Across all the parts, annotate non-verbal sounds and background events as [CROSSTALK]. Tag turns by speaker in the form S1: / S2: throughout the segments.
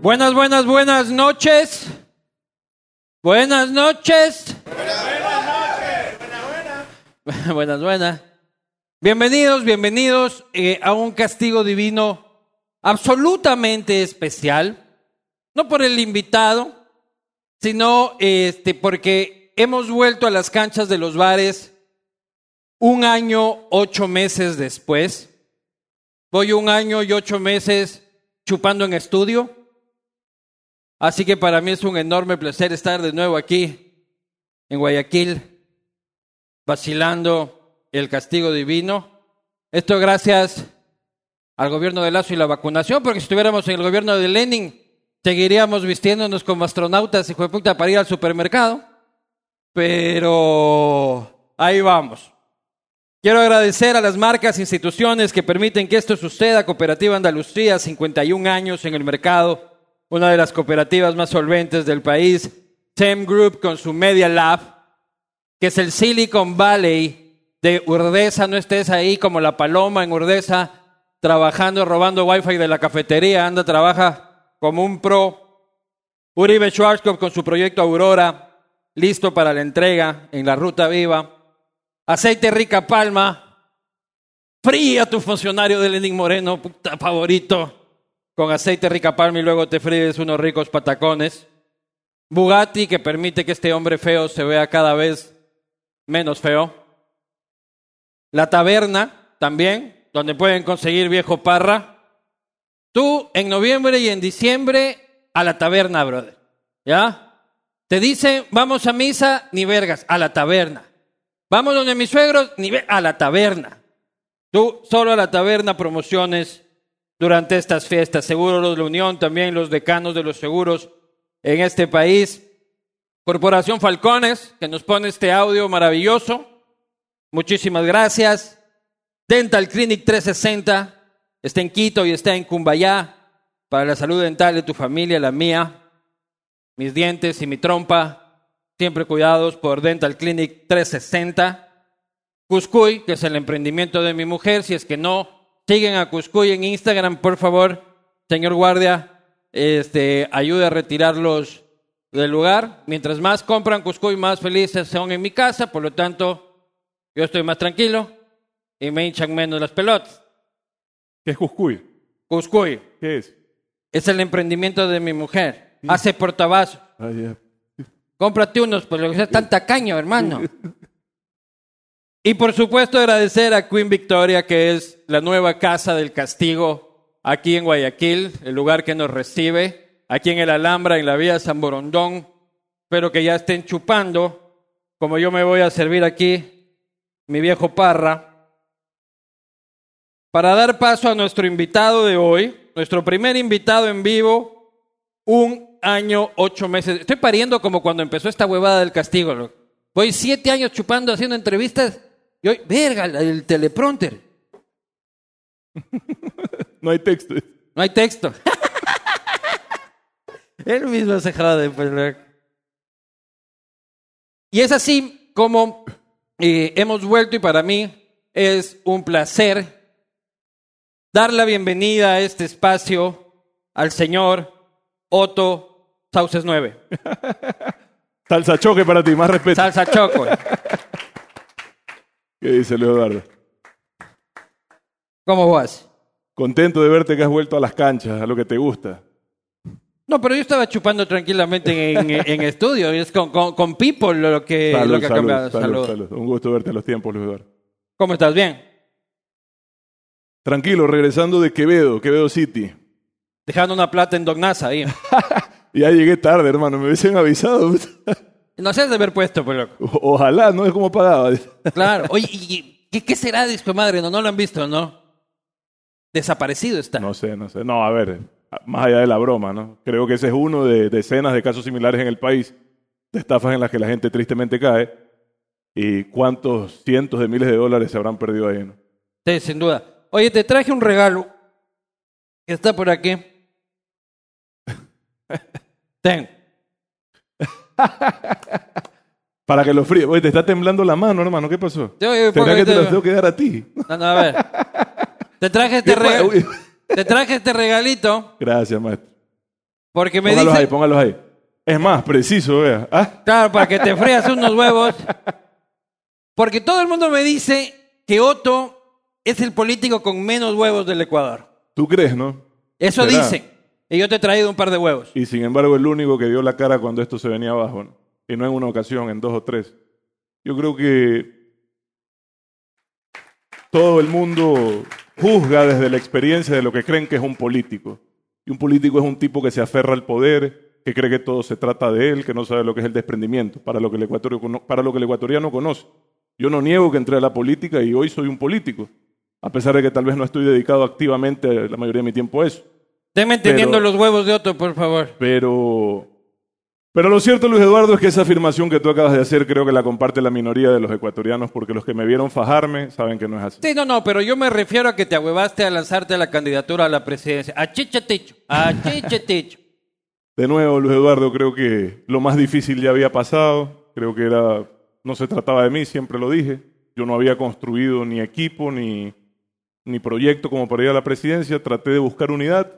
S1: Buenas, buenas, buenas noches. Buenas noches. Buenas, noches. Buenas, buenas. buenas, buenas. Bienvenidos, bienvenidos eh, a un castigo divino absolutamente especial. No por el invitado, sino este, porque hemos vuelto a las canchas de los bares un año, ocho meses después. Voy un año y ocho meses chupando en estudio. Así que para mí es un enorme placer estar de nuevo aquí en Guayaquil, vacilando el castigo divino. Esto gracias al gobierno de Lazo y la vacunación, porque si estuviéramos en el gobierno de Lenin, seguiríamos vistiéndonos como astronautas y de puta para ir al supermercado. Pero ahí vamos. Quiero agradecer a las marcas e instituciones que permiten que esto suceda. Cooperativa Andalucía, 51 años en el mercado una de las cooperativas más solventes del país, Tem Group con su Media Lab, que es el Silicon Valley de Urdesa, no estés ahí como la paloma en Urdesa, trabajando, robando wifi de la cafetería, anda, trabaja como un pro. Uribe Schwarzkopf con su proyecto Aurora, listo para la entrega en la ruta viva. Aceite Rica Palma, fría tu funcionario de Lenin Moreno, puta favorito con aceite rica palma y luego te fríes unos ricos patacones. Bugatti, que permite que este hombre feo se vea cada vez menos feo. La taberna, también, donde pueden conseguir viejo parra. Tú, en noviembre y en diciembre, a la taberna, brother. ¿Ya? Te dicen, vamos a misa, ni vergas, a la taberna. Vamos donde mis suegros, ni a la taberna. Tú, solo a la taberna, promociones durante estas fiestas. Seguros de la Unión, también los decanos de los seguros en este país. Corporación Falcones, que nos pone este audio maravilloso. Muchísimas gracias. Dental Clinic 360, está en Quito y está en Cumbayá, para la salud dental de tu familia, la mía, mis dientes y mi trompa, siempre cuidados por Dental Clinic 360. Cuscuy, que es el emprendimiento de mi mujer, si es que no, siguen a Cuscuy en Instagram, por favor, señor guardia, este, ayude a retirarlos del lugar. Mientras más compran Cuscuy, más felices son en mi casa, por lo tanto, yo estoy más tranquilo y me hinchan menos las pelotas.
S2: ¿Qué es Cuscuy?
S1: Cuscuy
S2: ¿Qué es?
S1: es el emprendimiento de mi mujer, hace portavasos.
S2: Ah, ya.
S1: Cómprate unos, por lo que seas tan tacaño,
S2: [LAUGHS]
S1: hermano. Y por supuesto agradecer a Queen Victoria, que es la nueva casa del castigo aquí en Guayaquil, el lugar que nos recibe, aquí en el Alhambra, en la vía San Borondón. Espero que ya estén chupando, como yo me voy a servir aquí, mi viejo parra, para dar paso a nuestro invitado de hoy, nuestro primer invitado en vivo, un año, ocho meses. Estoy pariendo como cuando empezó esta huevada del castigo. loco. Voy siete años chupando, haciendo entrevistas. Y hoy, verga, la- el teleprompter.
S2: [LAUGHS] No hay texto.
S1: No hay texto. [LAUGHS] Él mismo se jode. pues, loco. Y es así como eh, hemos vuelto y para mí es un placer dar la bienvenida a este espacio al señor Otto Sauces 9.
S2: [LAUGHS] Salsa choque para ti, más respeto.
S1: Salsa Choco.
S2: ¿Qué dice Leo Eduardo?
S1: ¿Cómo vas?
S2: Contento de verte que has vuelto a las canchas, a lo que te gusta.
S1: No, pero yo estaba chupando tranquilamente en, [LAUGHS] en- en estudio, y es con, con, con people lo que,
S2: salud,
S1: lo que ha
S2: salud,
S1: cambiado.
S2: salud,
S1: Salud.
S2: salud. Un gusto verte en los tiempos, Leo Eduardo.
S1: ¿Cómo estás? ¿Bien?
S2: Tranquilo, regresando de Quevedo, Quevedo City.
S1: Dejando una plata en Dognasa [LAUGHS] ahí.
S2: Ya llegué tarde, hermano, me hubiesen avisado. [LAUGHS]
S1: No sé de haber puesto, pues loco.
S2: O- Ojalá, no es como pagaba.
S1: Claro. Oye, ¿y- y ¿qué, qué será Disco de Madre? No, no lo han visto, ¿no? Desaparecido está.
S2: No sé, no sé. No, a ver, más allá de la broma, ¿no? Creo que ese es uno de decenas de casos similares en el país, de estafas en las que la gente tristemente cae. ¿Y cuántos cientos de miles de dólares se habrán perdido ahí, no?
S1: Sí, sin duda. Oye, te traje un regalo. Que está por
S2: [LAUGHS]
S1: aquí. Ten.
S2: Para que lo fríe. Oye, te está temblando la mano, hermano. ¿Qué pasó?
S1: Yo- yo-
S2: ¿Será que te
S1: yo-
S2: las tengo que dar a ti?
S1: No, no, a ver. Te traje este,
S2: ¿Qué fue?
S1: rega-
S2: [LAUGHS] Uy.
S1: te traje este regalito
S2: Gracias, maestro.
S1: porque me
S2: Póngalos ahí,
S1: dice,
S2: póngalos ahí. Es más, preciso, vea. Ah,
S1: claro, para que te frías unos huevos. Porque todo el mundo me dice que Otto es el político con menos huevos del Ecuador.
S2: ¿tú crees, no?
S1: Eso
S2: ¿Será?
S1: dicen. Y yo te he traído un par de huevos.
S2: Y sin embargo, el único que dio la cara cuando esto se venía abajo, ¿no? y no en una ocasión, en dos o tres. Yo creo que todo el mundo juzga desde la experiencia de lo que creen que es un político. Y un político es un tipo que se aferra al poder, que cree que todo se trata de él, que no sabe lo que es el desprendimiento, para lo que el ecuatoriano, cono- para lo que el ecuatoriano conoce. Yo no niego que entré a la política y hoy soy un político, a pesar de que tal vez no estoy dedicado activamente la mayoría de mi tiempo a eso.
S1: Deme entendiendo
S2: Pero-
S1: los huevos de Otto, por favor.
S2: Pero, pero lo cierto, Luis Eduardo, es que esa afirmación que tú acabas de hacer creo que la comparte la minoría de los ecuatorianos, porque los que me vieron fajarme saben que no es así.
S1: Sí, no, no, pero yo me refiero a que te ahuevaste a lanzarte a la candidatura a la presidencia. A chichatecho, a chichatecho.
S2: De nuevo, Luis Eduardo, creo que lo más difícil ya había pasado. Creo que era, no se trataba de mí, siempre lo dije. Yo no había construido ni equipo ni, ni proyecto como para ir a la presidencia. Traté de buscar unidad.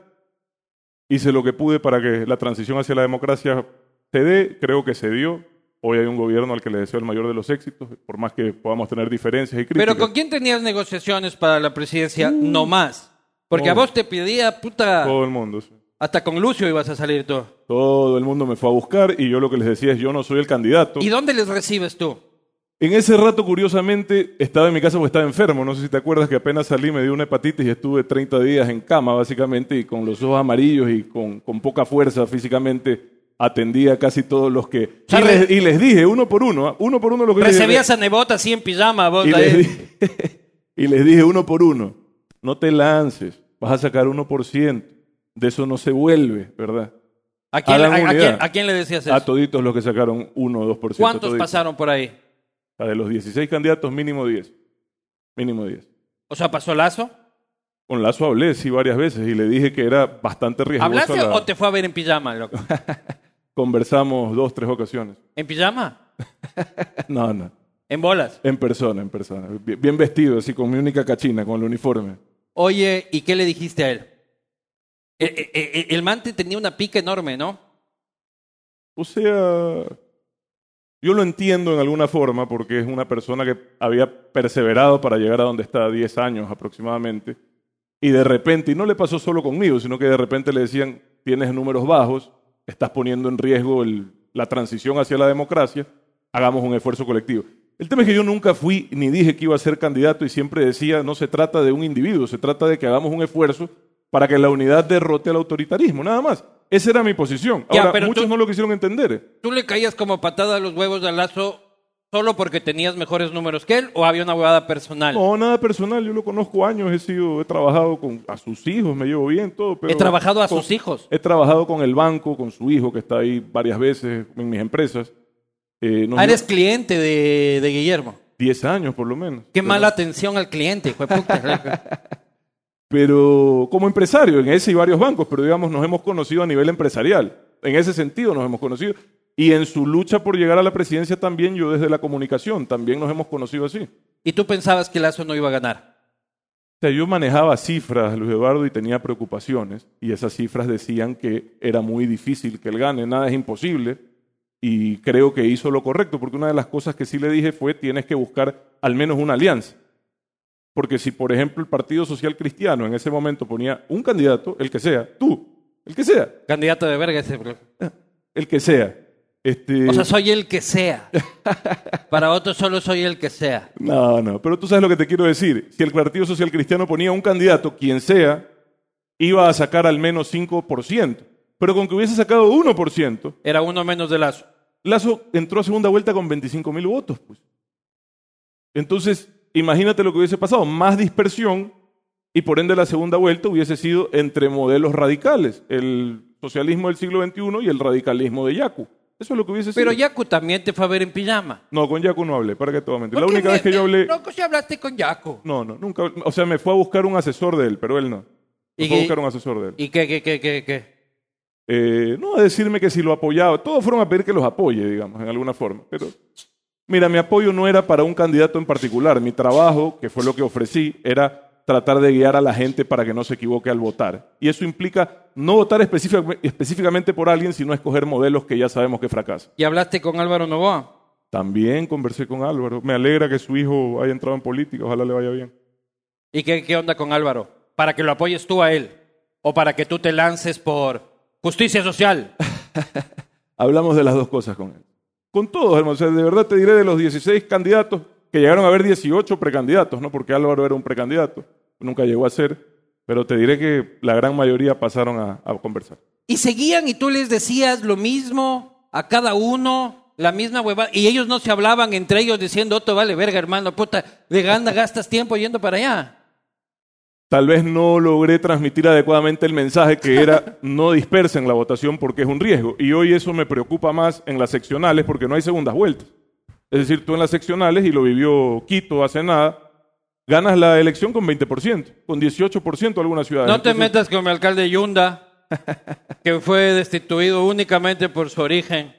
S2: Hice lo que pude para que la transición hacia la democracia se dé. Creo que se dio. Hoy hay un gobierno al que le deseo el mayor de los éxitos, por más que podamos tener diferencias y críticas.
S1: Pero ¿con quién tenías negociaciones para la presidencia?
S2: Mm.
S1: no más. Porque a
S2: todo.
S1: vos te pedía, puta,
S2: Todo el mundo. sí.
S1: hasta con Lucio ibas a salir tú.
S2: Todo el mundo me fue a buscar y yo lo que les decía es yo no soy el candidato.
S1: ¿Y dónde les recibes tú?
S2: En ese rato, curiosamente, estaba en mi casa porque estaba enfermo. No sé si te acuerdas que apenas salí me dio una hepatitis y estuve 30 días en cama, básicamente, y con los ojos amarillos y con, con poca fuerza físicamente atendía a casi todos los que... Y
S1: sea,
S2: les,
S1: re-
S2: y les dije, uno por uno, ¿ah? uno por uno lo que les dije.
S1: Recibías a Nebota así en pijama, vos.
S2: Y les,
S1: ahí.
S2: dije, [LAUGHS] y les dije uno por uno, no te lances, vas a sacar 1%, de eso no se vuelve, ¿verdad?
S1: ¿A, quién,
S2: hagan
S1: a- a
S2: unidad.
S1: quién- a quién le decías eso?
S2: A toditos los que sacaron 1 o 2%.
S1: ¿Cuántos
S2: toditos.
S1: pasaron por ahí?
S2: O sea, de los 16 candidatos, mínimo 10. Mínimo 10.
S1: O sea, ¿pasó Lazo?
S2: Con Lazo hablé, sí, varias veces y le dije que era bastante riesgoso.
S1: ¿Hablaste
S2: la-
S1: o te fue a ver en pijama, loco?
S2: Conversamos dos,
S1: [LAUGHS]
S2: tres ocasiones.
S1: ¿En pijama?
S2: No, no.
S1: ¿En bolas?
S2: En persona, en persona. Bien, bien vestido, así con mi única cachina, con el uniforme.
S1: Oye, ¿y qué le dijiste a él? El, el- el- el man te tenía una pica enorme, ¿no?
S2: O sea, yo lo entiendo en alguna forma porque es una persona que había perseverado para llegar a donde está 10 años aproximadamente. Y de repente, y no le pasó solo conmigo, sino que de repente le decían, tienes números bajos, estás poniendo en riesgo el- la transición hacia la democracia, hagamos un esfuerzo colectivo. El tema es que yo nunca fui ni dije que iba a ser candidato y siempre decía, no se trata de un individuo, se trata de que hagamos un esfuerzo para que la unidad derrote al autoritarismo, nada más. Esa era mi posición.
S1: Ya,
S2: Ahora,
S1: pero
S2: muchos
S1: tú-
S2: no lo quisieron entender.
S1: ¿Tú le caías como patada a los huevos de Lazo solo porque tenías mejores números que él o había una huevada personal?
S2: No, nada personal, yo lo conozco años, he sido, he trabajado con a sus hijos, me llevo bien, todo. Pero
S1: He trabajado a
S2: con-
S1: sus hijos.
S2: He trabajado con el banco, con su hijo que está ahí varias veces en mis empresas. Eh, nos
S1: Ah, eres cliente de, de Guillermo.
S2: llevamos 10 años por lo menos.
S1: Qué
S2: Pero-
S1: mala atención al cliente, hijo de
S2: [LAUGHS]
S1: puta.
S2: Pero como empresario, en ese y varios bancos, pero digamos, nos hemos conocido a nivel empresarial. En ese sentido nos hemos conocido. Y en su lucha por llegar a la presidencia también yo desde la comunicación, también nos hemos conocido así.
S1: y tú pensabas que Lazo no iba a ganar.
S2: O sea, yo manejaba cifras, Luis Eduardo, y tenía preocupaciones, y esas cifras decían que era muy difícil que él gane, nada es imposible, y creo que hizo lo correcto, porque una de las cosas que sí le dije fue, tienes que buscar al menos una alianza. Porque si, por ejemplo, el Partido Social Cristiano en ese momento ponía un candidato, el que sea, tú, el que sea,
S1: Candidato de verga ese. bro.
S2: el que sea, este...
S1: O sea, soy el que [LAUGHS] sea. Para otros solo soy el que sea.
S2: No, no, pero tú sabes lo que te quiero decir. Si el Partido Social Cristiano ponía un candidato, quien sea, iba a sacar al menos 5%. Pero con que hubiese sacado 1%,
S1: Era uno menos de Lazo.
S2: Lazo entró a segunda vuelta con 25 mil votos. Pues. Entonces, imagínate lo que hubiese pasado. Más dispersión y por ende la segunda vuelta hubiese sido entre modelos radicales. El socialismo del siglo XXI y el radicalismo de Yacu. Eso es lo que hubiese sido.
S1: Pero Yaku también te fue a ver en pijama.
S2: No, con Yacu no hablé, para que te voy a mentir. La
S1: ¿Por qué
S2: única
S1: me-
S2: vez que yo hablé...
S1: Loco, si hablaste con Yaku.
S2: No, no, nunca. O sea, me fue a buscar un asesor de él, pero él no. Me
S1: ¿Y
S2: fue a
S1: qué-
S2: buscar un asesor de él.
S1: ¿Y qué, qué, qué, qué, qué?
S2: Eh, no a decirme que si lo apoyaba. Todos fueron a pedir que los apoye, digamos, en alguna forma. Pero Mira, mi apoyo no era para un candidato en particular. Mi trabajo, que fue lo que ofrecí, era tratar de guiar a la gente para que no se equivoque al votar. Y eso implica no votar específica- específicamente por alguien, sino escoger modelos que ya sabemos que fracasan.
S1: ¿Y hablaste con Álvaro Novoa?
S2: También conversé con Álvaro. Me alegra que su hijo haya entrado en política. Ojalá le vaya bien.
S1: ¿Y qué, qué onda con Álvaro? ¿Para que lo apoyes tú a él? ¿O para que tú te lances por justicia social?
S2: Hablamos de las dos cosas con él. Con todos, hermano. O sea, de verdad te diré de los 16 candidatos que llegaron a haber 18 precandidatos, ¿no? Porque Álvaro era un precandidato. Nunca llegó a ser. Pero te diré que la gran mayoría pasaron a- a conversar.
S1: Y seguían y tú les decías lo mismo a cada uno, la misma huevada. Y ellos no se hablaban entre ellos diciendo, Otto, vale verga, hermano, puta, de gana gastas tiempo yendo para allá.
S2: Tal vez no logré transmitir adecuadamente el mensaje que era [LAUGHS] no dispersen la votación porque es un riesgo. Y hoy eso me preocupa más en las seccionales porque no hay segundas vueltas. Es decir, tú en las seccionales, y lo vivió Quito hace nada, ganas la elección con 20%, con 18% algunas ciudades.
S1: No te
S2: Entonces,
S1: metas con mi alcalde Yunda,
S2: [LAUGHS]
S1: que fue destituido únicamente por su origen.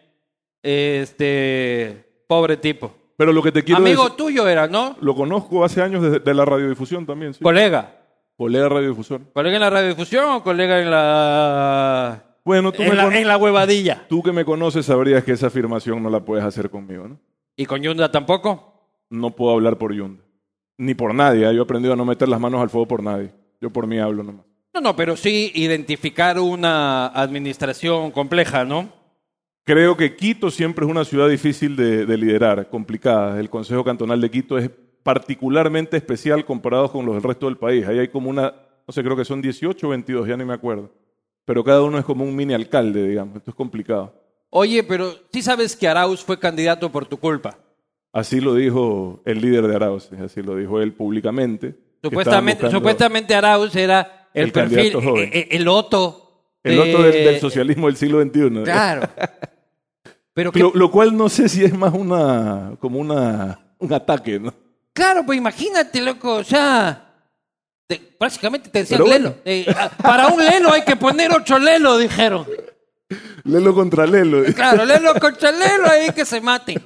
S1: Este pobre tipo.
S2: Pero lo que te quiero
S1: Amigo
S2: decir,
S1: tuyo era, ¿no?
S2: lo conozco hace años desde de la radiodifusión también, sí.
S1: Colega.
S2: Colega radiodifusión.
S1: ¿Colega en la radiodifusión o colega en la.
S2: Bueno, tú, me
S1: en, la
S2: cono-
S1: en la huevadilla?
S2: tú que me conoces sabrías que esa afirmación no la puedes hacer conmigo, ¿no?
S1: ¿Y con Yunda tampoco?
S2: no puedo hablar por Yunda. Ni por nadie. ¿eh? Yo he aprendido a no meter las manos al fuego por nadie. Yo por mí hablo nomás.
S1: No, no, pero sí identificar una administración compleja, ¿no?
S2: Creo que Quito siempre es una ciudad difícil de, de liderar, complicada. El Consejo Cantonal de Quito es particularmente especial comparado con los del resto del país. Ahí hay como una, no sé, creo que son 18 o 22, ya ni me acuerdo. Pero cada uno es como un mini alcalde, digamos. Esto es complicado.
S1: Oye, pero sí sabes que Arauz fue candidato por tu culpa.
S2: Así lo dijo el líder de Arauz, así lo dijo él públicamente. que
S1: Supuestamente,
S2: estaban buscando-
S1: supuestamente Arauz era el,
S2: El
S1: perfil,
S2: candidato joven.
S1: e- e- el, eh, otro.
S2: El
S1: de-
S2: otro del, del socialismo del siglo XXI.
S1: Claro. Pero que,
S2: Lo, lo cual no sé si es más una como una un ataque, ¿no?
S1: claro, pues imagínate, loco, o sea, te- prácticamente te decían
S2: Pero
S1: lelo.
S2: bueno.
S1: Eh, ah, para un lelo hay que poner ocho lelo, dijeron.
S2: Lelo contra Lelo.
S1: Claro, lelo contra lelo, ahí que se maten.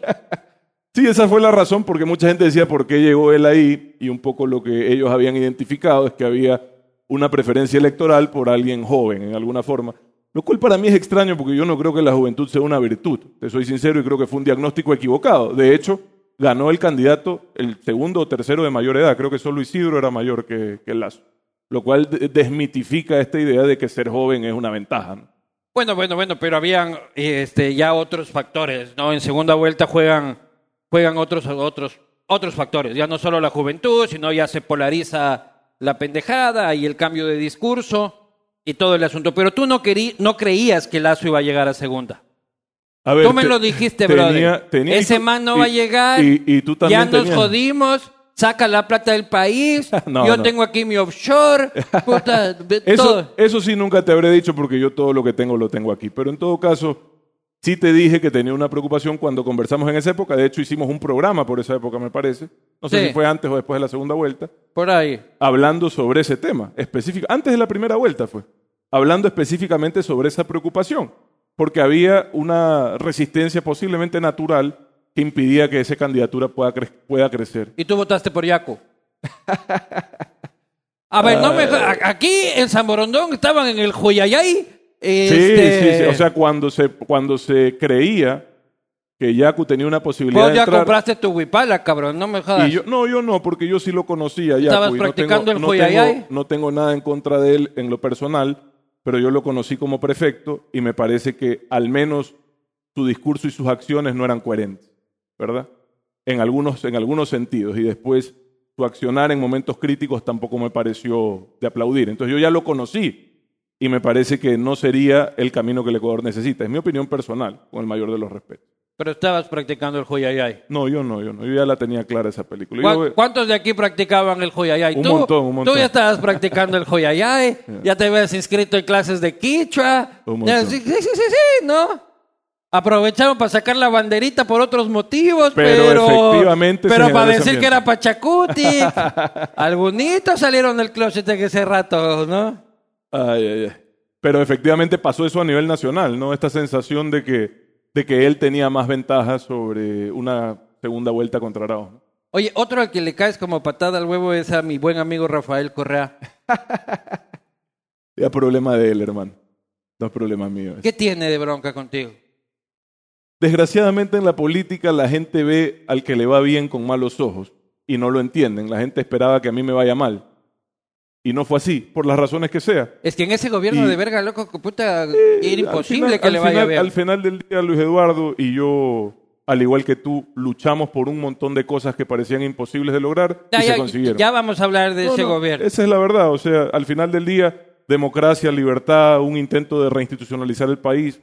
S2: Sí, esa fue la razón porque mucha gente decía por qué llegó él ahí y un poco lo que ellos habían identificado es que había una preferencia electoral por alguien joven en alguna forma. Lo cual para mí es extraño porque yo no creo que la juventud sea una virtud. Te soy sincero y creo que fue un diagnóstico equivocado. De hecho, ganó el candidato el segundo o tercero de mayor edad. Creo que solo Isidro era mayor que, que Lazo. Lo cual de- desmitifica esta idea de que ser joven es una ventaja. ¿no?
S1: [LAUGHS] Bueno, bueno, bueno, pero habían este, ya otros factores, ¿no? En segunda vuelta juegan, juegan otros, otros, otros factores. Ya no solo la juventud, sino ya se polariza la pendejada y el cambio de discurso y todo el asunto. Pero tú no, querí, no creías que Lazo iba a llegar a segunda.
S2: A ver,
S1: Tú me
S2: te-
S1: lo dijiste,
S2: tenía-
S1: brother.
S2: tenía-
S1: Ese
S2: y-
S1: man no
S2: y-
S1: va a llegar.
S2: Y, y tú también
S1: ya nos
S2: tenías.
S1: jodimos. Saca la plata del país.
S2: [LAUGHS] No,
S1: yo
S2: no.
S1: tengo aquí mi offshore. Puta, de
S2: Eso,
S1: todo.
S2: eso sí nunca te habré dicho porque yo todo lo que tengo lo tengo aquí. Pero en todo caso, sí te dije que tenía una preocupación cuando conversamos en esa época. De hecho, hicimos un programa por esa época, me parece. No sé
S1: Sí.
S2: si fue antes o después de la segunda vuelta.
S1: Por ahí.
S2: hablando sobre ese tema específico. Antes de la primera vuelta fue. Hablando específicamente sobre esa preocupación. Porque había una resistencia posiblemente natural que impedía que esa candidatura pueda, cre- pueda crecer.
S1: Y tú votaste por Yaco. A ver,
S2: [LAUGHS]
S1: no me-
S2: Ah.
S1: a- aquí en San Borondón estaban en el este, Joyayay.
S2: Sí, sí, sí. O sea, cuando se, cuando se creía que Yaku tenía una posibilidad
S1: vos
S2: de
S1: ya
S2: entrar...
S1: compraste tu huipala, cabrón, no me jodas.
S2: y yo- no, yo no, porque yo sí lo conocía. Yaku,
S1: Estabas
S2: y no
S1: practicando
S2: tengo-
S1: el
S2: no
S1: joyayay.
S2: tengo, no tengo nada en contra de él en lo personal, pero yo lo conocí como prefecto y me parece que al menos su discurso y sus acciones no eran coherentes, ¿verdad? En algunos, en algunos sentidos. Y después su accionar en momentos críticos tampoco me pareció de aplaudir. Entonces yo ya lo conocí y me parece que no sería el camino que el Ecuador necesita. Es mi opinión personal, con el mayor de los respetos.
S1: Pero estabas practicando el Joyayay.
S2: No, yo no, yo no. Yo ya la tenía clara esa película. Yo-
S1: ¿Cuá- ¿Cuántos de aquí practicaban el Joyayay?
S2: Un
S1: tú,
S2: montón, un montón.
S1: Tú ya estabas practicando el Joyayay,
S2: [LAUGHS]
S1: ya te habías inscrito en clases de Quichua.
S2: Un
S1: Ya,
S2: montón.
S1: sí, sí, sí, sí, sí, ¿no? Aprovecharon para sacar la banderita por otros motivos, pero.
S2: Pero efectivamente se
S1: Pero
S2: generó
S1: para
S2: ese
S1: decir que
S2: ambiente.
S1: era
S2: [LAUGHS]
S1: Pachacuti. Algunitos salieron del closet en ese rato, ¿no?
S2: Ay, ay, ay. Ah, Pero efectivamente pasó eso a nivel nacional, ¿no? Esta sensación de que, de que él tenía más ventajas sobre una segunda vuelta contra Araujo. ¿no?
S1: Oye, otro al que le caes como patada al huevo es a mi buen amigo Rafael Correa.
S2: Ya problema de él, hermano. No es problema mío. ese.
S1: ¿Qué tiene de bronca contigo?
S2: Desgraciadamente en la política la gente ve al que le va bien con malos ojos y no lo entienden. La gente esperaba que a mí me vaya mal. Y no fue así, por las razones que sea.
S1: Es que en ese gobierno
S2: Y-
S1: de verga loco, que puta,
S2: Al
S1: era imposible
S2: final-
S1: que
S2: al
S1: le vaya
S2: final-
S1: bien.
S2: Al final del día, Luis Eduardo y yo, al igual que tú, luchamos por un montón de cosas que parecían imposibles de lograr
S1: Ya,
S2: y
S1: ya-
S2: se consiguieron.
S1: ya vamos a hablar de
S2: No,
S1: ese
S2: no,
S1: gobierno.
S2: Esa es la verdad. O sea, al final del día, democracia, libertad, un intento de reinstitucionalizar el país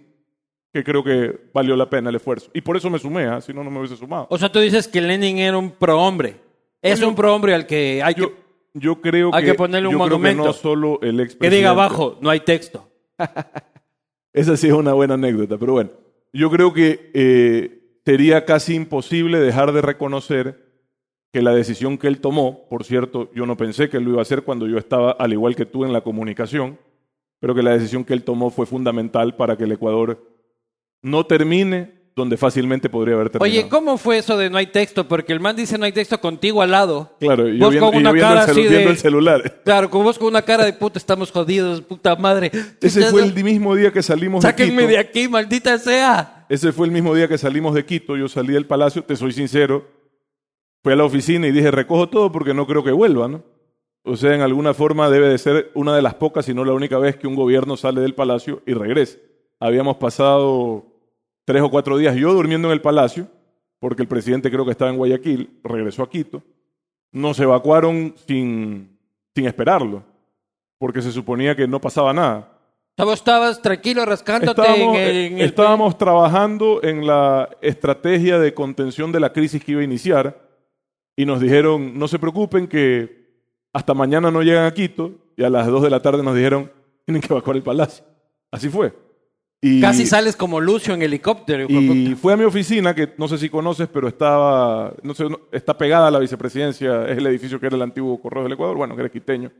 S2: que creo que valió la pena el esfuerzo. Y por eso me sumé, ¿ah? si no, no me hubiese sumado.
S1: O sea, tú dices que Lenin era un prohombre. Es un prohombre al que hay
S2: Yo,
S1: que,
S2: yo creo
S1: Hay
S2: que,
S1: que ponerle un
S2: yo creo que
S1: monumento.
S2: no solo el ex
S1: que diga abajo, no hay texto.
S2: Esa sí es una buena anécdota, pero bueno, yo creo que eh, sería casi imposible dejar de reconocer que la decisión que él tomó, por cierto, yo no pensé que lo iba a hacer cuando yo estaba, al igual que tú, en la comunicación, pero que la decisión que él tomó fue fundamental para que el Ecuador no termine donde fácilmente podría haber terminado.
S1: Oye, ¿cómo fue eso de no hay texto? Porque el man dice no hay texto contigo al lado.
S2: claro, y yo
S1: vos
S2: viendo,
S1: con
S2: y yo
S1: una
S2: viendo el
S1: cara
S2: celu-
S1: así
S2: viendo
S1: de-
S2: el celular.
S1: Claro, con vos con una cara de puta estamos jodidos, puta madre.
S2: Ese
S1: Ustedes
S2: fue
S1: no-
S2: el mismo día que salimos de
S1: Sáquenme
S2: Quito.
S1: de aquí, maldita sea.
S2: Ese fue el mismo día que salimos de Quito, yo salí del palacio, te soy sincero, fui a la oficina y dije, recojo todo porque no creo que vuelva, ¿no? O sea, en alguna forma debe de ser una de las pocas, si no la única vez que un gobierno sale del palacio y regresa. Habíamos pasado tres o cuatro días yo durmiendo en el palacio, porque el presidente creo que estaba en Guayaquil, regresó a Quito, nos evacuaron sin, sin esperarlo, porque se suponía que no pasaba nada.
S1: O sea, vos estabas tranquilo rascándote
S2: Estábamos,
S1: en el-
S2: eh,
S1: en el
S2: estábamos trabajando en la estrategia de contención de la crisis que iba a iniciar y nos dijeron, no se preocupen que hasta mañana no llegan a Quito y a las 2 de la tarde nos dijeron, tienen que evacuar el palacio. Así fue. Y,
S1: Casi sales como Lucio en helicóptero. hijo de
S2: Y
S1: puta.
S2: fue a mi oficina, que no sé si conoces, pero estaba, no sé, no- está pegada a la vicepresidencia, es el edificio que era el antiguo Correo del Ecuador, bueno, que era quiteño.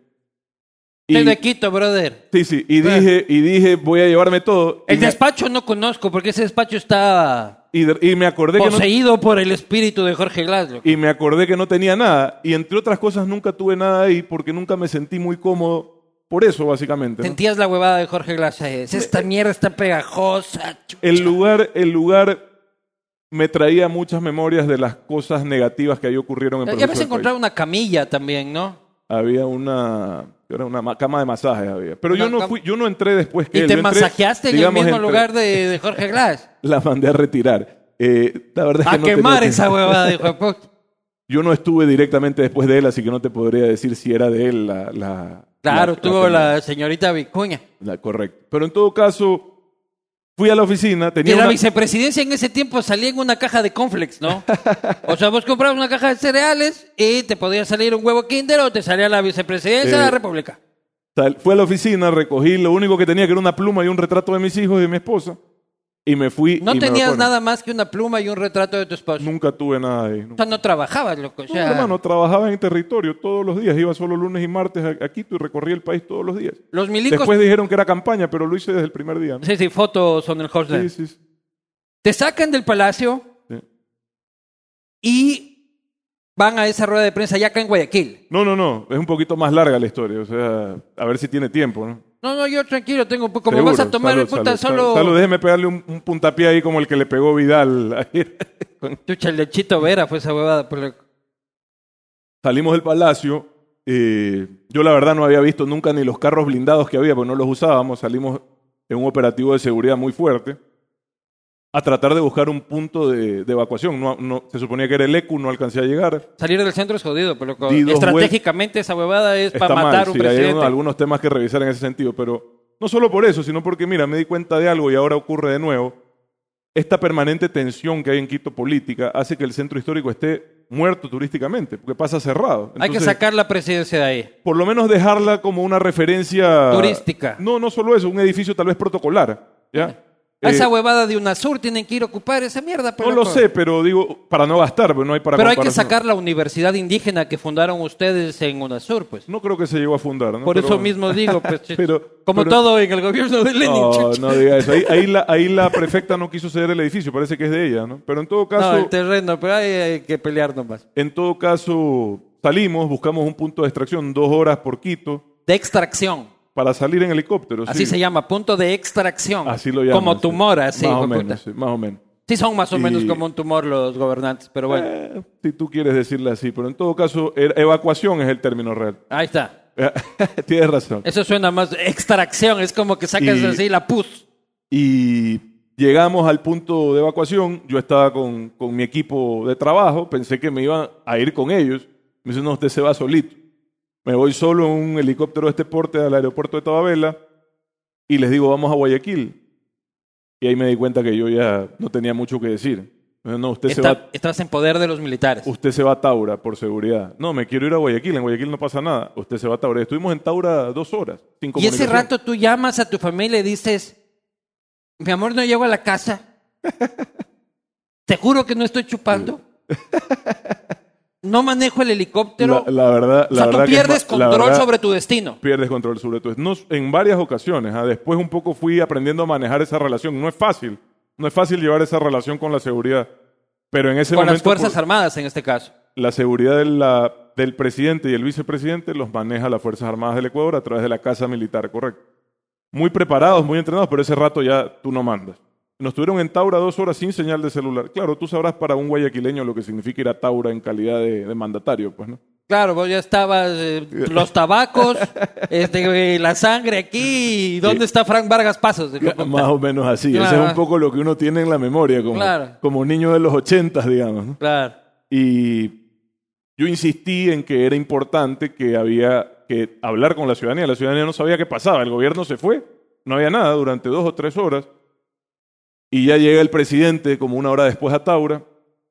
S2: Y-
S1: Soy de Quito, brother.
S2: sí, sí, y
S1: Bueno. Este
S2: dije, y dije, voy a llevarme todo.
S1: El
S2: y me-
S1: despacho no conozco porque ese despacho está
S2: y, de- y me acordé que no,
S1: poseído por el espíritu de Jorge Glasgow.
S2: y me acordé que no tenía nada. Y entre otras cosas, nunca tuve nada ahí porque nunca me sentí muy cómodo. Por eso, básicamente. ¿no?
S1: Sentías la huevada de Jorge Glasgow. Es, Esta mierda está pegajosa. chucha".
S2: El lugar, el lugar me traía muchas memorias de las cosas negativas que ahí ocurrieron en
S1: Ya
S2: Progreso
S1: habías
S2: del País.
S1: encontrado una camilla también, ¿no?
S2: Había una, era una ma- cama de masajes. Había. Pero yo
S1: Una
S2: no,
S1: cama-
S2: fui, yo no entré después que
S1: Y
S2: él.
S1: te
S2: Yo entré,
S1: masajeaste en
S2: digamos,
S1: el mismo
S2: entré-
S1: lugar de, de Jorge
S2: [LAUGHS]
S1: Glass.
S2: La mandé a retirar. Eh, la verdad es que
S1: A
S2: no tenía
S1: quemar
S2: tiempo.
S1: esa huevada "Ah, pues, de hijo de puta.
S2: Yo [LAUGHS] no estuve directamente después de él, así que no te podría decir si era de él la. la-
S1: Claro,
S2: la-
S1: tuvo
S2: la-
S1: la señorita Vicuña.
S2: La- correcto. Pero en todo caso, fui a la oficina,
S1: Que
S2: tenía
S1: la
S2: una-
S1: vicepresidencia en ese tiempo salía en una caja de conflex, ¿no? O sea, vos comprabas una caja de cereales y te podía salir un huevo kinder o te salía la vicepresidencia de
S2: Eh,
S1: la república.
S2: sal- fui a la oficina, recogí lo único que tenía, que era una pluma y un retrato de mis hijos y de mi esposa, y me fui.
S1: No
S2: y me
S1: tenías
S2: evacuaron.
S1: nada más que una pluma y un retrato de tu esposo.
S2: Nunca tuve nada ahí.
S1: O
S2: nunca.
S1: sea, no trabajabas, loco. O
S2: No,
S1: sea,
S2: hermano, trabajaba en territorio todos los días, iba solo lunes y martes a, a Quito y recorría el país todos los días.
S1: los milicos...
S2: Después dijeron que era campaña, pero lo hice desde el primer día. ¿no?
S1: Sí, sí, fotos son el Hosler.
S2: Sí, sí, sí.
S1: Te sacan del palacio
S2: Sí.
S1: y van a esa rueda de prensa ya acá en Guayaquil.
S2: No, no, no, es un poquito más larga la historia, o sea, a ver si tiene tiempo, ¿no?
S1: No, no, yo tranquilo, tengo... Como
S2: Seguro.
S1: vas a tomar,
S2: Salud,
S1: puta,
S2: salud,
S1: solo...
S2: salud. Salud, déjeme pegarle un, un puntapié ahí como el que le pegó Vidal. [LAUGHS]
S1: Chucha, el de Chito Vera fue esa huevada. por la-
S2: Salimos del palacio. eh, yo la verdad no había visto nunca ni los carros blindados que había, porque no los usábamos. Salimos en un operativo de seguridad muy fuerte a tratar de buscar un punto de, de evacuación. No, no- se suponía que era el ECU, no alcancé a llegar.
S1: Salir del centro es jodido, pero
S2: Di dos
S1: estratégicamente esa huevada es
S2: Está
S1: para matar
S2: mal,
S1: a un
S2: sí, hay
S1: presidente.
S2: un- algunos temas que revisar en ese sentido, pero no solo por eso, sino porque, mira, me di cuenta de algo y ahora ocurre de nuevo. Esta permanente tensión que hay en Quito política hace que el centro histórico esté muerto turísticamente, porque pasa cerrado.
S1: Hay que
S2: Entonces,
S1: sacar la presidencia de ahí.
S2: por lo menos dejarla como una referencia
S1: Turística.
S2: No, no solo eso, un edificio tal vez protocolar, ¿ya?
S1: A esa
S2: Eh,
S1: huevada de UNASUR tienen que ir a ocupar esa mierda.
S2: No
S1: pero-
S2: lo sé, pero digo, para no gastar, pero no hay para
S1: Pero hay que
S2: comparación.
S1: sacar la universidad indígena que fundaron ustedes en UNASUR, pues.
S2: No creo que se llegó a fundar, ¿no?
S1: Por
S2: Pero
S1: eso
S2: bueno. [LAUGHS]
S1: mismo digo, pues, chich,
S2: Pero-
S1: como
S2: pero-
S1: todo en el gobierno de Lenin.
S2: No,
S1: chuch.
S2: no diga eso. Ahí, ahí la, ahí la prefecta no quiso ceder el edificio, parece que es de ella, ¿no? Pero en todo
S1: No,
S2: caso,
S1: el terreno, pero hay, hay que pelear nomás.
S2: en todo caso, salimos, buscamos un punto de extracción, dos horas por Quito,
S1: De extracción.
S2: para salir en helicóptero.
S1: Así
S2: sí.
S1: se llama, punto de extracción.
S2: Así lo llaman.
S1: Como
S2: sí.
S1: tumor, así.
S2: Más o
S1: hijo de
S2: menos,
S1: puta.
S2: sí, más o menos.
S1: Sí son más o
S2: Y-
S1: menos como un tumor los gobernantes, pero bueno,
S2: Eh, si tú quieres decirle así, pero en todo caso, era- evacuación es el término real. [LAUGHS]
S1: ahí está.
S2: Tienes razón.
S1: Eso suena más extracción, es como que sacas
S2: Y-
S1: así la pus.
S2: Y llegamos al punto de evacuación. Yo estaba con, con mi equipo de trabajo. Pensé que me iba a ir con ellos. Me dice, no, usted se va solito. Me voy solo en un helicóptero de este porte al aeropuerto de Tababela y les digo, vamos a Guayaquil. Y ahí me di cuenta que yo ya no tenía mucho que decir. Me dice, No, usted se
S1: Está-
S2: va,
S1: Estás en poder de los militares.
S2: usted se va a Taura por seguridad. No, me quiero ir a Guayaquil. En Guayaquil no pasa nada. Usted se va a Taura. Estuvimos en Taura dos horas. Sin
S1: y ese
S2: comunicación.
S1: rato tú llamas a tu familia y dices, mi amor, no llego a la casa.
S2: [LAUGHS]
S1: Te juro que no estoy chupando. No manejo el helicóptero.
S2: La- la verdad-
S1: o
S2: la
S1: sea,
S2: verdad
S1: tú
S2: que es
S1: pierdes
S2: ma- la
S1: control
S2: verdad-
S1: sobre tu destino.
S2: pierdes control sobre tu no, en varias ocasiones. ah, Después un poco fui aprendiendo a manejar esa relación. No es fácil. No es fácil llevar esa relación con la seguridad. Pero en ese
S1: Con las
S2: momento
S1: Fuerzas
S2: por-
S1: Armadas en este caso.
S2: la seguridad de la- del presidente y el vicepresidente los maneja las Fuerzas Armadas del Ecuador a través de la Casa Militar, correcto. Muy preparados, muy entrenados, pero ese rato ya tú no mandas. Nos tuvieron en Taura dos horas sin señal de celular. Claro, tú sabrás para un guayaquileño lo que significa ir a Taura en calidad de, de mandatario, pues, ¿no?
S1: Claro, vos ya estabas eh, los
S2: [LAUGHS]
S1: tabacos, este, eh, la sangre aquí. ¿y ¿Dónde está Frank Vargas Pasos?
S2: Más o menos así. Ese
S1: Claro.
S2: es un poco lo que uno tiene en la memoria, como,
S1: Claro.
S2: como niño de los ochentas, digamos. ¿no?
S1: Claro.
S2: Y yo insistí en que era importante que había que hablar con la ciudadanía. La ciudadanía no sabía qué pasaba. El gobierno se fue. No había nada durante dos o tres horas. Y ya llega el presidente como una hora después a Taura.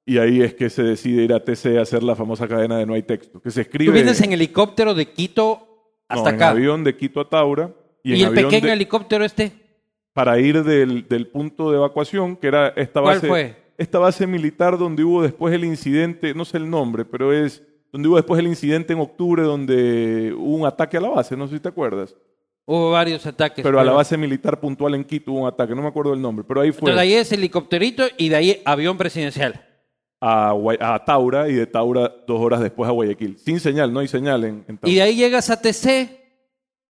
S2: Y ahí es que se decide ir a TC a hacer la famosa cadena de No hay texto, que se escribe
S1: Tú vienes en helicóptero de Quito
S2: no,
S1: hasta
S2: en
S1: acá.
S2: avión de Quito a Taura.
S1: y
S2: Y, en
S1: el
S2: avión
S1: pequeño
S2: de-
S1: helicóptero este.
S2: para ir del, del punto de evacuación, que era esta
S1: ¿Cuál
S2: base,
S1: fue?
S2: esta base militar donde hubo después el incidente, no sé el nombre, pero es donde hubo después el incidente en octubre donde hubo un ataque a la base, no sé si te acuerdas,
S1: Hubo varios ataques.
S2: pero a la base militar puntual en Quito hubo un ataque, no me acuerdo el nombre, pero ahí fue
S1: Entonces ahí es helicópterito y de ahí avión presidencial.
S2: a, Guay- a Taura y de Taura dos horas después a Guayaquil, sin señal, no hay señal en, en Taura.
S1: Y de ahí llegas a TC.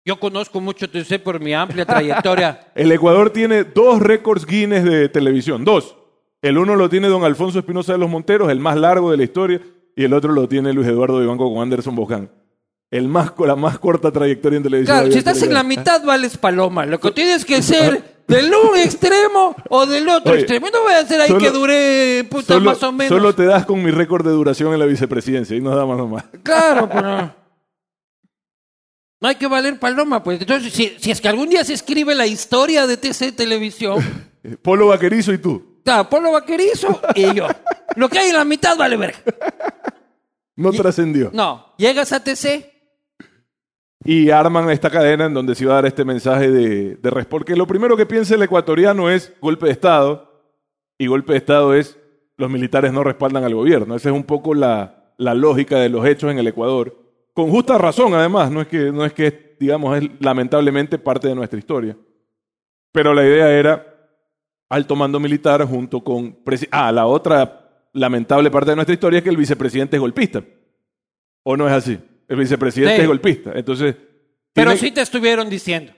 S1: Yo conozco mucho TC por mi amplia
S2: [LAUGHS]
S1: trayectoria.
S2: El Ecuador tiene dos récords Guinness de televisión, dos. El uno lo tiene don Alfonso Espinosa de los Monteros, el más largo de la historia, y el otro lo tiene Luis Eduardo Vivanco con Anderson Boján. El más, co- la más corta trayectoria en televisión.
S1: Claro,
S2: de
S1: si
S2: Abierto
S1: estás en la
S2: Legal.
S1: mitad vales paloma. Lo que tienes que
S2: [LAUGHS]
S1: ser del un extremo o del otro
S2: Oye,
S1: extremo. No voy a hacer ahí
S2: solo-
S1: que dure puta
S2: solo,
S1: más o menos.
S2: solo te das con mi récord de duración en la vicepresidencia, y nos damos nomás.
S1: Claro, pero... No hay que valer paloma, pues. Entonces, si, si es que algún día se escribe la historia de TC Televisión,
S2: Eh, Polo Vaquerizo y tú.
S1: claro, Polo Vaquerizo y yo. Lo que hay en la mitad vale verga.
S2: No trascendió.
S1: No, llegas a TC,
S2: Y arman esta cadena en donde se iba a dar este mensaje de, de res- Porque lo primero que piensa el ecuatoriano es golpe de Estado. Y golpe de Estado es los militares no respaldan al gobierno. Esa es un poco la, la lógica de los hechos en el Ecuador. Con justa razón, además. No es que, no es que digamos, es lamentablemente parte de nuestra historia. Pero la idea era alto mando militar junto con... presi- Ah, la otra lamentable parte de nuestra historia es que el vicepresidente es golpista. ¿O no es así? El vicepresidente
S1: Sí.
S2: es golpista. Entonces...
S1: pero
S2: tiene-
S1: sí te estuvieron diciendo.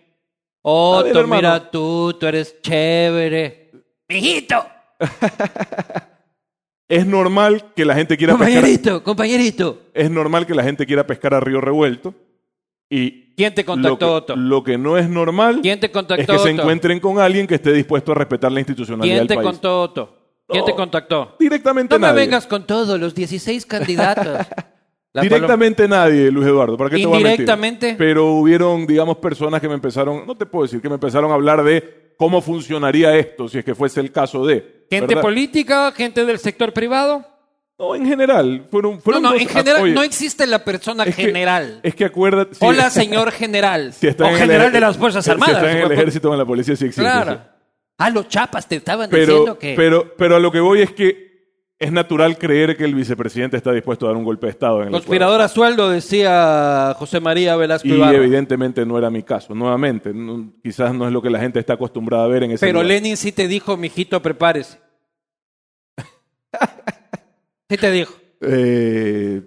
S1: Otto,
S2: A ver, hermano.
S1: mira tú, tú eres chévere. Mijito,
S2: Es normal que la gente quiera pescar...
S1: compañerito, compañerito.
S2: Es normal que la gente quiera pescar a río revuelto. Y
S1: ¿Quién te
S2: lo que,
S1: contactó, Otto?
S2: lo que no es normal
S1: ¿Quién te contactó,
S2: es que se
S1: Otto?
S2: encuentren con alguien que esté dispuesto a respetar la institucionalidad
S1: ¿Quién
S2: del
S1: te
S2: país.
S1: contó, Otto? ¿Quién te
S2: No.
S1: contactó?
S2: Directamente
S1: No me
S2: nadie.
S1: vengas con todo, los 16 candidatos. La
S2: Directamente nadie, Luis Eduardo. ¿Para qué te voy a mentir?
S1: Indirectamente.
S2: Pero hubieron, digamos, personas que me empezaron, no te puedo decir, que me empezaron a hablar de cómo funcionaría esto si es que fuese el caso de.
S1: Gente
S2: ¿verdad?
S1: política, gente del sector privado.
S2: No, en general. Fueron,
S1: No,
S2: fueron
S1: no,
S2: dos-
S1: en general
S2: oye,
S1: no existe la persona
S2: es que-
S1: general.
S2: es que acuérdate. sí,
S1: Hola, señor general.
S2: [LAUGHS] si
S1: o
S2: están en el
S1: general
S2: ejer-
S1: de las Fuerzas
S2: si
S1: Armadas.
S2: están en el
S1: huevo.
S2: ejército o en la policía, sí existe.
S1: claro.
S2: sí.
S1: Ah, los chapas te estaban
S2: Pero,
S1: diciendo que...
S2: pero, pero a lo que voy es que es natural creer que el vicepresidente está dispuesto a dar un golpe de Estado en el
S1: Conspirador a sueldo, decía José María Velasco
S2: Y
S1: Ibarra.
S2: evidentemente no era mi caso. Nuevamente, no- quizás no es lo que la gente está acostumbrada a ver en ese
S1: Pero
S2: lugar.
S1: Lenin sí te dijo, mijito,
S2: [LAUGHS]
S1: prepárese. sí te dijo.
S2: Eh,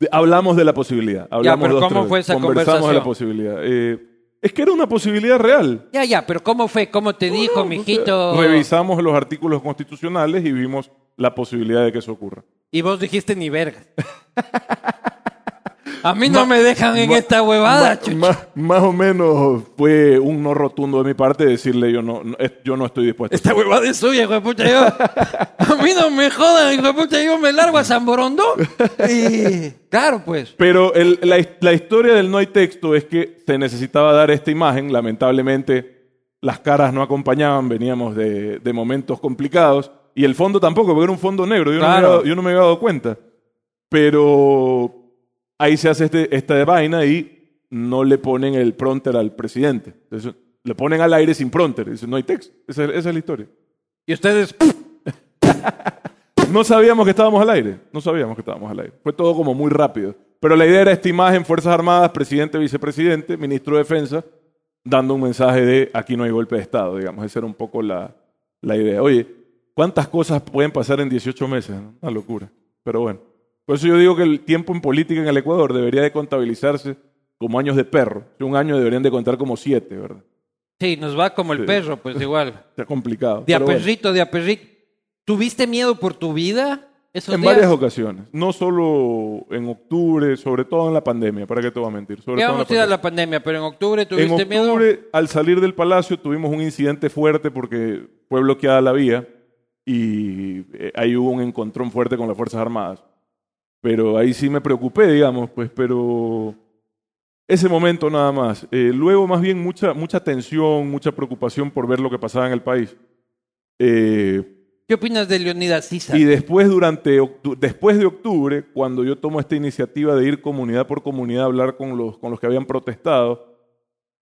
S2: de- hablamos de la posibilidad. Hablamos
S1: pero
S2: dos,
S1: ¿cómo
S2: tres
S1: fue
S2: veces.
S1: esa
S2: Conversamos de la
S1: conversación?
S2: posibilidad. Eh, es que era una posibilidad real.
S1: Ya, ya, pero ¿cómo fue? ¿Cómo te dijo, mijito?
S2: Revisamos los artículos constitucionales y vimos la posibilidad de que eso ocurra.
S1: Y vos dijiste ni verga. [LAUGHS] A mí no me dejan en esta huevada,
S2: Ma-
S1: chucho.
S2: ma- más o menos fue un no rotundo de mi parte decirle yo no, no, es- yo no estoy dispuesto.
S1: Esta huevada es suya, hijo de puta.
S2: [LAUGHS]
S1: Yo, a mí no me jodan, hijo de puta. Yo me largo a San
S2: [LAUGHS]
S1: Borondón. Y, claro, pues.
S2: Pero el- la, his- la historia del no hay texto es que se necesitaba dar esta imagen. Lamentablemente, las caras no acompañaban, veníamos de, de momentos complicados. Y el fondo tampoco, porque era un fondo negro. Yo, no, me
S1: Claro.
S2: había dado- yo no me había dado cuenta. Pero ahí se hace este- esta vaina y no le ponen el pronter al presidente. Entonces, le ponen al aire sin pronter. Dicen, no hay texto. Esa, esa es la historia.
S1: Y ustedes,
S2: No sabíamos que estábamos al aire. No sabíamos que estábamos al aire. Fue todo como muy rápido. Pero la idea era esta imagen, Fuerzas Armadas, presidente, vicepresidente, ministro de Defensa, dando un mensaje de aquí no hay golpe de Estado, digamos. Esa era un poco la, la idea. Oye, ¿cuántas cosas pueden pasar en 18 meses? no? Una locura. Pero bueno. Por eso yo digo que el tiempo en política en el Ecuador debería de contabilizarse como años de perro. Un año deberían de contar como siete, ¿verdad?
S1: sí, nos va como el
S2: Sí.
S1: perro, pues igual.
S2: Está complicado.
S1: De a
S2: Pero bueno.
S1: perrito, de a perrito. ¿Tuviste miedo por tu vida esos
S2: En
S1: días?
S2: varias ocasiones, no solo en octubre, sobre todo en la pandemia, para qué te voy a mentir, sobre
S1: Ya
S2: todo en
S1: vamos a ir a
S2: la
S1: la pandemia, pero en octubre
S2: pandemia.
S1: tuviste
S2: en
S1: miedo.
S2: octubre, al salir del palacio, tuvimos un incidente fuerte porque fue bloqueada la vía y eh, ahí hubo un encontrón fuerte con las Fuerzas Armadas. Pero ahí sí me preocupé, digamos, pues, pero ese momento nada más. Eh, luego, más bien, mucha, mucha tensión, mucha preocupación por ver lo que pasaba en el país. Eh,
S1: ¿Qué opinas de Leonidas Sisa?
S2: y después, durante, octu- después de octubre, cuando yo tomo esta iniciativa de ir comunidad por comunidad a hablar con los, con los que habían protestado,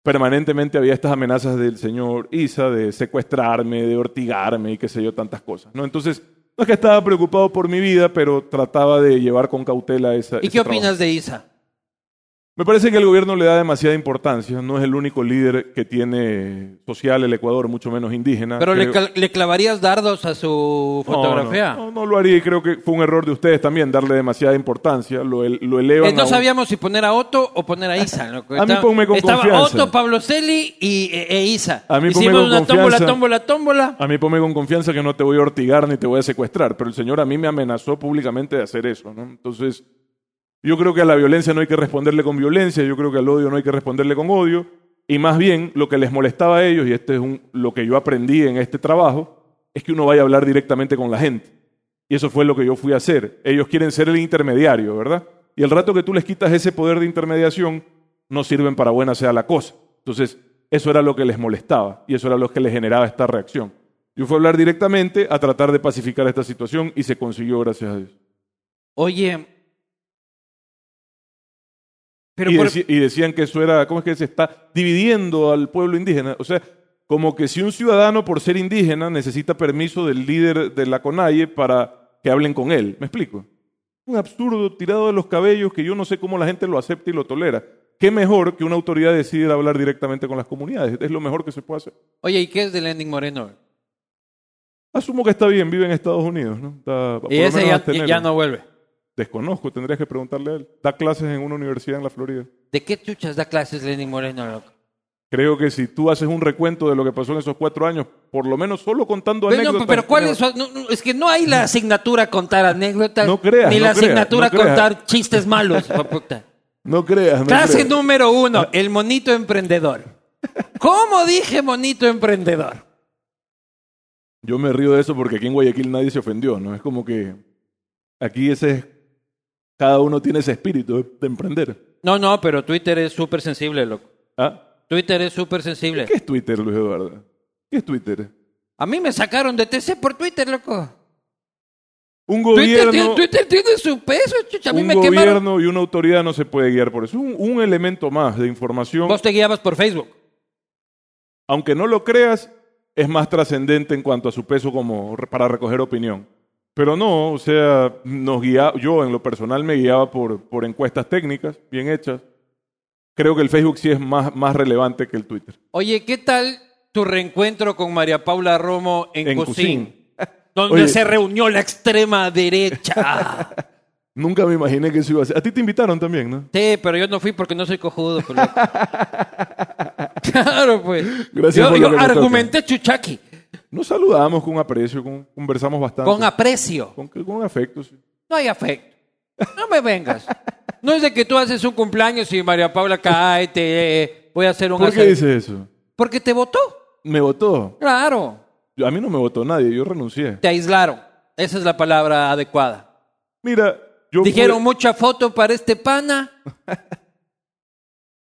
S2: permanentemente había estas amenazas del señor Isa de secuestrarme, de ortigarme y qué sé yo, tantas cosas. ¿no? Entonces, no es que estaba preocupado por mi vida, pero trataba de llevar con cautela esa...
S1: ¿Y
S2: ese
S1: qué
S2: trabajo.
S1: opinas de Isa?
S2: Me parece que el gobierno le da demasiada importancia. No es el único líder que tiene social el Ecuador, mucho menos indígena.
S1: Pero le,
S2: Creo-
S1: cal- le clavarías dardos a su
S2: No,
S1: fotografía.
S2: No, no, no lo haría y creo que fue un error de ustedes también darle demasiada importancia. Lo, el- lo elevan.
S1: Eh, no
S2: a un-
S1: sabíamos si poner a Otto o poner a Isa. loco.
S2: [LAUGHS] A mí
S1: Estaba-
S2: ponme con
S1: Estaba
S2: confianza.
S1: Otto, Pablo Celi y, e, e Isa.
S2: A mí ponme
S1: Hicimos
S2: con
S1: una tómbola,
S2: confianza.
S1: tómbola, tómbola.
S2: A mí ponme con confianza que no te voy a ortigar ni te voy a secuestrar, pero el señor a mí me amenazó públicamente de hacer eso. ¿no? Entonces, yo creo que a la violencia no hay que responderle con violencia, yo creo que al odio no hay que responderle con odio, y más bien lo que les molestaba a ellos, y este es un- lo que yo aprendí en este trabajo, es que uno vaya a hablar directamente con la gente. Y eso fue lo que yo fui a hacer. Ellos quieren ser el intermediario, ¿verdad? Y el rato que tú les quitas ese poder de intermediación, no sirven para buena sea la cosa. Entonces, eso era lo que les molestaba y eso era lo que les generaba esta reacción. Yo fui a hablar directamente a tratar de pacificar esta situación y se consiguió, gracias a Dios.
S1: Oye. Pero
S2: y,
S1: por-
S2: deci- y decían que eso era, ¿cómo es que se está dividiendo al pueblo indígena? O sea, como que si un ciudadano por ser indígena necesita permiso del líder de la CONAIE para que hablen con él. ¿Me explico? Un absurdo tirado de los cabellos que yo no sé cómo la gente lo acepta y lo tolera. Qué mejor que una autoridad decida hablar directamente con las comunidades. Es lo mejor que se puede hacer.
S1: oye, ¿y qué es de Lenin Moreno?
S2: Asumo que está bien, vive en Estados Unidos, ¿no? Está- por
S1: Y
S2: lo
S1: ese
S2: menos
S1: ya,
S2: abstenerlo.
S1: ya no vuelve.
S2: Desconozco, tendrías que preguntarle a él. Da clases en una universidad en la Florida.
S1: ¿De qué chuchas da clases Lenin Moreno, loco?
S2: Creo que si tú haces un recuento de lo que pasó en esos cuatro años, por lo menos solo contando
S1: Pero, no,
S2: anécdotas.
S1: pero ¿cuál es su- no, no, es que no hay la asignatura contar anécdotas.
S2: No creas,
S1: Ni
S2: no
S1: la
S2: creas,
S1: asignatura
S2: no creas.
S1: contar chistes malos. hijo de puta.
S2: [LAUGHS] No creas, no
S1: Clase
S2: creas.
S1: número uno, el monito emprendedor. ¿Cómo dije monito emprendedor?
S2: Yo me río de eso porque aquí en Guayaquil nadie se ofendió, ¿no? Es como que aquí ese cada uno tiene ese espíritu de emprender.
S1: No, no, pero Twitter es súper sensible, loco.
S2: ¿Ah?
S1: Twitter es súper sensible.
S2: ¿Qué es Twitter, Luis Eduardo? ¿Qué es Twitter?
S1: A mí me sacaron de TC por Twitter, loco.
S2: Un
S1: Twitter, tiene-
S2: gobierno,
S1: Twitter tiene su peso, chucha. A mí
S2: un
S1: me quemaron.
S2: gobierno y una autoridad no se puede guiar por eso. Un, un elemento más de información,
S1: Vos te guiabas por Facebook.
S2: aunque no lo creas, es más trascendente en cuanto a su peso como re- para recoger opinión. Pero no, o sea, nos guía, yo en lo personal me guiaba por, por encuestas técnicas bien hechas. Creo que el Facebook sí es más, más relevante que el Twitter.
S1: Oye, ¿qué tal tu reencuentro con María Paula Romo en,
S2: En
S1: Cocín?
S2: Cocín.
S1: [LAUGHS] Donde
S2: Oye.
S1: se reunió la extrema derecha. [LAUGHS]
S2: Nunca me imaginé que eso iba a ser. A ti te invitaron también, ¿no?
S1: sí, pero yo no fui porque no soy cojudo.
S2: [LAUGHS]
S1: pero- claro, pues.
S2: Gracias
S1: yo
S2: por lo
S1: yo
S2: que me toca. Ah,
S1: argumenté chuchaqui
S2: Nos saludamos con aprecio, con- conversamos bastante.
S1: con aprecio.
S2: Con- con afecto, sí.
S1: No hay afecto. No me vengas. No es de que tú haces un cumpleaños y María Paula cae, te eh, voy a hacer un
S2: ¿Por qué
S1: asado.
S2: dices eso?
S1: Porque te votó.
S2: Me votó.
S1: Claro.
S2: Yo- A mí no me votó nadie, yo renuncié.
S1: Te aislaron. Esa es la palabra adecuada.
S2: Mira, yo. fui-
S1: Dijeron mucha foto para este pana.
S2: [LAUGHS]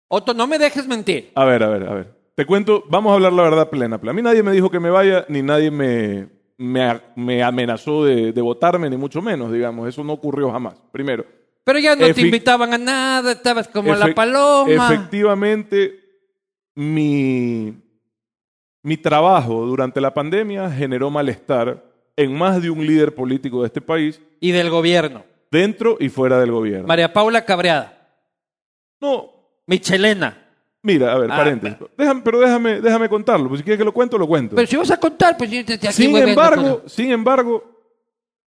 S1: Otto, no me dejes mentir.
S2: A ver, a ver, a ver. Te cuento, vamos a hablar la verdad plena. plena. A mí nadie me dijo que me vaya, ni nadie me, me, a- me amenazó de, de votarme, ni mucho menos, digamos. Eso no ocurrió jamás. Primero.
S1: Pero ya no te
S2: Efe-
S1: invitaban a nada, estabas como la
S2: efe-
S1: paloma.
S2: Efectivamente, mi, mi trabajo durante la pandemia generó malestar en más de un líder político de este país,
S1: Y del gobierno.
S2: dentro y fuera del gobierno.
S1: María Paula Cabreada.
S2: no,
S1: Michelena.
S2: Mira, a ver,
S1: Ah,
S2: paréntesis. Déjame, pero déjame, déjame contarlo. Pues si quieres que lo cuento, lo cuento.
S1: Pero si vas a contar, pues yo te te- aquí
S2: sin
S1: hueveando
S2: embargo,
S1: con-
S2: sin embargo,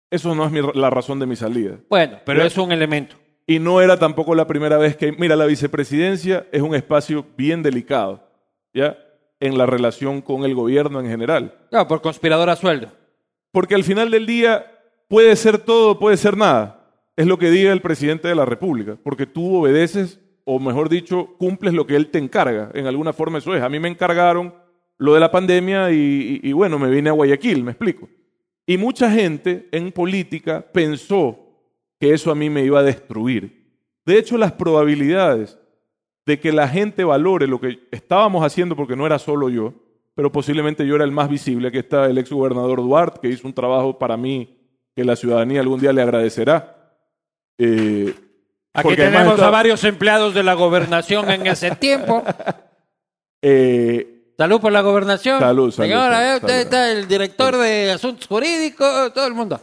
S2: eso no es mi ra- la razón de mi salida.
S1: Bueno, pero
S2: Pero-
S1: es un elemento.
S2: Y no era tampoco la primera vez que. Mira, la vicepresidencia es un espacio bien delicado, ¿ya? En la relación con el gobierno en general.
S1: Claro, por conspirador a sueldo.
S2: Porque al final del día puede ser todo, puede ser nada. Es lo que diga el presidente de la República. Porque tú obedeces, o mejor dicho, cumples lo que él te encarga. En alguna forma eso es. A mí me encargaron lo de la pandemia y, y- y bueno, me vine a Guayaquil, me explico. Y mucha gente en política pensó que eso a mí me iba a destruir. De hecho, las probabilidades de que la gente valore lo que estábamos haciendo, porque no era solo yo, pero posiblemente yo era el más visible. Aquí está el ex gobernador Duarte, que hizo un trabajo para mí que la ciudadanía algún día le agradecerá. Eh,
S1: Aquí
S2: porque además
S1: tenemos a
S2: estaba-
S1: varios empleados de la gobernación en ese [LAUGHS] tiempo.
S2: eh,
S1: Salud por la gobernación.
S2: Salud, salud,
S1: Señora,
S2: salud,
S1: eh, usted
S2: salud.
S1: está el director de asuntos jurídicos, todo el mundo.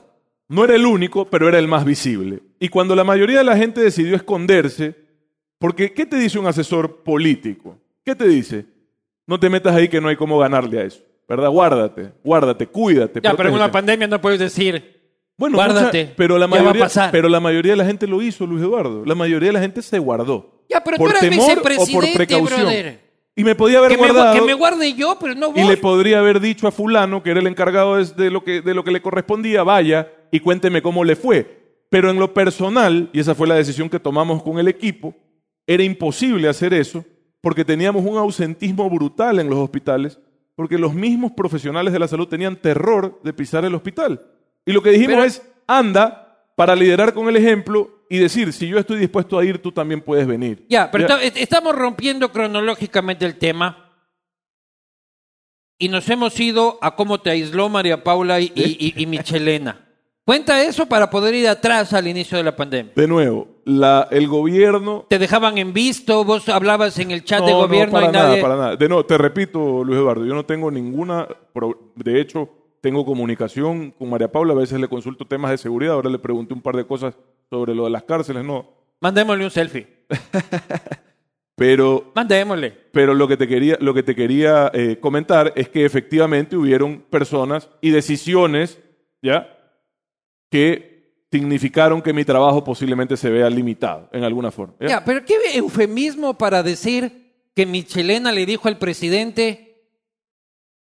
S2: no era el único, pero era el más visible. Y cuando la mayoría de la gente decidió esconderse, porque ¿qué te dice un asesor político? ¿Qué te dice? No te metas ahí que no hay cómo ganarle a eso, ¿verdad? Guárdate, guárdate, cuídate.
S1: Ya, pero en una
S2: protégete.
S1: pandemia no puedes decir.
S2: Bueno,
S1: Guárdate,
S2: mucha- pero la
S1: ya va a
S2: mayoría,
S1: pasar.
S2: pero la mayoría de la gente lo hizo, Luis Eduardo. La mayoría de la gente se guardó.
S1: Ya, pero tú
S2: por
S1: eras
S2: temor o por
S1: vicepresidente,
S2: precaución.
S1: brother.
S2: Y me podía haber
S1: Que me,
S2: guardado
S1: que me guarde yo, pero no
S2: y
S1: vos.
S2: le podría haber dicho a fulano que era el encargado de, de lo que de lo que le correspondía, vaya y cuénteme cómo le fue. Pero en lo personal, y esa fue la decisión que tomamos con el equipo, era imposible hacer eso porque teníamos un ausentismo brutal en los hospitales, porque los mismos profesionales de la salud tenían terror de pisar el hospital. Y lo que dijimos
S1: Pero-
S2: es, anda para liderar con el ejemplo y decir, si yo estoy dispuesto a ir, tú también puedes venir.
S1: Ya, pero esta- est- estamos rompiendo cronológicamente el tema. Y nos hemos ido a cómo te aisló María Paula y, y- y- y Michelena. Cuenta eso para poder ir atrás al inicio de la pandemia.
S2: De nuevo, la- el gobierno
S1: Te dejaban en visto, vos hablabas en el chat de
S2: No, no,
S1: gobierno
S2: para
S1: y
S2: nada,
S1: nadie.
S2: para nada. De no, te repito, Luis Eduardo, yo no tengo ninguna. pro- De hecho, tengo comunicación con María Paula. A veces le consulto temas de seguridad. Ahora le pregunté un par de cosas sobre lo de las cárceles, no.
S1: Mandémosle un selfie.
S2: [LAUGHS] Pero,
S1: Mandémosle.
S2: pero lo que te quería, lo que te quería eh, comentar es que efectivamente hubieron personas y decisiones, ¿ya? Que significaron que mi trabajo posiblemente se vea limitado en alguna forma. ¿ya?
S1: Ya, pero qué eufemismo para decir que Michelena le dijo al presidente,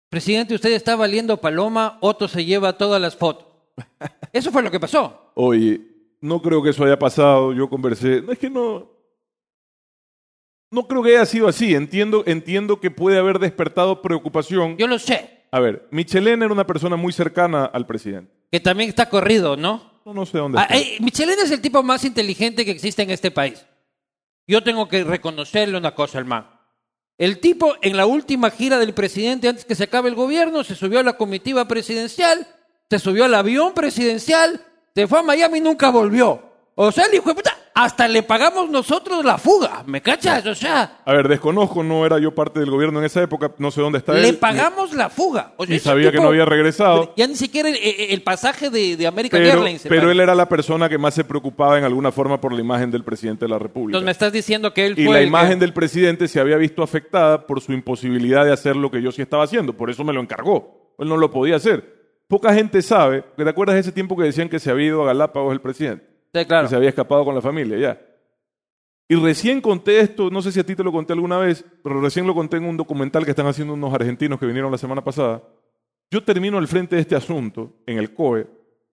S1: presidente, usted está valiendo paloma, Otto se lleva todas las fotos. Eso fue lo que pasó.
S2: Oye, no creo que eso haya pasado. Yo conversé. No es que no. No creo que haya sido así. Entiendo, entiendo que puede haber despertado preocupación.
S1: Yo lo sé,
S2: A ver, Michelena era una persona muy cercana al presidente.
S1: que también está corrido, ¿no?
S2: No, no sé dónde.
S1: Ah,
S2: está.
S1: eh, Michelena es el tipo más inteligente que existe en este país. Yo tengo que reconocerle una cosa, hermano. El tipo en la última gira del presidente antes que se acabe el gobierno se subió a la comitiva presidencial, se subió al avión presidencial, se fue a Miami y nunca volvió. O sea, el hijo de puta hasta le pagamos nosotros la fuga, ¿me cachas? O sea,
S2: A ver, desconozco, no era yo parte del gobierno en esa época, no sé dónde está
S1: le
S2: él.
S1: pagamos la fuga. O sea,
S2: ni
S1: ese
S2: sabía que
S1: tipo-
S2: no había regresado.
S1: Ya ni siquiera el, el- el pasaje de, de American
S2: Pero,
S1: Airlines. se
S2: pero
S1: paga.
S2: él era la persona que más se preocupaba en alguna forma por la imagen del presidente de la República.
S1: Entonces me estás diciendo que él
S2: y
S1: fue
S2: la
S1: el que-
S2: imagen del presidente se había visto afectada por su imposibilidad de hacer lo que yo sí estaba haciendo. Por eso me lo encargó. Él no lo podía hacer. Poca gente sabe, porque ¿te acuerdas de ese tiempo que decían que se había ido a Galápagos el presidente?
S1: Sí, claro.
S2: que se había escapado con la familia, ya. Y recién conté esto, no sé si a ti te lo conté alguna vez, pero recién lo conté en un documental que están haciendo unos argentinos que vinieron la semana pasada. Yo termino al frente de este asunto en el COE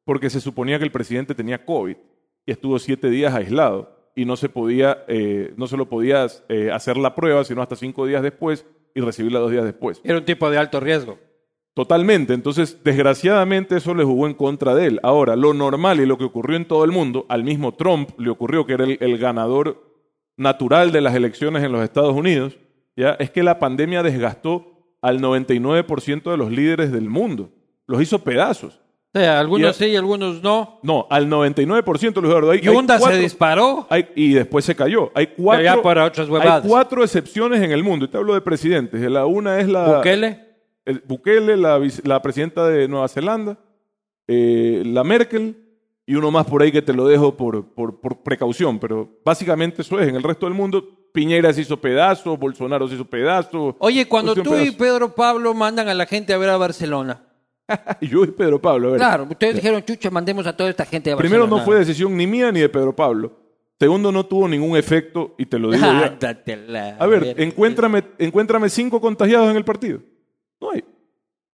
S2: porque se suponía que el presidente tenía COVID y estuvo siete días aislado y no se, podía, eh, no se lo podía eh, hacer la prueba sino hasta cinco días después y recibirla dos días después.
S1: Era un tipo de alto riesgo.
S2: Totalmente. Entonces, desgraciadamente, eso le jugó en contra de él. Ahora, lo normal y lo que ocurrió en todo el mundo, al mismo Trump le ocurrió que era el, el ganador natural de las elecciones en los Estados Unidos, ¿ya? es que la pandemia desgastó al 99% de los líderes del mundo. Los hizo pedazos.
S1: O sea, algunos
S2: Y-
S1: sí y algunos no.
S2: No, al 99% los Eduardo. Hay,
S1: Y Honda
S2: hay cuatro-
S1: se disparó.
S2: hay- y después se cayó. Hay cuatro,
S1: ya para otras
S2: hay
S1: huevadas.
S2: cuatro excepciones en el mundo. Y te hablo de presidentes. La una es la...
S1: Bukele.
S2: el Bukele, la, vice- la presidenta de Nueva Zelanda, eh, la Merkel y uno más por ahí que te lo dejo por, por, por precaución, pero básicamente eso es. En el resto del mundo, Piñera se hizo pedazo, Bolsonaro se hizo pedazo. [LAUGHS]
S1: Oye, cuando
S2: Hostia,
S1: tú
S2: un
S1: y
S2: pedazo.
S1: Pedro Pablo mandan a la gente a ver a Barcelona.
S2: Y yo y Pedro Pablo, a ver.
S1: Claro, ustedes dijeron, chucha, mandemos a toda esta gente a Barcelona.
S2: Primero, no fue decisión ni mía ni de Pedro Pablo. Segundo, no tuvo ningún efecto y te
S1: [LAUGHS]
S2: lo digo ya.
S1: Ándatela,
S2: A ver, encuéntrame, encuéntrame cinco contagiados en el partido. No hay.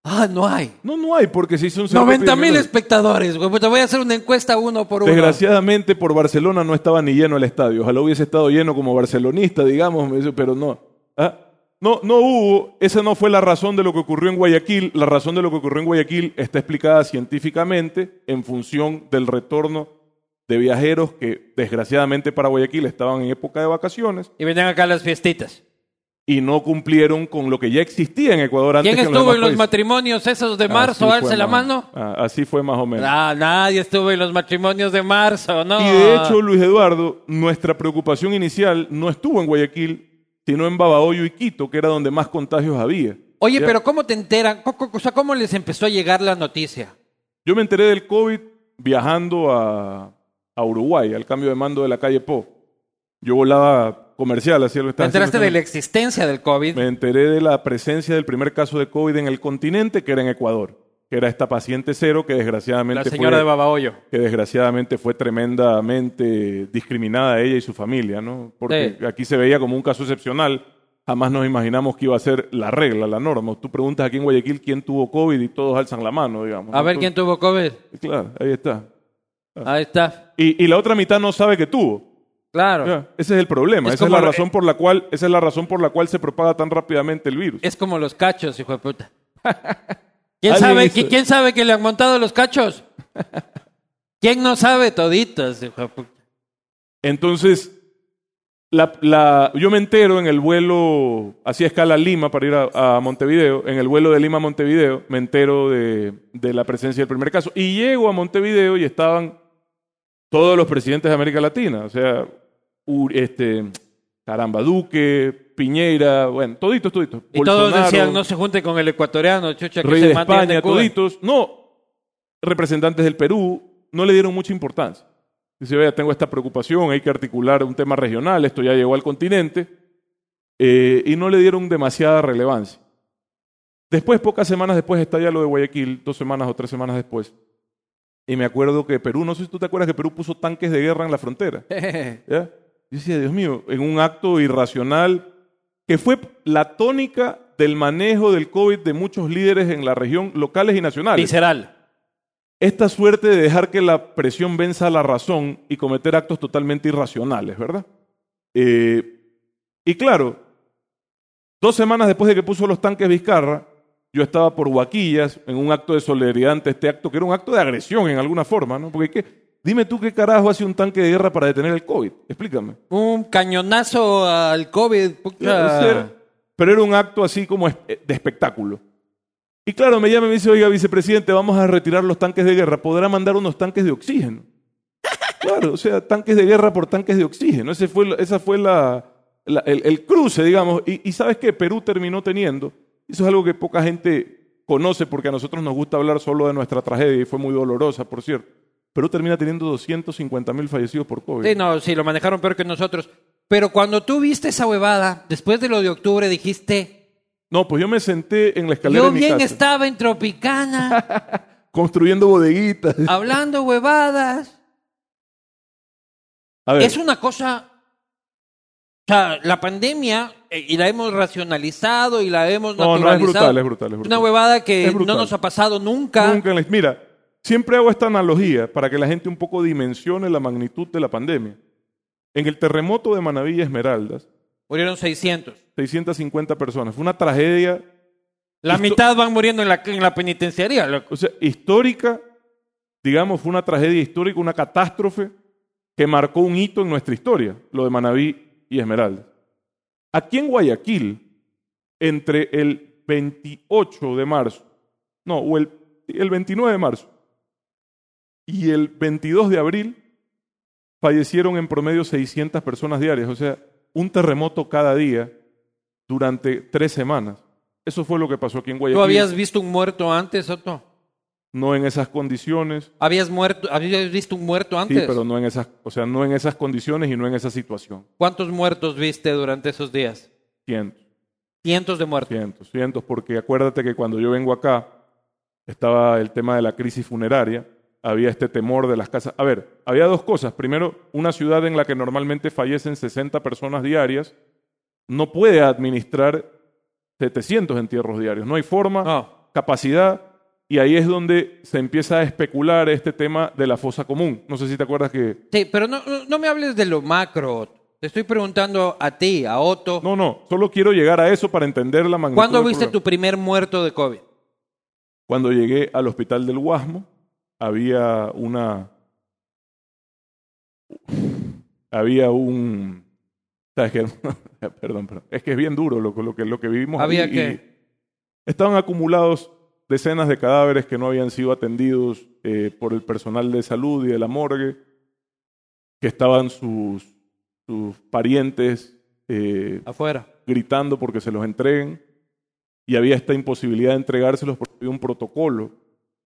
S1: Ah, no hay.
S2: No, pues, no hay porque se hizo un cerco
S1: 90 mil
S2: epidemiológico.
S1: espectadores, güey. Pues Te voy a hacer una encuesta uno por uno.
S2: Desgraciadamente por Barcelona no estaba ni lleno el estadio. Ojalá hubiese estado lleno como barcelonista, digamos, me dice, pero no. Ah, No, no hubo, esa no fue la razón de lo que ocurrió en Guayaquil. La razón de lo que ocurrió en Guayaquil está explicada científicamente en función del retorno de viajeros que desgraciadamente para Guayaquil estaban en época de vacaciones
S1: Y venían acá las fiestitas.
S2: y no cumplieron con lo que ya existía en Ecuador antes.
S1: ¿Quién
S2: que
S1: estuvo en los Ah,
S2: demás países.
S1: matrimonios esos de marzo?
S2: Así
S1: Alce
S2: fue
S1: la
S2: más o-
S1: mano.
S2: Ah, así fue más o menos.
S1: Ah, nadie estuvo en los matrimonios de marzo, ¿no?
S2: Y de hecho, Luis Eduardo, nuestra preocupación inicial no estuvo en Guayaquil, sino en Babahoyo y Quito, que era donde más contagios había.
S1: Oye,
S2: Ya.
S1: pero ¿cómo te enteran? Co- co- O sea, ¿cómo les empezó a llegar la noticia?
S2: Yo me enteré del COVID viajando a, a Uruguay, al cambio de mando de la calle Po. Yo volaba comercial, hacía lo que
S1: ¿Te
S2: estaba
S1: enteraste
S2: haciendo
S1: de la
S2: también.
S1: existencia del COVID?
S2: Me enteré de la presencia del primer caso de COVID en el continente, que era en Ecuador, que era esta paciente cero que desgraciadamente
S1: La señora de
S2: fue-
S1: Babahoyo.
S2: que desgraciadamente fue tremendamente discriminada ella y su familia, ¿no? Porque
S1: Sí.
S2: aquí se veía como un caso excepcional. Jamás nos imaginamos que iba a ser la regla, la norma. Tú preguntas aquí en Guayaquil quién tuvo COVID y todos alzan la mano, digamos.
S1: A
S2: ¿no?
S1: ver quién tuvo COVID.
S2: Claro, ahí está. Ah.
S1: Ahí está.
S2: Y, y la otra mitad no sabe que tuvo.
S1: Claro.
S2: Ya, Ese es el problema.
S1: Es
S2: esa es
S1: como-
S2: la razón por la cual, esa es la razón por la cual se propaga tan rápidamente el virus.
S1: Es como los cachos, hijo de puta. [LAUGHS] ¿Quién
S2: Alguien
S1: sabe,
S2: hizo-
S1: qui- ¿Quién sabe que le han montado los cachos? ¿Quién no sabe toditos, hijo de puta?
S2: Entonces, la, la- yo me entero en el vuelo, hacía escala a Lima para ir a, a Montevideo, en el vuelo de Lima a Montevideo, me entero de, de la presencia del primer caso. Y llego a Montevideo y estaban todos los presidentes de América Latina, o sea, U- este, caramba, Duque, Piñera, bueno, toditos, toditos.
S1: Y todos
S2: Bolsonaro,
S1: decían, no se junte con el ecuatoriano, chucha, que
S2: Rey
S1: se
S2: de
S1: mantiene
S2: España,
S1: en Cuba".
S2: toditos. No, representantes del Perú no le dieron mucha importancia. Dice, vea, tengo esta preocupación, hay que articular un tema regional, esto ya llegó al continente, eh, y no le dieron demasiada relevancia. Después, pocas semanas después, estalla lo de Guayaquil, dos semanas o tres semanas después, y me acuerdo que Perú, no sé si tú te acuerdas que Perú puso tanques de guerra en la frontera. ¿Ya? Yo decía, Dios mío, en un acto irracional que fue la tónica del manejo del COVID de muchos líderes en la región, locales y nacionales.
S1: [LAUGHS] Visceral.
S2: Esta suerte de dejar que la presión venza a la razón y cometer actos totalmente irracionales, ¿verdad? Eh, y claro, dos semanas después de que puso los tanques Vizcarra, yo estaba por Huaquillas en un acto de solidaridad ante este acto, que era un acto de agresión en alguna forma, ¿no? Porque, ¿qué? dime tú qué carajo hace un tanque de guerra para detener el COVID, explícame.
S1: Un cañonazo al COVID. pucha.
S2: Claro, ser- pero era un acto así como es- eh, de espectáculo. Y claro, me
S1: [LAUGHS]
S2: llama y me dice, oiga, vicepresidente, vamos a retirar los tanques de guerra. ¿Podrá mandar unos tanques de oxígeno? Claro, o sea, tanques de guerra por tanques de oxígeno. Ese fue, la- esa fue la, la- el, el cruce, digamos. Y, y sabes que Perú terminó teniendo, eso es algo que poca gente conoce porque a nosotros nos gusta hablar solo de nuestra tragedia y fue muy dolorosa, por cierto. Perú termina teniendo 250 mil fallecidos por COVID.
S1: Sí, no, sí, lo manejaron peor que nosotros. Pero cuando tú viste esa huevada, después de lo de octubre, dijiste,
S2: No, pues yo me senté en la escalera
S1: yo
S2: de mi
S1: bien
S2: casa,
S1: estaba en Tropicana, [LAUGHS]
S2: construyendo bodeguitas.
S1: hablando huevadas.
S2: A ver,
S1: Es una cosa. O sea, la pandemia, eh, y la hemos racionalizado y la hemos
S2: No, no, es
S1: naturalizado.
S2: brutal, es brutal, es brutal.
S1: Una huevada que
S2: Es brutal.
S1: no nos ha pasado nunca.
S2: Nunca en la- Mira, siempre hago esta analogía para que la gente un poco dimensione la magnitud de la pandemia. En el terremoto de Manavilla Esmeraldas,
S1: Murieron 600.
S2: 650 personas. Fue una tragedia
S1: La
S2: Esto-
S1: mitad van muriendo en la, en la penitenciaría. loco.
S2: o sea, histórica, digamos, fue una tragedia histórica, una catástrofe que marcó un hito en nuestra historia, lo de Manabí y Esmeralda. Aquí en Guayaquil, entre el 28 de marzo, no, o el, el 29 de marzo y el 22 de abril, fallecieron en promedio 600 personas diarias, o sea, un terremoto cada día durante tres semanas. Eso fue lo que pasó aquí en Guayaquil.
S1: ¿Tú habías visto un muerto antes, Otto?
S2: no en esas condiciones.
S1: ¿Habías, muerto, ¿Habías visto un muerto
S2: Sí,
S1: antes?
S2: pero no en esas, o sea, no en esas condiciones y no en esa situación.
S1: ¿Cuántos muertos viste durante esos días?
S2: Cientos,
S1: Cientos de muertos.
S2: cientos, cientos, porque acuérdate que cuando yo vengo acá estaba el tema de la crisis funeraria, había este temor de las casas. A ver, había dos cosas. Primero, una ciudad en la que normalmente fallecen 60 personas diarias no puede administrar 700 entierros diarios. No hay forma.
S1: No.
S2: capacidad, y ahí es donde se empieza a especular este tema de la fosa común. No sé si te acuerdas que...
S1: Sí, pero no, no- no me hables de lo macro, Otto. Te estoy preguntando a ti, a Otto.
S2: No, no, solo quiero llegar a eso para entender la magnitud.
S1: ¿Cuándo
S2: del
S1: viste
S2: problema.
S1: tu primer muerto de COVID?
S2: Cuando llegué al hospital del Guasmo, había una. Había un. ¿Sabes qué? [LAUGHS] perdón, perdón. Es que es bien duro lo, lo que, lo que vivimos.
S1: ¿Había
S2: ahí y
S1: qué?
S2: Estaban acumulados decenas de cadáveres que no habían sido atendidos eh, por el personal de salud y de la morgue, que estaban sus, sus parientes eh,
S1: Afuera.
S2: gritando porque se los entreguen y había esta imposibilidad de entregárselos porque había un protocolo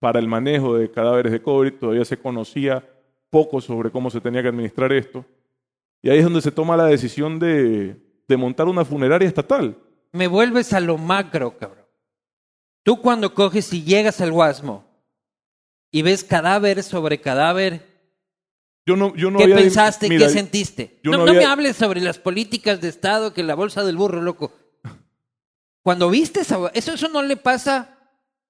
S2: para el manejo de cadáveres de COVID, todavía se conocía poco sobre cómo se tenía que administrar esto. Y ahí es donde se toma la decisión de, de montar una funeraria estatal.
S1: Me vuelves a lo macro, cabrón. Tú cuando coges y llegas al guasmo y ves cadáver sobre cadáver,
S2: Yo no, yo no
S1: ¿qué
S2: había-
S1: pensaste?
S2: mira,
S1: ¿Qué sentiste?
S2: yo
S1: No,
S2: no
S1: no me
S2: había-
S1: hables sobre las políticas de Estado que la bolsa del burro, loco. Cuando viste esa... Eso, eso no le pasa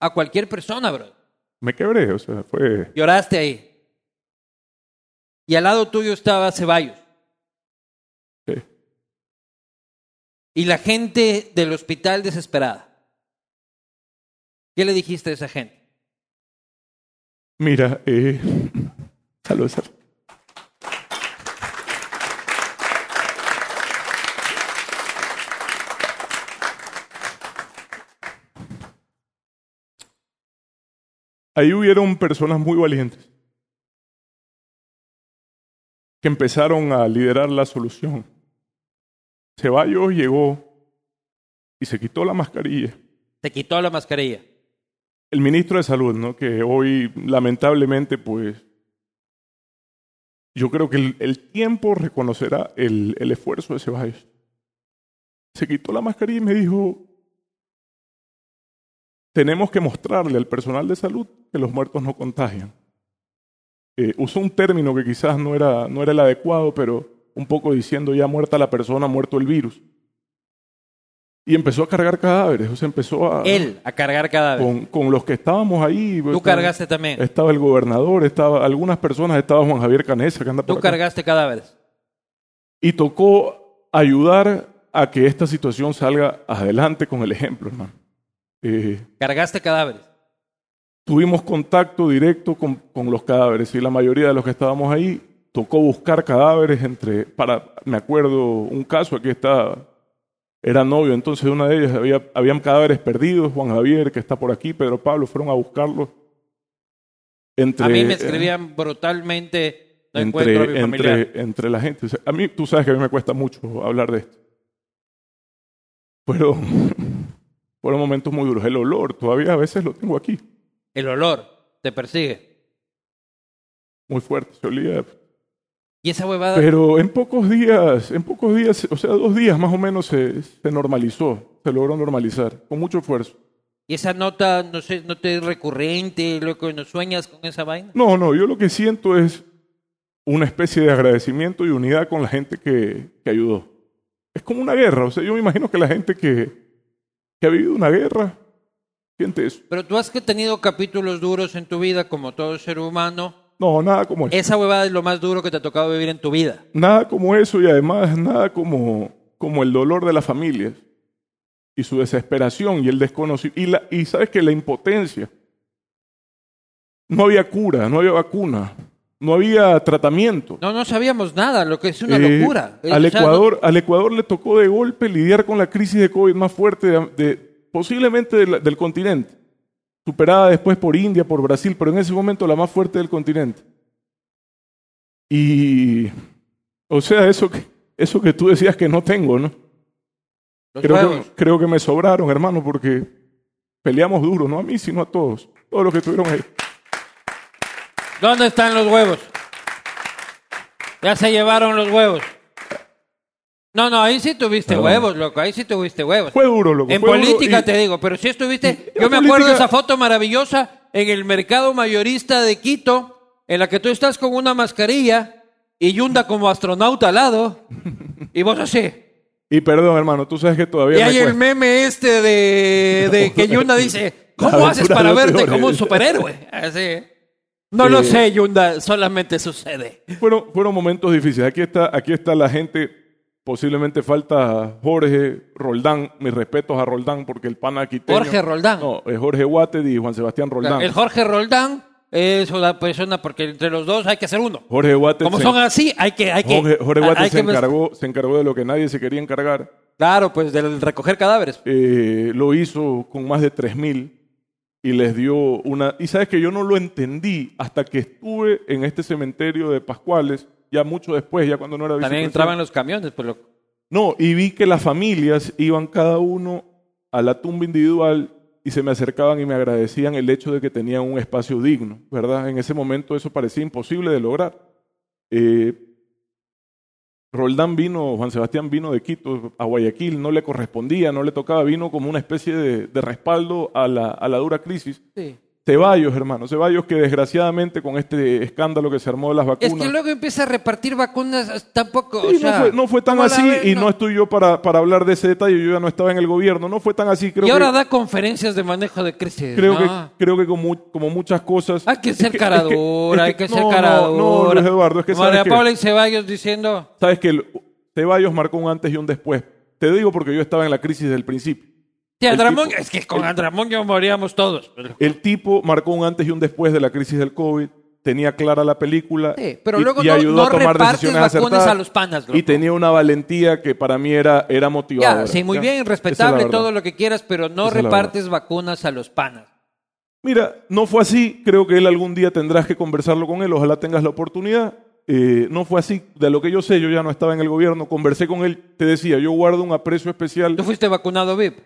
S1: a cualquier persona, bro.
S2: Me quebré, o sea, fue...
S1: Lloraste ahí. Y al lado tuyo estaba Ceballos.
S2: sí.
S1: Y la gente del hospital desesperada. ¿Qué le dijiste a esa gente?
S2: Mira, eh... salud, salud. Ahí hubieron personas muy valientes que empezaron a liderar la solución. Ceballos llegó y se quitó la mascarilla
S1: Te quitó la mascarilla.
S2: el ministro de Salud, ¿no? que hoy lamentablemente, pues, yo creo que el, el tiempo reconocerá el, el esfuerzo de Ceballos. Se quitó la mascarilla y me dijo, tenemos que mostrarle al personal de salud que los muertos no contagian. Eh, usó un término que quizás no era, no era el adecuado, pero un poco diciendo ya muerta la persona, muerto el virus. Y empezó a cargar cadáveres, o sea, empezó a
S1: Él a cargar cadáveres.
S2: con, con los que estábamos ahí.
S1: Tú
S2: estaba-
S1: cargaste también.
S2: Estaba el gobernador, estaba algunas personas, estaba Juan Javier Canesa que anda por
S1: Tú
S2: acá.
S1: cargaste cadáveres.
S2: Y tocó ayudar a que esta situación salga adelante con el ejemplo, hermano. Eh,
S1: Cargaste cadáveres.
S2: tuvimos contacto directo con, con los cadáveres y la mayoría de los que estábamos ahí tocó buscar cadáveres entre, para, me acuerdo un caso, aquí está, era novio, entonces de una de ellas había, habían cadáveres perdidos, Juan Javier que está por aquí, Pedro Pablo, fueron a buscarlos. Entre,
S1: A mí me
S2: eh,
S1: escribían brutalmente No encuentro a mi
S2: entre,
S1: familiar.
S2: entre, entre la gente. O sea, a mí, tú sabes que a mí me cuesta mucho hablar de esto. Pero [LAUGHS] fueron momentos muy duros. El olor todavía a veces lo tengo aquí,
S1: El olor te persigue.
S2: muy fuerte, se olía.
S1: Y esa huevada.
S2: Pero en pocos días, en pocos días, o sea, dos días más o menos se, se normalizó, se logró normalizar, con mucho esfuerzo.
S1: Y esa nota, no sé, no te es recurrente, loco, no sueñas con esa vaina.
S2: No, no, yo lo que siento es una especie de agradecimiento y unidad con la gente que, que ayudó. Es como una guerra, o sea, yo me imagino que la gente que, que ha vivido una guerra siente eso.
S1: Pero tú has que tenido capítulos duros en tu vida, como todo ser humano.
S2: No, nada como eso.
S1: Esa huevada es lo más duro que te ha tocado vivir en tu vida.
S2: Nada como eso y además nada como, como el dolor de las familias y su desesperación y el desconocimiento. Y, la, y sabes que la impotencia. No había cura, no había vacuna, no había tratamiento.
S1: No, no sabíamos nada, lo que es una
S2: Eh,
S1: locura. Eh,
S2: al,
S1: o sea, no-
S2: Ecuador, al Ecuador le tocó de golpe lidiar con la crisis de COVID más fuerte de- de- posiblemente de la- del continente, superada después por India, por Brasil, pero en ese momento la más fuerte del continente. Y, o sea, eso que, eso que tú decías que no tengo, ¿no?
S1: los
S2: Creo
S1: huevos.
S2: que, creo que me sobraron, hermano, porque peleamos duro, no a mí, sino a todos, todos los que estuvieron ahí.
S1: ¿Dónde están los huevos? Ya se llevaron los huevos. No, no, ahí sí tuviste huevos, loco, ahí sí tuviste huevos.
S2: Fue duro, loco.
S1: En
S2: fue duro
S1: política
S2: y-
S1: te digo, pero si estuviste,
S2: y-
S1: yo
S2: en
S1: me acuerdo de
S2: política-
S1: esa foto maravillosa en el mercado mayorista de Quito, en la que tú estás con una mascarilla y Yunda como astronauta al lado, y vos así.
S2: Y perdón, hermano, tú sabes que todavía
S1: Y
S2: me
S1: hay el
S2: cuesta.
S1: meme este de, de que Yunda dice,
S3: [LAUGHS]
S1: ¿cómo
S2: La
S1: haces
S2: aventura
S1: para
S2: de los
S1: verte como un
S2: leones".
S1: superhéroe? Así. No lo sé, Yunda, solamente sucede.
S2: Fueron, fueron momentos difíciles. Aquí está, aquí está la gente. Posiblemente falta Jorge Roldán. Mis respetos a Roldán porque el pana quiteño...
S1: Jorge Roldán.
S2: No, es Jorge Wated y Juan Sebastián Roldán.
S1: El Jorge Roldán es una persona, porque entre los dos hay que ser uno.
S2: Jorge Wated
S1: Como
S2: se,
S1: Pues son así, hay que... Hay que
S2: Jorge- Jorge
S1: hay-
S2: Wated
S1: hay
S2: se,
S1: que-
S2: encargó, se encargó de lo que nadie se quería encargar.
S1: Claro, pues del recoger cadáveres.
S2: Eh, lo hizo con más de 3.000 y les dio una... Y sabes que yo no lo entendí hasta que estuve en este cementerio de Pascuales, ya mucho después, ya cuando no era
S1: También
S2: vicepresidente.
S1: entraban los camiones, pues lo...
S2: No, y vi que las familias iban cada uno a la tumba individual y se me acercaban y me agradecían el hecho de que tenían un espacio digno, ¿verdad? En ese momento eso parecía imposible de lograr. Eh, Roldán vino, Juan Sebastián vino de Quito a Guayaquil, no le correspondía, no le tocaba, vino como una especie de, de respaldo a la, a la dura crisis.
S1: Sí.
S2: Ceballos, hermano, Ceballos que desgraciadamente con este escándalo que se armó de las
S1: Es
S2: vacunas...
S1: que luego empieza a repartir vacunas tampoco, o
S2: Sí,
S1: sea,
S2: no, fue, no fue tan
S1: ¿cómo la
S2: así
S1: ven?
S2: y no estoy yo para, para hablar de ese detalle, yo ya no estaba en el gobierno, no fue tan así, creo
S1: Y ahora
S2: que,
S1: da conferencias de manejo de crisis. ¿no?
S2: creo que, creo que como, como muchas cosas...
S1: Hay que
S2: [LAUGHS] Es
S1: ser
S2: es
S1: caradura,
S2: es
S1: hay que ser
S2: no, no,
S1: caradura.
S2: No, Luis Eduardo, es que
S1: María
S2: sabes
S1: Paula
S2: que,
S1: y Ceballos diciendo,
S2: sabes que el- Ceballos marcó un antes y un después. Te digo porque yo estaba en la crisis del principio.
S1: "Sí,
S2: El
S1: Andramón,
S2: tipo-
S1: es que con Andramón yo moríamos todos.
S2: El tipo marcó un antes y un después de la crisis del COVID, tenía clara la película
S1: Sí, pero
S2: y-
S1: luego
S2: y
S1: no-
S2: ayudó
S1: no
S2: a tomar
S1: repartes
S2: decisiones
S1: vacunas
S2: acertadas
S1: a los panas, loco.
S2: y tenía una valentía que para mí era, era motivadora.
S1: Ya, sí, muy
S2: ¿ya? Esa
S1: bien,
S2: es la
S1: respetable
S2: verdad.
S1: todo lo que quieras, pero no
S2: Esa es la
S1: repartes vacunas a los panas.
S2: Mira, no fue así. Creo que él algún día tendrás que conversarlo con él. Ojalá tengas la oportunidad. Eh, no fue así. De lo que yo sé, yo ya no estaba en el gobierno. Conversé con él. Te decía, yo guardo un aprecio especial.
S1: Tú fuiste vacunado VIP.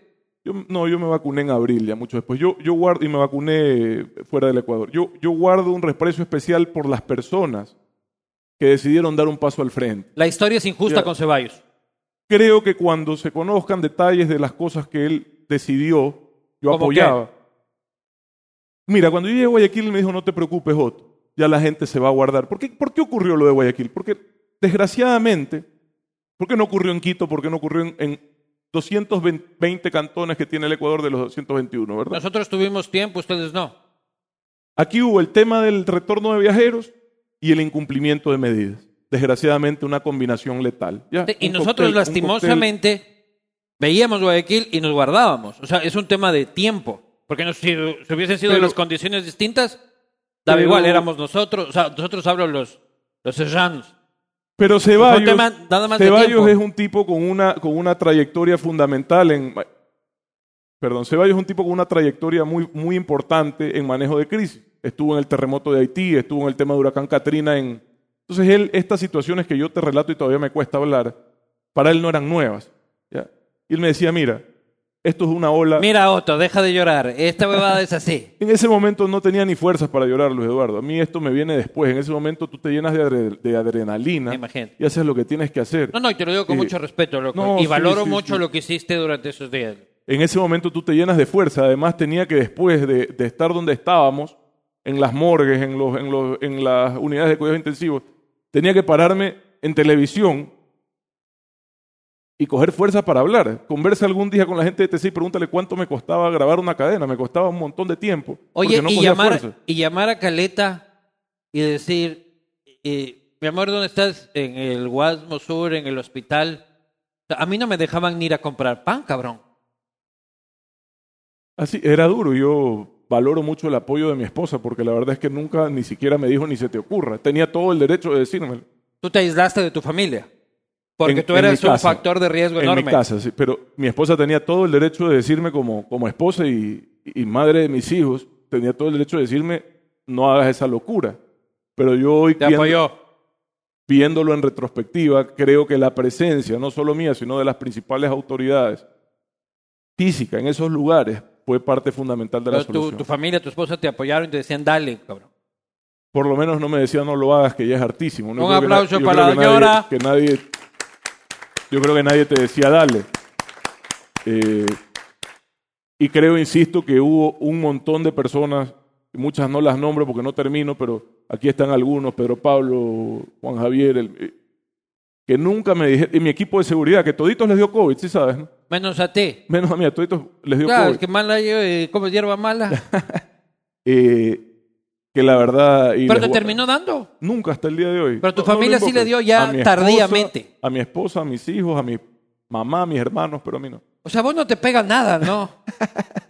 S2: Yo- no, yo me vacuné en abril, ya mucho después. Yo, yo guardo y me vacuné eh, fuera del Ecuador. Yo, yo guardo un aprecio especial por las personas que decidieron dar un paso al frente.
S1: La historia es injusta
S2: Ya.
S1: con Ceballos.
S2: Creo que cuando se conozcan detalles de las cosas que él decidió, yo
S1: ¿Cómo
S2: apoyaba. Mira, cuando yo llegué a Guayaquil me dijo, no te preocupes, Otto, ya la gente se va a guardar. ¿Por qué, ¿Por qué ocurrió lo de Guayaquil? Porque desgraciadamente, ¿por qué no ocurrió en Quito? ¿Por qué no ocurrió en, en 220 cantones que tiene el Ecuador de los 221, verdad?
S1: Nosotros tuvimos tiempo, ustedes no.
S2: Aquí hubo el tema del retorno de viajeros y el incumplimiento de medidas. Desgraciadamente, una combinación letal. ¿ya?
S1: Y
S2: Un
S1: nosotros
S2: cóctel- un cóctel-
S1: lastimosamente veíamos Guayaquil y nos guardábamos. O sea, es un tema de tiempo. Porque no, si, si hubiesen sido
S2: Pero-
S1: las condiciones distintas, daba
S2: Pero-
S1: igual, éramos nosotros. O sea, nosotros hablo los, los serranos.
S2: Pero Ceballos,
S1: Fue un tema nada más de tiempo.
S2: Ceballos es un tipo con una, con una trayectoria fundamental en... Perdón, Ceballos es un tipo con una trayectoria muy, muy importante en manejo de crisis. Estuvo en el terremoto de Haití, estuvo en el tema de huracán Katrina en, Entonces él, estas situaciones que yo te relato y todavía me cuesta hablar, para él no eran nuevas. ¿ya? Y él me decía, mira, esto es una ola.
S1: Mira, Otto, deja de llorar. Esta huevada es
S2: [LAUGHS]
S1: así.
S2: En ese momento no tenía ni fuerzas para llorar, Luis Eduardo. A mí esto me viene después. En ese momento tú te llenas de, adre- de adrenalina
S1: Me imagino.
S2: y haces lo que tienes que hacer.
S1: No, no, y te lo digo con
S2: Eh,
S1: mucho respeto, loco.
S2: no,
S1: y
S2: sí,
S1: valoro
S2: sí,
S1: mucho
S2: sí.
S1: lo que hiciste durante esos días.
S2: En ese momento tú te llenas de fuerza. Además tenía que después de, de estar donde estábamos, en las morgues, en, los, en, los, en las unidades de cuidados intensivos, tenía que pararme en televisión y coger fuerza para hablar. Conversa algún día con la gente de TC y pregúntale cuánto me costaba grabar una cadena. Me costaba un montón de tiempo.
S1: Oye,
S2: porque no
S1: y,
S2: cogía
S1: llamar,
S2: fuerza.
S1: y llamar a Caleta y decir, eh, mi amor, ¿dónde estás? En el Guasmo Sur, en el hospital. O sea, a mí no me dejaban ni ir a comprar pan, cabrón.
S2: Así, Ah, era duro. Yo valoro mucho el apoyo de mi esposa porque la verdad es que nunca ni siquiera me dijo ni se te ocurra. Tenía todo el derecho de decírmelo.
S1: Tú te aislaste de tu familia. Porque
S2: En-
S1: tú
S2: en
S1: eras
S2: mi
S1: un
S2: casa.
S1: factor de riesgo
S2: en
S1: enorme.
S2: mi casa, sí. Pero mi esposa tenía todo el derecho de decirme como, como esposa y, y madre de mis hijos, tenía todo el derecho de decirme, no hagas esa locura. Pero yo hoy
S1: Te
S2: viendo-
S1: apoyó.
S2: viéndolo en retrospectiva, creo que la presencia, no solo mía, sino de las principales autoridades física en esos lugares fue parte fundamental de la
S1: Pero tu,
S2: solución.
S1: tu familia, tu esposa te apoyaron y te decían, dale, cabrón.
S2: Por lo menos no me decía no lo hagas, que ya es artísimo. No
S1: Un
S2: creo que na-
S1: aplauso
S2: yo
S1: para
S2: creo
S1: la
S2: que nadie-
S1: señora.
S2: Que nadie, yo creo que nadie te decía dale. Eh, y creo, insisto, que hubo un montón de personas, muchas no las nombro porque no termino, pero aquí están algunos, Pedro Pablo, Juan Javier, el- eh, que nunca me dijeron, y mi equipo de seguridad, que toditos les dio COVID, sí sabes, no?
S1: Menos a ti.
S2: menos a mí, a toditos les dio
S1: Claro,
S2: COVID.
S1: es que mala yo, eh, como hierba mala.
S2: Eh, que la verdad... y
S1: Pero
S2: les
S1: te
S2: voy-
S1: terminó dando.
S2: Nunca hasta el día de hoy.
S1: Pero tu
S2: No- no lo
S1: familia sí
S2: invoco.
S1: le dio ya
S2: A mi
S1: tardíamente.
S2: A mi esposa, a mis hijos, a mi mamá, a mis hermanos, pero a mí no.
S1: O sea, vos no te pegas nada, ¿no?
S2: [LAUGHS]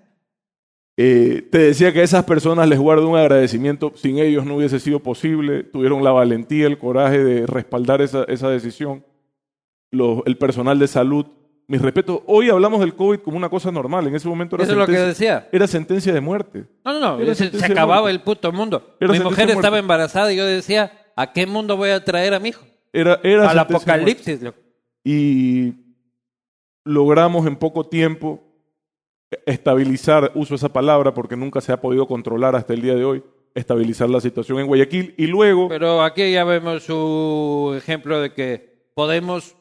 S2: Eh, te decía que a esas personas les guardo un agradecimiento. Sin ellos no hubiese sido posible. Tuvieron la valentía, el coraje de respaldar esa, esa decisión. Los- el personal de salud. Mis respetos. Hoy hablamos del COVID como una cosa normal. En ese momento era,
S1: Eso es lo que
S2: sentencia,
S1: decía.
S2: era sentencia de muerte.
S1: No, no, no.
S2: Era
S1: Se, se
S2: sentencia de
S1: acababa
S2: muerte.
S1: el puto mundo.
S2: Era
S1: Mi mujer
S2: sentencia de
S1: estaba
S2: muerte.
S1: embarazada y yo decía, ¿a qué mundo voy a traer a mi hijo?
S2: Era,
S1: Al
S2: era sentencia de muerte.
S1: apocalipsis, loco.
S2: y logramos en poco tiempo estabilizar, uso esa palabra porque nunca se ha podido controlar hasta el día de hoy, estabilizar la situación en Guayaquil y luego
S1: Pero aquí ya vemos su ejemplo de que podemos...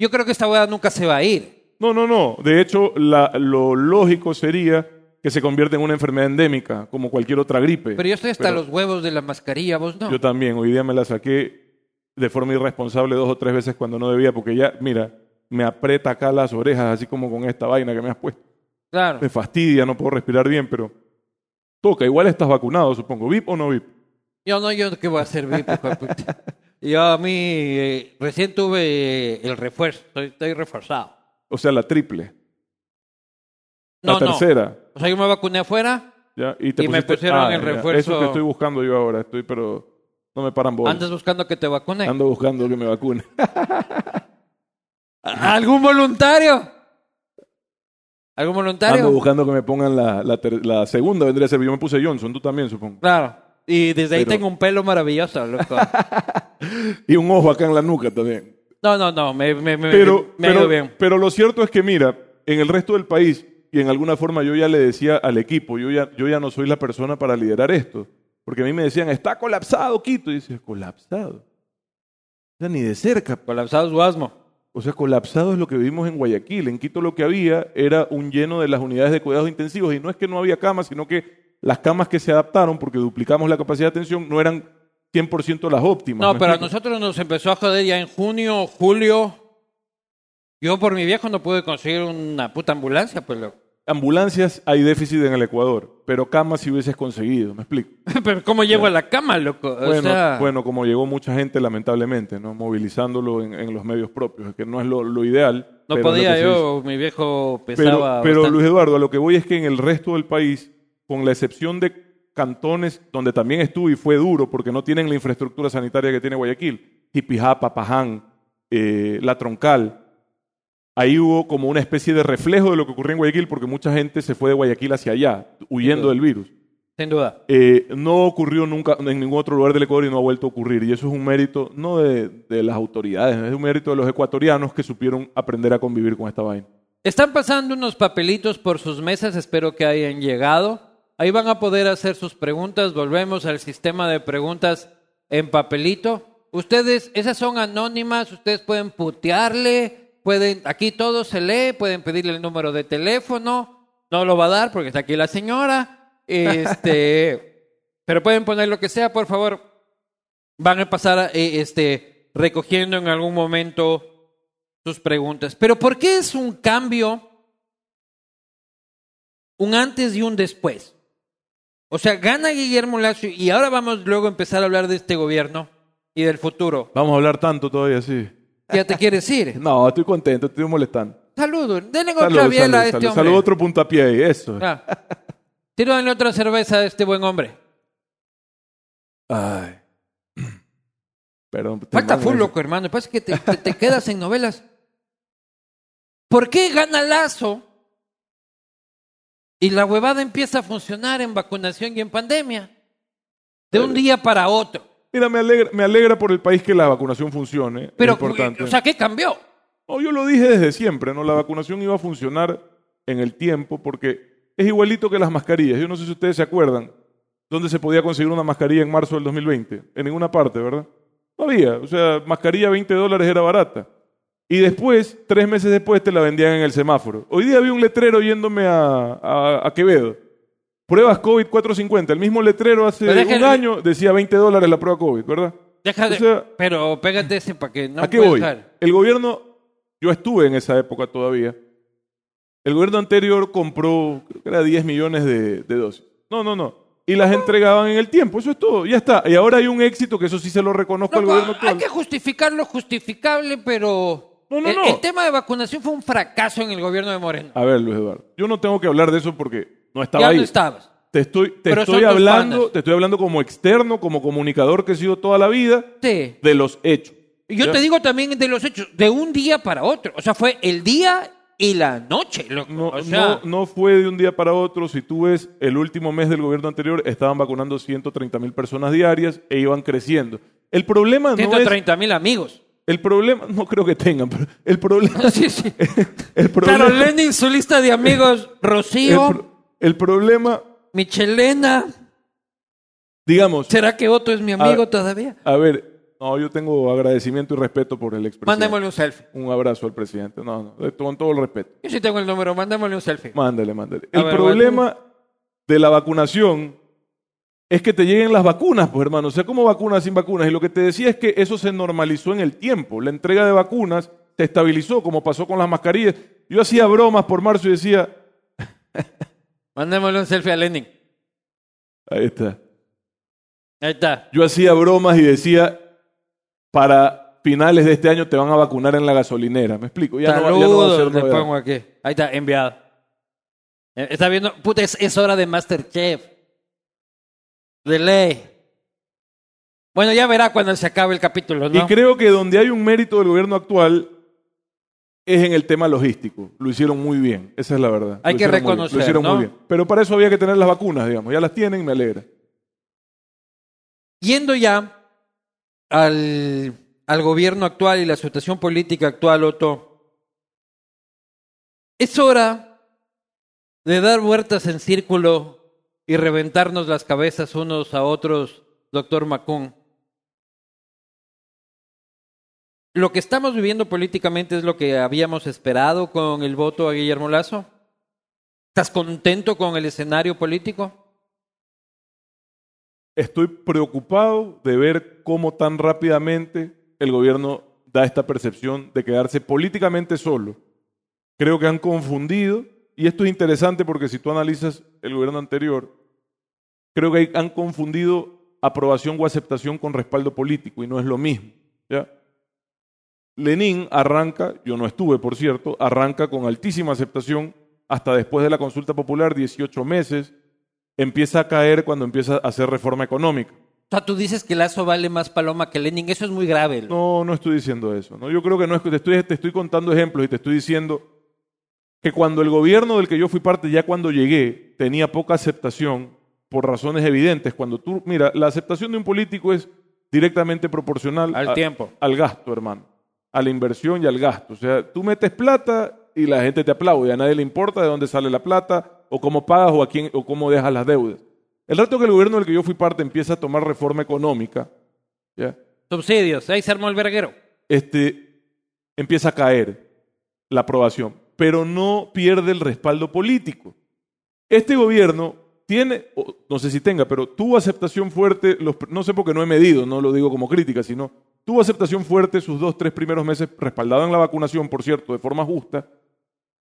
S1: Yo creo que esta hueá nunca se va a ir.
S2: No, no, no. De hecho, la- lo lógico sería que se convierta en una enfermedad endémica, como cualquier otra gripe.
S1: Pero yo estoy hasta
S2: Pero
S1: los huevos de la mascarilla, vos no.
S2: Yo también. Hoy día me la saqué de forma irresponsable dos o tres veces cuando no debía, porque ya, mira, me aprieta acá las orejas, así como con esta vaina que me has puesto.
S1: Claro.
S2: me fastidia, no puedo respirar bien, pero toca. Igual estás vacunado, supongo. ¿VIP o no VIP?
S1: Yo no, yo qué voy a servir, hijo de
S2: [LAUGHS]
S1: puta. Yo a mí eh, recién tuve eh, el refuerzo, estoy, estoy reforzado.
S2: O sea, la triple. La
S1: No, no.
S2: tercera.
S1: O sea, yo me vacuné afuera,
S2: ¿ya? Y, te
S1: Y me
S2: pusiste- Ah,
S1: pusieron el
S2: ya, ya.
S1: refuerzo.
S2: Eso que estoy buscando yo ahora, estoy, pero no me paran bolas.
S1: andas buscando que te vacunen.
S2: Ando buscando que me vacune.
S1: ¿A- ¿Algún voluntario? ¿Algún
S2: Ando
S1: voluntario?
S2: buscando que me pongan la, la, ter- la segunda, vendría a ser. Yo me puse Johnson, tú también, supongo.
S1: Claro. Y desde ahí
S2: Pero-
S1: tengo un pelo maravilloso,
S2: [LAUGHS]
S1: loco.
S2: Y un ojo acá en la nuca también.
S1: No, no, no, me, me, me,
S2: pero,
S1: me ha ido
S2: pero-
S1: bien.
S2: pero lo cierto es que, mira, en el resto del país, y en alguna forma yo ya le decía al equipo, yo ya, yo ya no soy la persona para liderar esto. Porque a mí me decían, está colapsado Quito. Y dices, colapsado. O sea, ni de cerca.
S1: Colapsado su asmo.
S2: O sea, colapsado es lo que vivimos en Guayaquil. En Quito lo que había era un lleno de las unidades de cuidados intensivos. Y no es que no había camas, sino que las camas que se adaptaron, porque duplicamos la capacidad de atención, no eran 100% las óptimas.
S1: No,
S2: ¿me
S1: pero a
S2: explico?
S1: nosotros nos empezó a joder ya en junio, julio. Yo por mi viejo no pude conseguir una puta ambulancia, pues loco. [LAUGHS]
S2: Ambulancias hay déficit en el Ecuador, pero camas si hubieses conseguido, me explico.
S1: Pero ¿cómo llego a la cama, loco? O
S2: Bueno,
S1: sea,
S2: bueno, como llegó mucha gente, lamentablemente, ¿no? Movilizándolo en, en los medios propios, que no es lo, lo ideal.
S1: no
S2: pero es lo que
S1: podía
S2: se hizo.
S1: yo, mi viejo pesaba
S2: Pero, pero
S1: bastante.
S2: Luis Eduardo, a lo que voy es que en el resto del país, con la excepción de cantones donde también estuve y fue duro porque no tienen la infraestructura sanitaria que tiene Guayaquil, Jipijapa, Paján, eh, La Troncal, ahí hubo como una especie de reflejo de lo que ocurrió en Guayaquil porque mucha gente se fue de Guayaquil hacia allá, huyendo del virus.
S1: sin duda.
S2: Eh, no ocurrió nunca en ningún otro lugar del Ecuador y no ha vuelto a ocurrir. Y eso es un mérito, no de, de las autoridades, es un mérito de los ecuatorianos que supieron aprender a convivir con esta vaina.
S1: Están pasando unos papelitos por sus mesas, espero que hayan llegado. Ahí van a poder hacer sus preguntas. Volvemos al sistema de preguntas en papelito. Ustedes, esas son anónimas, ustedes pueden putearle, pueden, aquí todo se lee, pueden pedirle el número de teléfono, no lo va a dar porque está aquí la señora.
S2: [LAUGHS]
S1: Este, pero pueden poner lo que sea, por favor. Van a pasar eh, este, recogiendo en algún momento sus preguntas. Pero ¿por qué es un cambio? un antes y un después. O sea, gana Guillermo Lazo y ahora vamos luego a empezar a hablar de este gobierno y del futuro.
S2: Vamos a hablar tanto todavía, sí.
S1: ¿Ya te quieres
S2: [LAUGHS]
S1: ir?
S2: No, estoy contento, estoy molestando.
S1: Saludos. Denle
S2: Salud,
S1: otra biela
S2: salud,
S1: a este
S2: salud.
S1: hombre.
S2: Salud, otro puntapié ahí, eso.
S1: Ah. Tírenle otra cerveza a este buen hombre.
S2: Ay. [CLEARS THROAT] Perdón. te
S1: Falta
S2: mando
S1: full,
S2: eso.
S1: loco, hermano. Pasa que te, te- te quedas en novelas. ¿Por qué gana Lazo y la huevada empieza a funcionar en vacunación y en pandemia? De un día para otro.
S2: Mira, me alegra, me alegra por el país que la vacunación funcione.
S1: Pero,
S2: es importante.
S1: o sea, ¿qué cambió?
S2: No, yo lo dije desde siempre, ¿no? La vacunación iba a funcionar en el tiempo porque es igualito que las mascarillas. Yo no sé si ustedes se acuerdan dónde se podía conseguir una mascarilla en marzo del 2020. En ninguna parte, ¿verdad? No había. O sea, mascarilla 20 dólares era barata. Y después, tres meses después, te la vendían en el semáforo. Hoy día vi un letrero yéndome a, a- a Quevedo. Pruebas COVID 450. El mismo letrero hace
S1: Pero es
S2: un
S1: que el-
S2: año decía 20 dólares la prueba COVID, ¿verdad?
S1: Deja de-
S2: O sea-
S1: pero pégate ese para que no
S2: ¿A qué
S1: puedes
S2: voy?
S1: dejar.
S2: El gobierno, yo estuve en esa época todavía. El gobierno anterior compró, creo que era 10 millones de, de dosis. No, no, no. Y las entregaban en el tiempo, eso es todo, ya está. Y ahora hay un éxito que eso sí se lo reconozco
S1: No,
S2: al gobierno
S1: Ah, hay
S2: actual.
S1: que justificar lo justificable, pero
S2: No, no,
S1: el,
S2: no.
S1: el tema de vacunación fue un fracaso en el gobierno de Moreno.
S2: A ver, Luis Eduardo, yo no tengo que hablar de eso porque no estaba
S1: ya
S2: ahí.
S1: no estabas.
S2: Te estoy, te
S1: Pero son
S2: estoy
S1: tus
S2: hablando,
S1: panas.
S2: te estoy hablando como externo, como comunicador que he sido toda la vida,
S1: Sí.
S2: de los hechos.
S1: Y Yo
S2: Ya.
S1: te digo también de los hechos, de un día para otro. O sea, fue el día y la noche. loco.
S2: No,
S1: O sea,
S2: no, no fue de un día para otro. Si tú ves, el último mes del gobierno anterior estaban vacunando 130 mil personas diarias e iban creciendo. El problema no es...
S1: 130 mil amigos. [LAUGHS]
S2: El problema, no creo que tengan, pero el problema... [LAUGHS]
S1: Sí, sí.
S2: El problema,
S1: Claro, Lenin, su lista de amigos,
S2: el,
S1: Rocío,
S2: pro- el problema,
S1: Michelena.
S2: digamos...
S1: ¿Será que Otto es mi amigo
S2: Ah.
S1: todavía?
S2: A ver, no, yo tengo agradecimiento y respeto por el expresidente.
S1: Mandémosle un selfie.
S2: Un abrazo al presidente. No, no, de- con todo el respeto.
S1: Yo sí tengo el número, mandémosle un selfie.
S2: Mándale, mándale.
S1: A
S2: El
S1: ver,
S2: problema de la vacunación es que te lleguen las vacunas, pues hermano. O sea, ¿cómo vacunas sin vacunas? Y lo que te decía es que eso se normalizó en el tiempo. La entrega de vacunas se estabilizó, como pasó con las mascarillas. Yo hacía bromas por marzo y decía,
S1: Mandémosle un selfie a Lenin.
S2: ahí está.
S1: Ahí está.
S2: Yo hacía bromas y decía, para finales de este año te van a vacunar en la gasolinera. ¿Me explico? Ya no va- ya no va a
S1: Saludos,
S2: ser
S1: le
S2: novedad.
S1: pongo aquí. Ahí está, enviado. Eh, Está viendo, puta, es, es hora de Masterchef. De ley. Bueno, ya verá cuando se acabe el capítulo,
S2: Y
S1: ¿no?
S2: creo que donde hay un mérito del gobierno actual es en el tema logístico. Lo hicieron muy bien, esa es la verdad.
S1: Hay
S2: Lo
S1: que
S2: hicieron muy bien,
S1: reconocer,
S2: Lo hicieron
S1: ¿no?
S2: muy bien. Pero para eso había que tener las vacunas, digamos. Ya las tienen, me alegra.
S1: Yendo ya al, al gobierno actual y la situación política actual, Otto, es hora de dar vueltas en círculo y reventarnos las cabezas unos a otros, doctor Macón. ¿Lo que estamos viviendo políticamente es lo que habíamos esperado con el voto a Guillermo Lazo? ¿Estás contento con el escenario político?
S2: Estoy preocupado de ver cómo tan rápidamente el gobierno da esta percepción de quedarse políticamente solo. Creo que han confundido, y esto es interesante porque si tú analizas el gobierno anterior, creo que hay- han confundido aprobación o aceptación con respaldo político, y no es lo mismo. ¿ya? Lenin arranca, yo no estuve por cierto, arranca con altísima aceptación hasta después de la consulta popular, 18 meses, empieza a caer cuando empieza a hacer reforma económica.
S1: O sea, tú dices que Lazo vale más paloma que Lenin. Eso es muy grave. ¿no?
S2: No, no estoy diciendo eso. ¿no? Yo creo que no es que te estoy, te estoy contando ejemplos y te estoy diciendo que cuando el gobierno del que yo fui parte, ya cuando llegué, tenía poca aceptación, por razones evidentes. Cuando tú, mira, la aceptación de un político es directamente proporcional
S1: Al
S2: a-
S1: tiempo.
S2: al gasto, hermano, a la inversión y al gasto. O sea, tú metes plata y la gente te aplaude, a nadie le importa de dónde sale la plata o cómo pagas o a quién o cómo dejas las deudas. El rato que el gobierno del que yo fui parte empieza a tomar reforma económica, ¿ya?
S1: Subsidios, ahí se armó el verguero.
S2: este, empieza a caer la aprobación, pero no pierde el respaldo político. Este gobierno tiene, o no sé si tenga, pero tuvo aceptación fuerte, los pr- no sé porque no he medido, no lo digo como crítica, sino tuvo aceptación fuerte sus dos, tres primeros meses, respaldado en la vacunación, por cierto, de forma justa,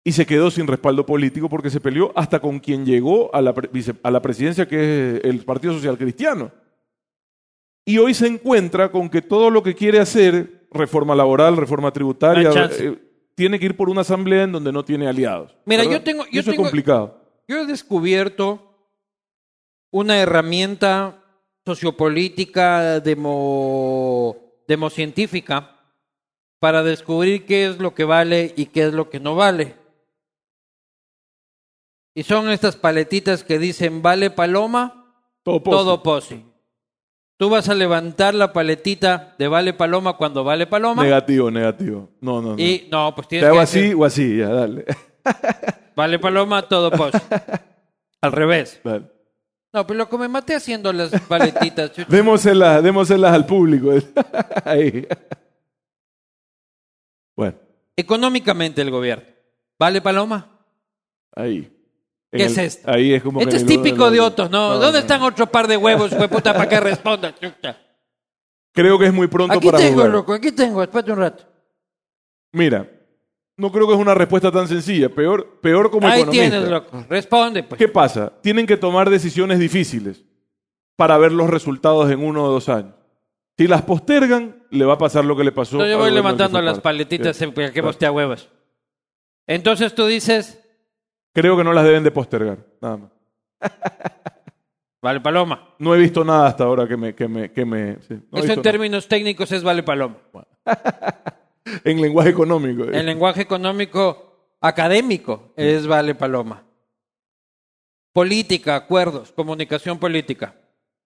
S2: y se quedó sin respaldo político porque se peleó hasta con quien llegó a la, pre- vice- a la presidencia, que es el Partido Social Cristiano. Y hoy se encuentra con que todo lo que quiere hacer, reforma laboral, reforma tributaria,
S1: No hay chance.
S2: eh, tiene que ir por una asamblea en donde no tiene aliados.
S1: Mira,
S2: ¿verdad?
S1: yo tengo-
S2: Y
S1: yo
S2: Eso
S1: tengo-
S2: es complicado.
S1: Yo he descubierto una herramienta sociopolítica, demo, democientífica, para descubrir qué es lo que vale y qué es lo que no vale. Y son estas paletitas que dicen vale paloma,
S2: Todo pozo.
S1: todo posi. Tú vas a levantar la paletita de vale paloma cuando vale paloma.
S2: Negativo, negativo. No, no, no.
S1: Y no, pues
S2: Te
S1: tienes que
S2: hago
S1: decir,
S2: así o así, ya, dale. [LAUGHS]
S1: vale paloma, todo posi. Al revés.
S2: dale.
S1: No, pero loco, me maté haciendo las paletitas. chucha.
S2: Démoselas, démoselas al público. [LAUGHS] Ahí. Bueno,
S1: Económicamente el gobierno. ¿Vale, Paloma?
S2: ahí.
S1: ¿Qué es esto?
S2: esto? Ahí es como que
S1: Este
S2: en
S1: es
S2: el lodo
S1: típico
S2: del-
S1: de otros, ¿no? ¿Dónde están otro par de huevos, hueputa, para que responda, chucha?
S2: Creo que es muy pronto
S1: Aquí
S2: para
S1: tengo,
S2: jugar.
S1: loco, aquí tengo, espérate un rato.
S2: Mira, no creo que es una respuesta tan sencilla. Peor, peor como
S1: Ahí
S2: economista.
S1: tienes, loco, responde, pues.
S2: ¿Qué pasa? Tienen que tomar decisiones difíciles para ver los resultados en uno o dos años. Si las postergan, le va a pasar lo que le pasó.
S1: No, yo voy
S2: al gobierno del
S1: levantando
S2: que fue
S1: las
S2: parte.
S1: paletitas
S2: Sí.
S1: para que a huevos. Entonces tú dices,
S2: Creo que no las deben de postergar, nada más.
S1: vale, Paloma.
S2: No he visto nada hasta ahora que me... Que me, que me sí, no he
S1: Eso
S2: visto
S1: en
S2: nada.
S1: términos técnicos es vale, Paloma.
S2: En lenguaje económico.
S1: En lenguaje económico académico es vale, Paloma. Política, acuerdos, comunicación política.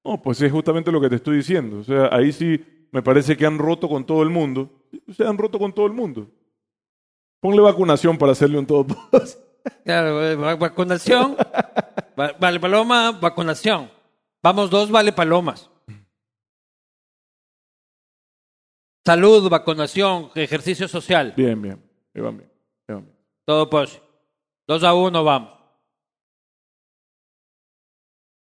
S2: No, pues es justamente lo que te estoy diciendo. O sea, ahí sí me parece que han roto con todo el mundo. Se han roto con todo el mundo. Ponle vacunación para hacerle un todo. [LAUGHS]
S1: Claro, eh, va- vacunación. Va- vale paloma, vacunación. Vamos dos vale palomas. Salud, vacunación, ejercicio social.
S2: bien, bien. Ahí van bien. ahí van bien.
S1: Todo pues. Dos a uno vamos.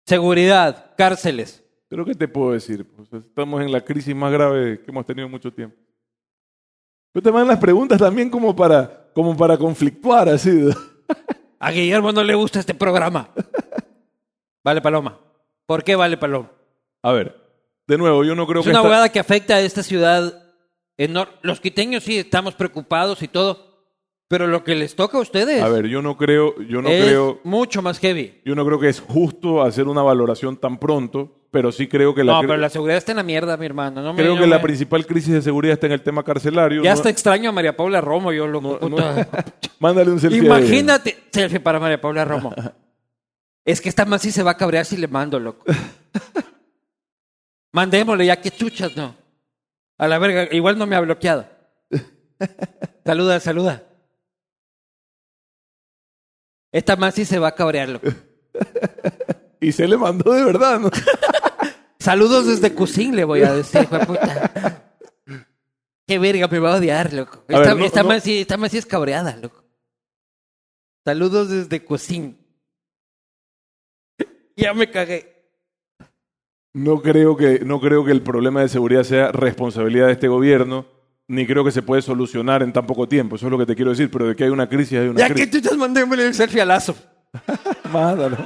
S1: Seguridad, cárceles.
S2: Pero ¿qué te puedo decir? O sea, estamos en la crisis más grave que hemos tenido en mucho tiempo. Pero te mandan las preguntas también como para, como para conflictuar, así.
S1: A Guillermo no le gusta este programa. Vale paloma. ¿Por qué vale paloma?
S2: A ver, de nuevo, yo no creo
S1: Es
S2: que...
S1: una
S2: esta-
S1: abogada que afecta a esta ciudad. enor- Los quiteños sí estamos preocupados y todo, pero lo que les toca a ustedes
S2: A ver, yo no creo, yo no
S1: es
S2: creo...
S1: mucho más heavy.
S2: Yo no creo que es justo hacer una valoración tan pronto, pero sí creo que la,
S1: no,
S2: cre-
S1: pero la seguridad está en la mierda, mi hermano. No me-
S2: creo
S1: no
S2: que la
S1: me-
S2: principal crisis de seguridad está en el tema carcelario.
S1: Ya
S2: No-
S1: hasta extraño a María Paula Romo, yo lo
S2: no- Mándale un selfie. a ella.
S1: Imagínate, selfie para María Paula Romo. es que esta man sí se va a cabrear si le mando, loco. Mandémosle ya que chuchas, no. A la verga, igual no me ha bloqueado. Saluda, saluda. Esta man sí se va a cabrear, loco.
S2: Y se le mandó de verdad. ¿no?
S1: Saludos desde Cusín, le voy a decir, hijo de puta. Qué verga, me va a odiar, loco.
S2: A ver,
S1: Esta,
S2: no,
S1: esta
S2: no.
S1: man sí- esta man sí es cabreada, loco. Saludos desde Cusín. [LAUGHS] Ya me cagué.
S2: No creo que no creo que el problema de seguridad sea responsabilidad de este gobierno, ni creo que se puede solucionar en tan poco tiempo. Eso es lo que te quiero decir. Pero de que hay una crisis hay una
S1: Ya que
S2: crisis.
S1: tú estás mandémosle el selfie a Lazo.
S2: Mándale,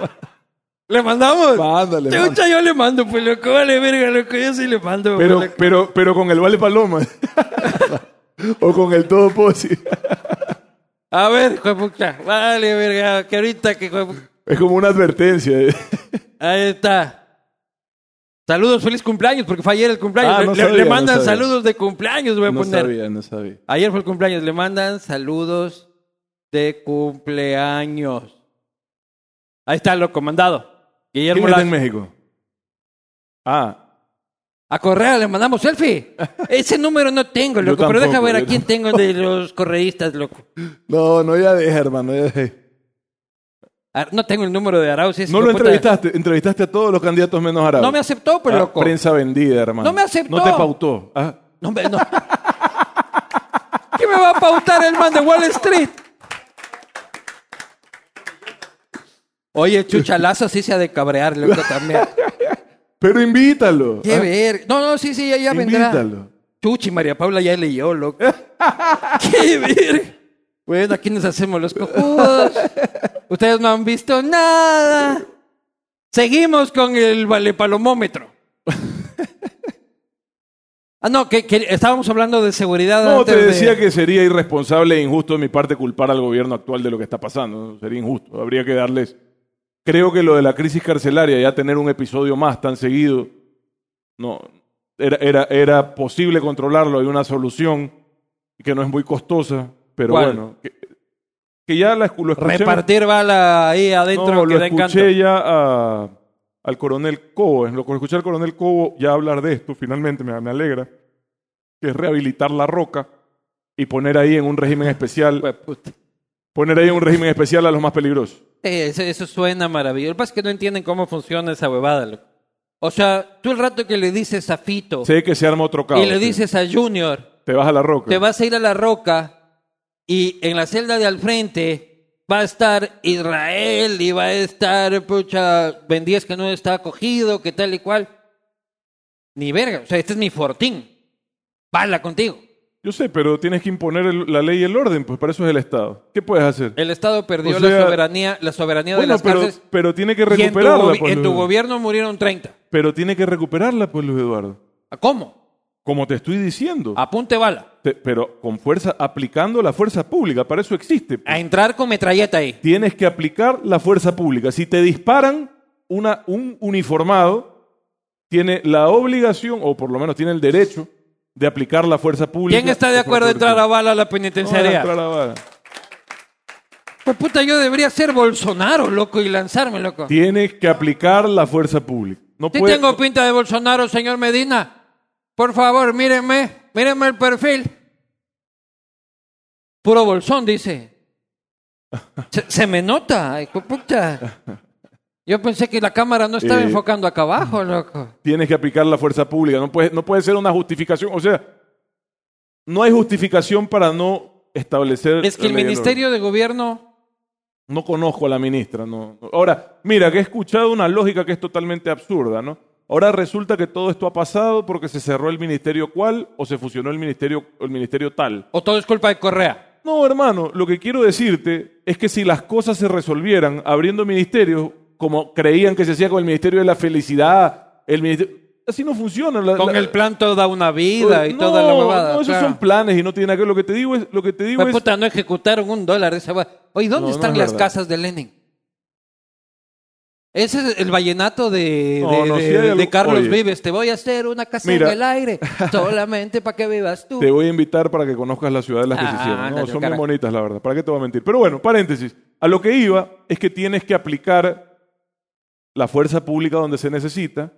S1: ¿Le mandamos?
S2: mándale, mándale.
S1: Chucha, yo le mando, pues loco, vale verga, loco, yo sí le mando.
S2: Pero,
S1: pues, loco.
S2: pero, pero con el
S1: [LAUGHS]
S2: vale paloma o con el todo posi.
S1: A ver, hijo de puta, vale verga, que ahorita que... hijo de puta.
S2: Es como una advertencia.
S1: Ahí está. Saludos, feliz cumpleaños, porque fue ayer el cumpleaños.
S2: Ah,
S1: Le-
S2: no
S1: le,
S2: sabía,
S1: le
S2: no
S1: mandan
S2: sabía.
S1: saludos de cumpleaños, voy a
S2: No
S1: poner.
S2: sabía, no sabía.
S1: Ayer fue el cumpleaños, le mandan saludos de cumpleaños. Ahí está, loco, mandado. Guillermo
S2: ¿Quién está en
S1: Lazo.
S2: México? Ah,
S1: A Correa le mandamos
S2: [LAUGHS]
S1: selfie. Ese número no tengo,
S2: Yo
S1: loco, pero deja
S2: tampoco,
S1: ver a
S2: yo
S1: quién tengo de los correístas, loco.
S4: No, no, ya deja, hermano, ya deja.
S1: A- Ah, No tengo el número de Arauz. ese
S2: no lo
S1: hijo de puta-
S2: entrevistaste. Entrevistaste a todos los candidatos menos árabes.
S1: No me aceptó, pues,
S2: Ah,
S1: loco.
S2: Prensa vendida, hermano.
S1: No me aceptó.
S2: No te pautó. Ah,
S1: No, hombre, no. [LAUGHS] ¿Qué me va a pautar el man de Wall Street? Oye, Chucha Lazo sí se ha de cabrear, loco,
S2: [LAUGHS]
S1: también.
S2: pero invítalo.
S1: Qué
S2: Ah,
S1: ver. No, no, sí, sí, ya, ya vendrá.
S2: invítalo.
S1: Chuchi, María Paula ya leyó, loco. [LAUGHS] Qué ver. Bueno, aquí nos hacemos los cojudos. Ustedes no han visto nada. Seguimos con el valepalomómetro. Ah, no, que, que estábamos hablando de seguridad.
S2: No,
S1: antes
S2: te
S1: de-
S2: decía que sería irresponsable e injusto de mi parte culpar al gobierno actual de lo que está pasando. ¿no? Sería injusto. Habría que darles. Creo que lo de la crisis carcelaria, ya tener un episodio más tan seguido, no. Era, era, era posible controlarlo. Hay una solución que no es muy costosa, pero
S1: ¿Cuál?
S2: bueno. Que, que ya la, escu- lo escuché.
S1: Repartir bala ahí adentro
S2: No,
S1: que
S2: lo
S1: da encanto.
S2: escuché ya a- al coronel Cobo. En lo que escuché al coronel Cobo ya hablar de esto, finalmente me, me alegra, que es rehabilitar la roca y poner ahí en un régimen especial,
S1: Pues, puta.
S2: poner ahí en un régimen especial a los más peligrosos.
S1: Eh, Eso, eso suena maravilloso. Lo que pasa es que no entienden cómo funciona esa huevada, loco. O sea, tú el rato que le dices a Fito
S2: Sé que se arma otro caos.
S1: y le
S2: sí.
S1: dices a Junior,
S2: te vas a la roca.
S1: te vas a ir a la roca y en la celda de al frente va a estar Israel y va a estar, pucha, Ben 10 que no está acogido, que tal y cual. Ni verga, o sea, este es mi fortín. Bala contigo.
S2: Yo sé, pero tienes que imponer el- la ley y el orden, pues para eso es el Estado. ¿Qué puedes hacer?
S1: El Estado perdió
S2: O sea,
S1: la soberanía, la soberanía de
S2: bueno,
S1: las
S2: pero,
S1: cárceles.
S2: pero tiene que
S1: Y en tu,
S2: recuperarla.
S1: gobi-
S2: pues,
S1: en tu
S2: Luis-
S1: gobierno murieron 30.
S2: pero tiene que recuperarla, pues Luis Eduardo.
S1: ¿A ¿Cómo?
S2: Como te estoy diciendo.
S1: Apunte bala.
S2: Te- pero con fuerza, aplicando la fuerza pública, para eso existe.
S1: A entrar con metralleta ahí.
S2: Tienes que aplicar la fuerza pública. Si te disparan, una, un uniformado tiene la obligación, o por lo menos tiene el derecho, de aplicar la fuerza pública.
S1: ¿Quién está de acuerdo en entrar a bala a la penitenciaria?
S2: No, entrar a bala.
S1: Pues puta, yo debería ser Bolsonaro, loco, y lanzarme, loco.
S2: Tienes que aplicar la fuerza pública. No
S1: Si
S2: puedes-
S1: tengo pinta de Bolsonaro, señor Medina. Por favor, mírenme, mírenme el perfil. Puro bolsón, dice. Se, se me nota, ay, cu- puta. Yo pensé que la cámara no estaba
S2: Eh.
S1: enfocando acá abajo, loco.
S2: tienes que aplicar la fuerza pública. No puede, no puede ser una justificación. O sea, no hay justificación para no establecer.
S1: Es que el
S2: la ley y orden.
S1: Ministerio de Gobierno
S2: No conozco a la ministra, no. Ahora, mira, que he escuchado una lógica que es totalmente absurda, ¿no? Ahora resulta que todo esto ha pasado porque se cerró el ministerio cual o se fusionó el ministerio, el ministerio tal.
S1: o todo es culpa de Correa.
S2: No, hermano, lo que quiero decirte es que si las cosas se resolvieran abriendo ministerios, como creían que se hacía con el Ministerio de la Felicidad, el ministerio... Así no funciona. la-
S1: Con
S2: la-
S1: el plan todo da una vida y
S2: no,
S1: toda la huevada.
S2: No, esos
S1: claro.
S2: son planes y no tiene nada que ver. Lo que te digo es... Lo que te digo
S1: Pues
S2: es
S1: puta, no ejecutaron un dólar de esa hue- Oye, ¿dónde
S2: No, no
S1: están
S2: es
S1: las
S2: verdad.
S1: casas de Lenin? Ese es el vallenato de,
S2: No,
S1: de-
S2: no,
S1: de-
S2: sí hay
S1: de
S2: algo-
S1: Carlos
S2: Oye.
S1: Vives. Te voy a hacer una casa
S2: Mira.
S1: en el aire solamente para que vivas tú.
S2: Te voy a invitar para que conozcas la ciudad de las que se
S1: Ah,
S2: hicieron. No,
S1: ándale,
S2: son
S1: carajo.
S2: bien bonitas, la verdad. ¿Para qué te voy a mentir? Pero bueno, paréntesis. A lo que iba es que tienes que aplicar la fuerza pública donde se necesita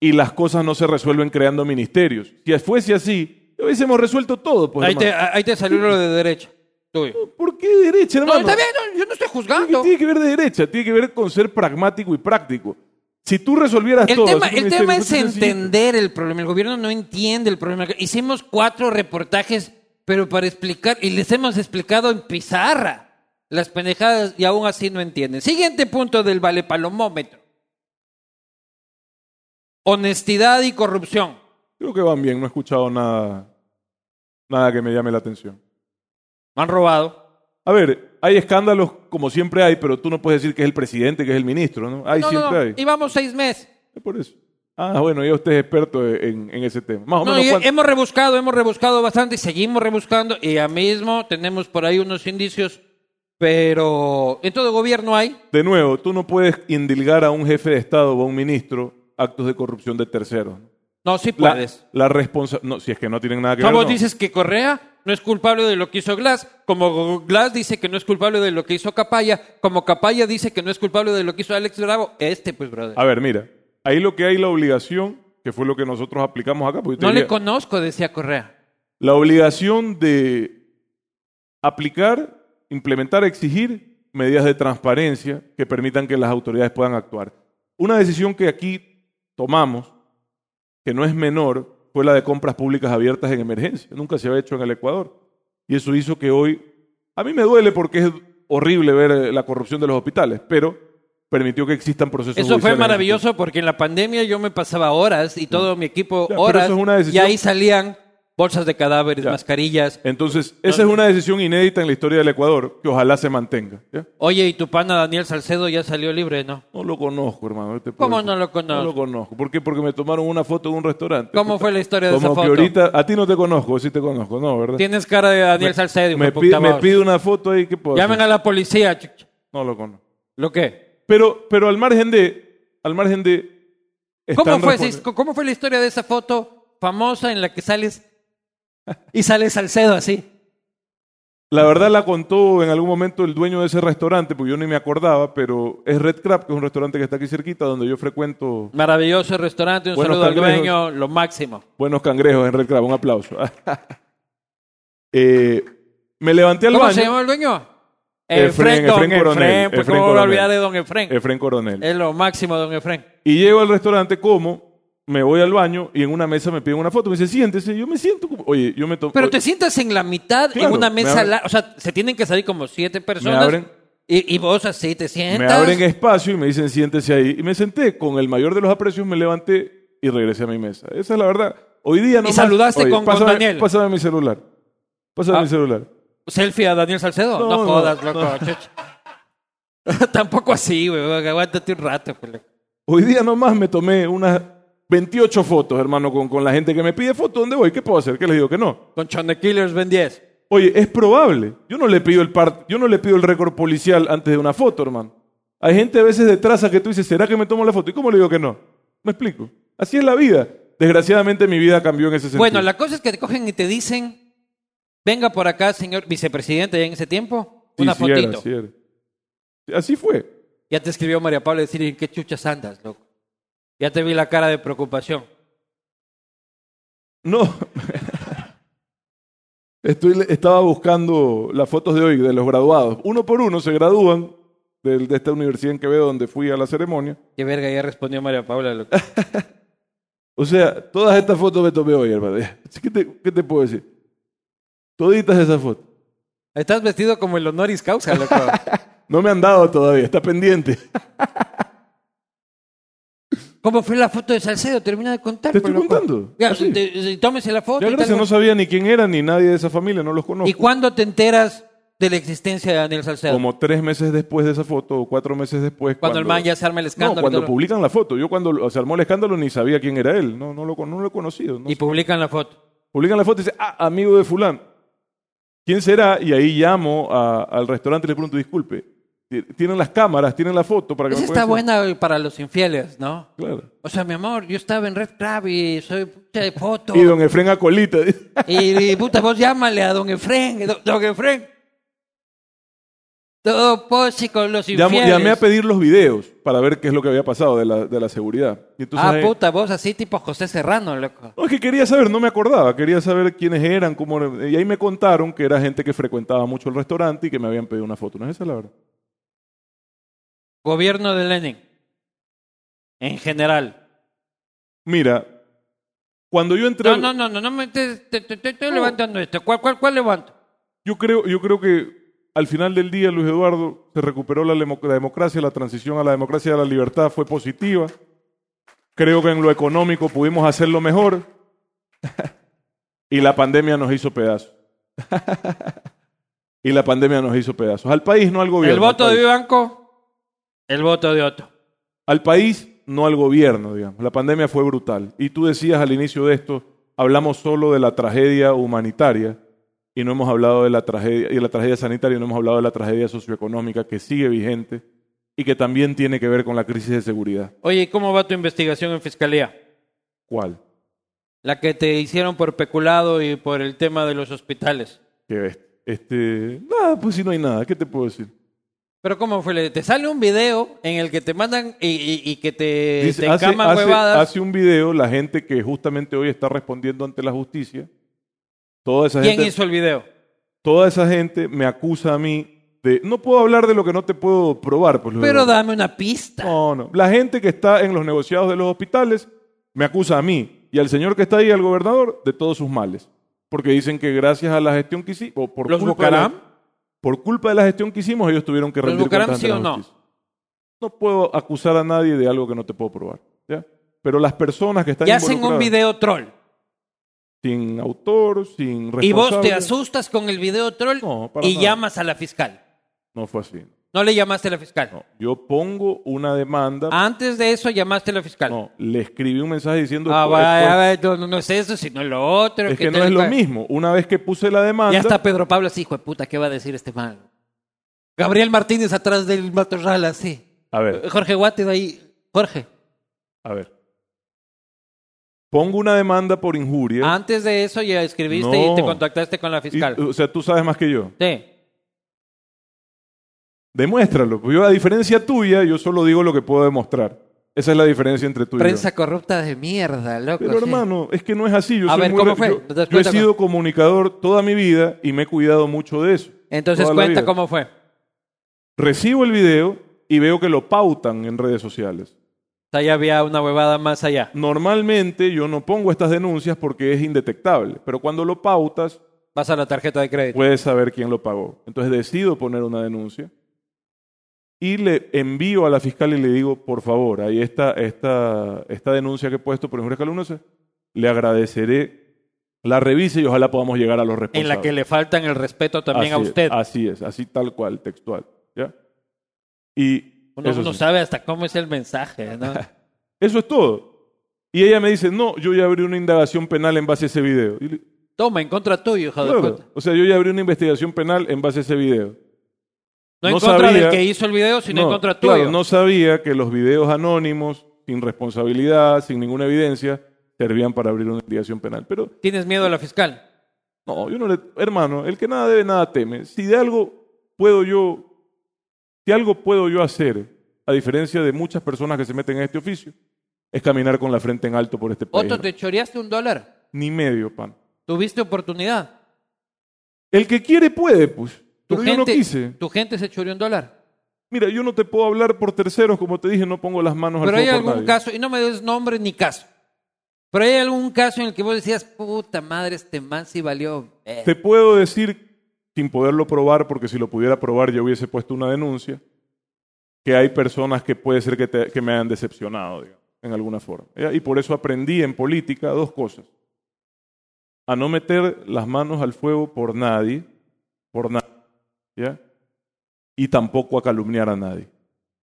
S2: y las cosas no se resuelven creando ministerios. Si fuese así, hubiésemos resuelto todo. Pues,
S1: ahí, te,
S2: hermano.
S1: ahí te salió lo de derecha. Tuyo.
S2: ¿Por qué derecha,
S1: No,
S2: hermano?
S1: está bien, no, yo no estoy
S2: ¿Qué
S1: juzgando.
S2: tiene que ver de derecha? Tiene que ver con ser pragmático y práctico. Si tú resolvieras
S1: El
S2: todo...
S1: tema,
S2: haciendo
S1: el tema es
S2: ministerios, entonces sí.
S1: entender el problema. El gobierno no entiende el problema. Hicimos cuatro reportajes, pero para explicar, y les hemos explicado en pizarra las pendejadas y aún así no entienden. Siguiente punto del valepalomómetro. Honestidad y corrupción.
S2: Creo que van bien. No he escuchado nada, nada que me llame la atención.
S1: Me han robado.
S2: A ver, hay escándalos como siempre hay, pero tú no puedes decir que es el presidente, que es el ministro, ¿no? Hay
S1: No, no,
S2: siempre
S1: no.
S2: hay.
S1: Íbamos seis meses.
S2: Es por eso. Ah, bueno, ya usted es experto en, en ese tema. Más o
S1: No,
S2: menos
S1: y
S2: cuánto-
S1: hemos rebuscado, hemos rebuscado bastante y seguimos rebuscando. Y ya mismo tenemos por ahí unos indicios, pero en todo gobierno hay.
S2: De nuevo, tú no puedes indilgar a un jefe de Estado o a un ministro actos de corrupción de terceros.
S1: No, sí
S2: La,
S1: puedes.
S2: la responsa- No, si es que no tienen nada que
S1: No,
S2: ver.
S1: vos
S2: no.
S1: dices que Correa no es culpable de lo que hizo Glass, como Glass dice que no es culpable de lo que hizo Capaya, como Capaya dice que no es culpable de lo que hizo Alex Bravo, este pues, brother.
S2: A ver, mira, ahí lo que hay la obligación, que fue lo que nosotros aplicamos acá, porque yo te
S1: No le
S2: diría,
S1: conozco, decía Correa.
S2: la obligación de aplicar, implementar, exigir medidas de transparencia que permitan que las autoridades puedan actuar. Una decisión que aquí tomamos, que no es menor, fue la de compras públicas abiertas en emergencia. Nunca se había hecho en el Ecuador. Y eso hizo que hoy, a mí me duele porque es horrible ver eh, la corrupción de los hospitales, pero permitió que existan procesos.
S1: Eso fue
S2: judiciales.
S1: maravilloso porque en la pandemia yo me pasaba horas y todo mi equipo
S2: Ya, pero
S1: horas
S2: eso es una
S1: y
S2: decisión.
S1: ahí salían bolsas de cadáveres,
S2: Ya.
S1: mascarillas.
S2: Entonces, esa es una decisión inédita en la historia del Ecuador que ojalá se mantenga. ¿ya?
S1: Oye, y tu pana Daniel Salcedo ya salió libre, ¿no?
S2: No lo conozco, hermano. este
S1: ¿Cómo
S2: pueblo.
S1: no lo conoces?
S2: No lo conozco. ¿Por qué? Porque me tomaron una foto de un restaurante.
S1: ¿Cómo fue la historia de
S2: Como
S1: esa
S2: que
S1: foto?
S2: ahorita, a ti no te conozco, sí te conozco, ¿no? ¿Verdad?
S1: Tienes cara de Daniel Salcedo. hijo
S2: me,
S1: de
S2: pi-
S1: puta
S2: me
S1: voz.
S2: pide una foto ahí, ¿qué puedo
S1: Llamen
S2: hacer?
S1: a la policía. ch- ch-
S2: No lo conozco.
S1: ¿Lo qué?
S2: Pero, pero al margen de, al margen de.
S1: ¿Cómo
S2: están
S1: fue,
S2: respon-
S1: esa- ¿Cómo fue la historia de esa foto famosa en la que sales y sale Salcedo así?
S2: La verdad la contó en algún momento el dueño de ese restaurante, porque yo ni me acordaba, pero es Red Crab, que es un restaurante que está aquí cerquita, donde yo frecuento
S1: Maravilloso restaurante, un
S2: Buenos
S1: saludo al
S2: cangrejos.
S1: dueño, lo máximo.
S2: buenos cangrejos en Red Crab. Un aplauso. [LAUGHS] Eh, me levanté al
S1: ¿Cómo
S2: baño.
S1: se llama el dueño?
S2: Efren,
S1: Efren, don
S2: Efren
S1: Efren.
S2: Coronel,
S1: pues,
S2: Efren
S1: ¿Cómo voy a
S2: Coronel. Eh.
S1: olvidar de don Efren?
S2: Efren Coronel.
S1: Es lo máximo, don Efren.
S2: Y llego al restaurante, como, me voy al baño y en una mesa me piden una foto. Me dice, siéntese. Yo me siento como. Oye, yo me tomo.
S1: Pero te sientas en la mitad, en
S2: Claro,
S1: una
S2: me
S1: mesa
S2: abren-
S1: larga. O sea, se tienen que salir como siete personas.
S2: abren-
S1: y, y vos así te sientas.
S2: Me abren espacio y me dicen, siéntese ahí. Y me senté. Con el mayor de los aprecios me levanté y regresé a mi mesa. Esa es la verdad. Hoy día no.
S1: saludaste con- con
S2: pásame,
S1: Daniel.
S2: Pásame mi celular. Pásame
S1: Ah.
S2: mi celular.
S1: Selfie a Daniel Salcedo. No,
S2: No, no,
S1: jodas, loco.
S2: [LAUGHS]
S1: [LAUGHS] chuch. Tampoco así, güey. Aguántate un rato, pues, güey.
S2: Hoy día nomás me tomé unas 28 fotos, hermano, con, con la gente que me pide fotos. ¿Dónde voy? ¿Qué puedo hacer? ¿Qué les digo? Que no.
S1: Con Chon the Killers Ben 10.
S2: Oye, es probable. Yo no le pido el par- yo no le pido el récord policial antes de una foto, hermano. Hay gente a veces de traza que tú dices, ¿será que me tomo la foto? ¿Y cómo le digo que no? Me explico. Así es la vida. Desgraciadamente mi vida cambió en ese sentido.
S1: Bueno, la cosa es que te cogen y te dicen, venga por acá, señor vicepresidente, ya en ese tiempo,
S2: Sí,
S1: una
S2: sí era,
S1: fotito.
S2: sí era. Sí, Así fue.
S1: Ya te escribió María Paula decir, ¿en qué chuchas andas, loco? Ya te vi la cara de preocupación.
S2: No. [LAUGHS] Estoy, le- estaba buscando las fotos de hoy de los graduados. Uno por uno se gradúan del- de esta universidad en Quevedo donde fui a la ceremonia.
S1: Qué verga, ya respondió María Paula,
S2: [LAUGHS]
S1: loco.
S2: O sea, todas estas fotos me tomé hoy, hermano. [LAUGHS] ¿Qué te, qué te puedo decir? Toditas esas fotos.
S1: Estás vestido como el honoris causa, loco.
S2: No me han dado todavía, está pendiente. [LAUGHS]
S1: ¿Cómo fue la foto de Salcedo? Termina de contar.
S2: Te
S1: pues,
S2: estoy
S1: loco.
S2: contando.
S1: Ya,
S2: Así.
S1: te- te- tómese la foto.
S2: Ya
S1: y tal,
S2: gracias,
S1: loco.
S2: no sabía ni quién era ni nadie de esa familia, no los conozco.
S1: ¿Y cuándo te enteras de la existencia de Daniel Salcedo?
S2: Como tres meses después de esa foto, o cuatro meses después.
S1: Cuando el man ya se arma el escándalo y
S2: No, cuando
S1: todo.
S2: publican la foto. Yo cuando lo- se armó el escándalo ni sabía quién era él. No, no, lo, con- no lo he conocido. no
S1: y
S2: sé.
S1: publican la foto.
S2: Publican la foto y dice, ah, amigo de fulán. ¿Quién será? Y ahí llamo a- al restaurante y le pregunto, disculpe, ¿tienen las cámaras? ¿Tienen la foto? para que
S1: Esa
S2: me
S1: está
S2: puedan
S1: buena para los infieles, ¿no?
S2: decir?" Claro.
S1: O sea, mi amor, yo estaba en Red Crab y soy pucha de foto.
S2: [LAUGHS] Y don Efren Acolita.
S1: Y, y, puta, vos llámale a don Efren, don, don Efren. Todo posi con los
S2: Llamo-
S1: infieles.
S2: llamé a pedir los videos para ver qué es lo que había pasado de la, de la seguridad. Y entonces
S1: ah,
S2: ahí-
S1: puta, vos así tipo José Serrano, loco.
S2: No, es que quería saber, no me acordaba, quería saber quiénes eran, cómo eran. Y ahí me contaron que era gente que frecuentaba mucho el restaurante y que me habían pedido una foto. ¿No es esa la verdad?
S1: Gobierno de Lenin. En general.
S2: Mira, cuando yo entré,
S1: No,
S2: al-
S1: no, no, no, no me te, te- te- te estoy levantando esto. ¿Cuál, cuál, cuál levanto?
S2: Yo, creo, yo creo que al final del día, Luis Eduardo, se recuperó la, lemo- la democracia, la transición a la democracia y a la libertad fue positiva. Creo que en lo económico pudimos hacerlo mejor. y la pandemia nos hizo pedazos. y la pandemia nos hizo pedazos. Al país, no al gobierno.
S1: el
S2: al
S1: voto de
S2: país.
S1: Vivanco, el voto de Otto.
S2: al país, no al gobierno, digamos. La pandemia fue brutal. Y tú decías al inicio de esto, hablamos solo de la tragedia humanitaria y no hemos hablado de la tragedia y de la tragedia sanitaria y no hemos hablado de la tragedia socioeconómica que sigue vigente y que también tiene que ver con la crisis de seguridad.
S1: Oye, ¿y cómo va tu investigación en fiscalía?
S2: ¿Cuál?
S1: La que te hicieron por peculado y por el tema de los hospitales.
S2: Qué bestia. Este, nada, pues sí no hay nada. ¿Qué te puedo decir?
S1: Pero ¿cómo fue? Te sale un video en el que te mandan y, y- y que te,
S2: Dice,
S1: te
S2: hace,
S1: encaman
S2: hace-
S1: Este, huevadas.
S2: hace un video la gente que justamente hoy está respondiendo ante la justicia. Toda esa
S1: ¿Quién
S2: gente,
S1: hizo el video?
S2: toda esa gente me acusa a mí de no puedo hablar de lo que no te puedo probar, pues. luego.
S1: Pero dame una pista.
S2: No, no. La gente que está en los negociados de los hospitales me acusa a mí y al señor que está ahí, al gobernador, de todos sus males. Porque dicen que gracias a la gestión que hicimos, o por,
S1: ¿Los
S2: culpa de la-
S1: Bucaram?
S2: por culpa de la gestión que hicimos, ellos tuvieron que
S1: ¿Los
S2: rendir
S1: Bucaram
S2: cuentas ante
S1: sí
S2: la
S1: o no?
S2: justicia. No puedo acusar a nadie de algo que no te puedo probar. ¿ya? Pero las personas que están
S1: Y hacen un
S2: involucradas,
S1: video troll.
S2: sin autor, sin responsable...
S1: Y vos te asustas con el video troll
S2: No, para
S1: y
S2: nada.
S1: llamas a la fiscal.
S2: No fue así.
S1: No le llamaste a la fiscal.
S2: No. Yo pongo una demanda...
S1: Antes de eso llamaste a la fiscal.
S2: No, le escribí un mensaje diciendo...
S1: Ah,
S2: "Esto-
S1: vaya,
S2: esto-
S1: vaya, no, no, no es eso, sino lo otro.
S2: Es que no
S1: tal
S2: es lo
S1: cual.
S2: mismo. Una vez que puse la demanda,
S1: Ya está Pedro Pablo así, hijo de puta, ¿qué va a decir este mal? Gabriel Martínez atrás del matorral así.
S2: a ver,
S1: Jorge Guate de ahí. Jorge,
S2: a ver. Pongo una demanda por injuria.
S1: antes de eso ya escribiste
S2: No.
S1: y te contactaste con la
S2: y-
S1: Ah,
S2: uh,
S1: fiscal.
S2: o sea, tú sabes más que yo.
S1: sí.
S2: Demuéstralo. Pues yo, a diferencia tuya, yo solo digo lo que puedo demostrar. Esa es la diferencia entre tú y
S1: Prensa
S2: yo.
S1: corrupta de mierda, loco. sí.
S2: Pero hermano, es que no es así. Yo,
S1: A
S2: soy
S1: ver,
S2: muy
S1: ¿cómo
S2: re-
S1: fue?
S2: yo-
S1: ¿Te
S2: yo
S1: das cuenta
S2: he
S1: cómo?
S2: sido comunicador toda mi vida y me he cuidado mucho de eso.
S1: Entonces
S2: Toda la
S1: cuenta
S2: vida.
S1: cómo fue.
S2: Recibo el video y veo que lo pautan en redes sociales.
S1: O sea, ya había una huevada más allá.
S2: Normalmente yo no pongo estas denuncias porque es indetectable, pero cuando lo pautas,
S1: Vas a la tarjeta de crédito.
S2: puedes saber quién lo pagó. Entonces decido poner una denuncia y le envío a la fiscal y le digo, por favor, ahí está esta, esta denuncia que he puesto por injurias calumniosas, le agradeceré la revise y ojalá podamos llegar a los
S1: en
S2: responsables.
S1: la que le faltan el respeto también
S2: Así
S1: a
S2: es,
S1: usted.
S2: así es, así tal cual, textual. ¿ya? Y
S1: Uno
S2: eso
S1: no
S2: sí.
S1: sabe hasta cómo es el mensaje, ¿no?
S2: Eso es todo. Y ella me dice, no, yo ya abrí una indagación penal en base a ese video. Y le-
S1: Toma, en contra tuyo, hijo de
S2: claro,
S1: puta.
S2: o sea, yo ya abrí una investigación penal en base a ese video.
S1: No, en
S2: No
S1: contra del
S2: sabía-
S1: que hizo el video, sino en contra tuyo.
S2: claro, no sabía que los videos anónimos, sin responsabilidad, sin ninguna evidencia, servían para abrir una investigación penal. Pero
S1: Tienes miedo a la fiscal.
S2: no, yo no le, hermano, el que nada debe nada teme. Si de algo puedo yo, si algo puedo yo hacer, a diferencia de muchas personas que se meten en este oficio, es caminar con la frente en alto por este país.
S1: Otro,
S2: ¿no?
S1: te choreaste un dólar.
S2: Ni medio, pan.
S1: Tuviste oportunidad.
S2: El que quiere puede, pues.
S1: Tu
S2: Pero
S1: gente,
S2: yo no quise.
S1: Tu gente se choreó un dólar.
S2: Mira, yo no te puedo hablar por terceros, como te dije, no pongo las manos al
S1: Pero hay
S2: fuego por
S1: algún
S2: nadie.
S1: caso, y no me des nombre ni caso, pero hay algún caso en el que vos decías, puta madre, este man sí valió. verga".
S2: Te puedo decir, sin poderlo probar, porque si lo pudiera probar yo hubiese puesto una denuncia, que hay personas que puede ser que, te- que me hayan decepcionado, digamos, en alguna forma. ¿ya? Y por eso aprendí en política dos cosas. A no meter las manos al fuego por nadie, por nadie, ¿ya? y tampoco a calumniar a nadie.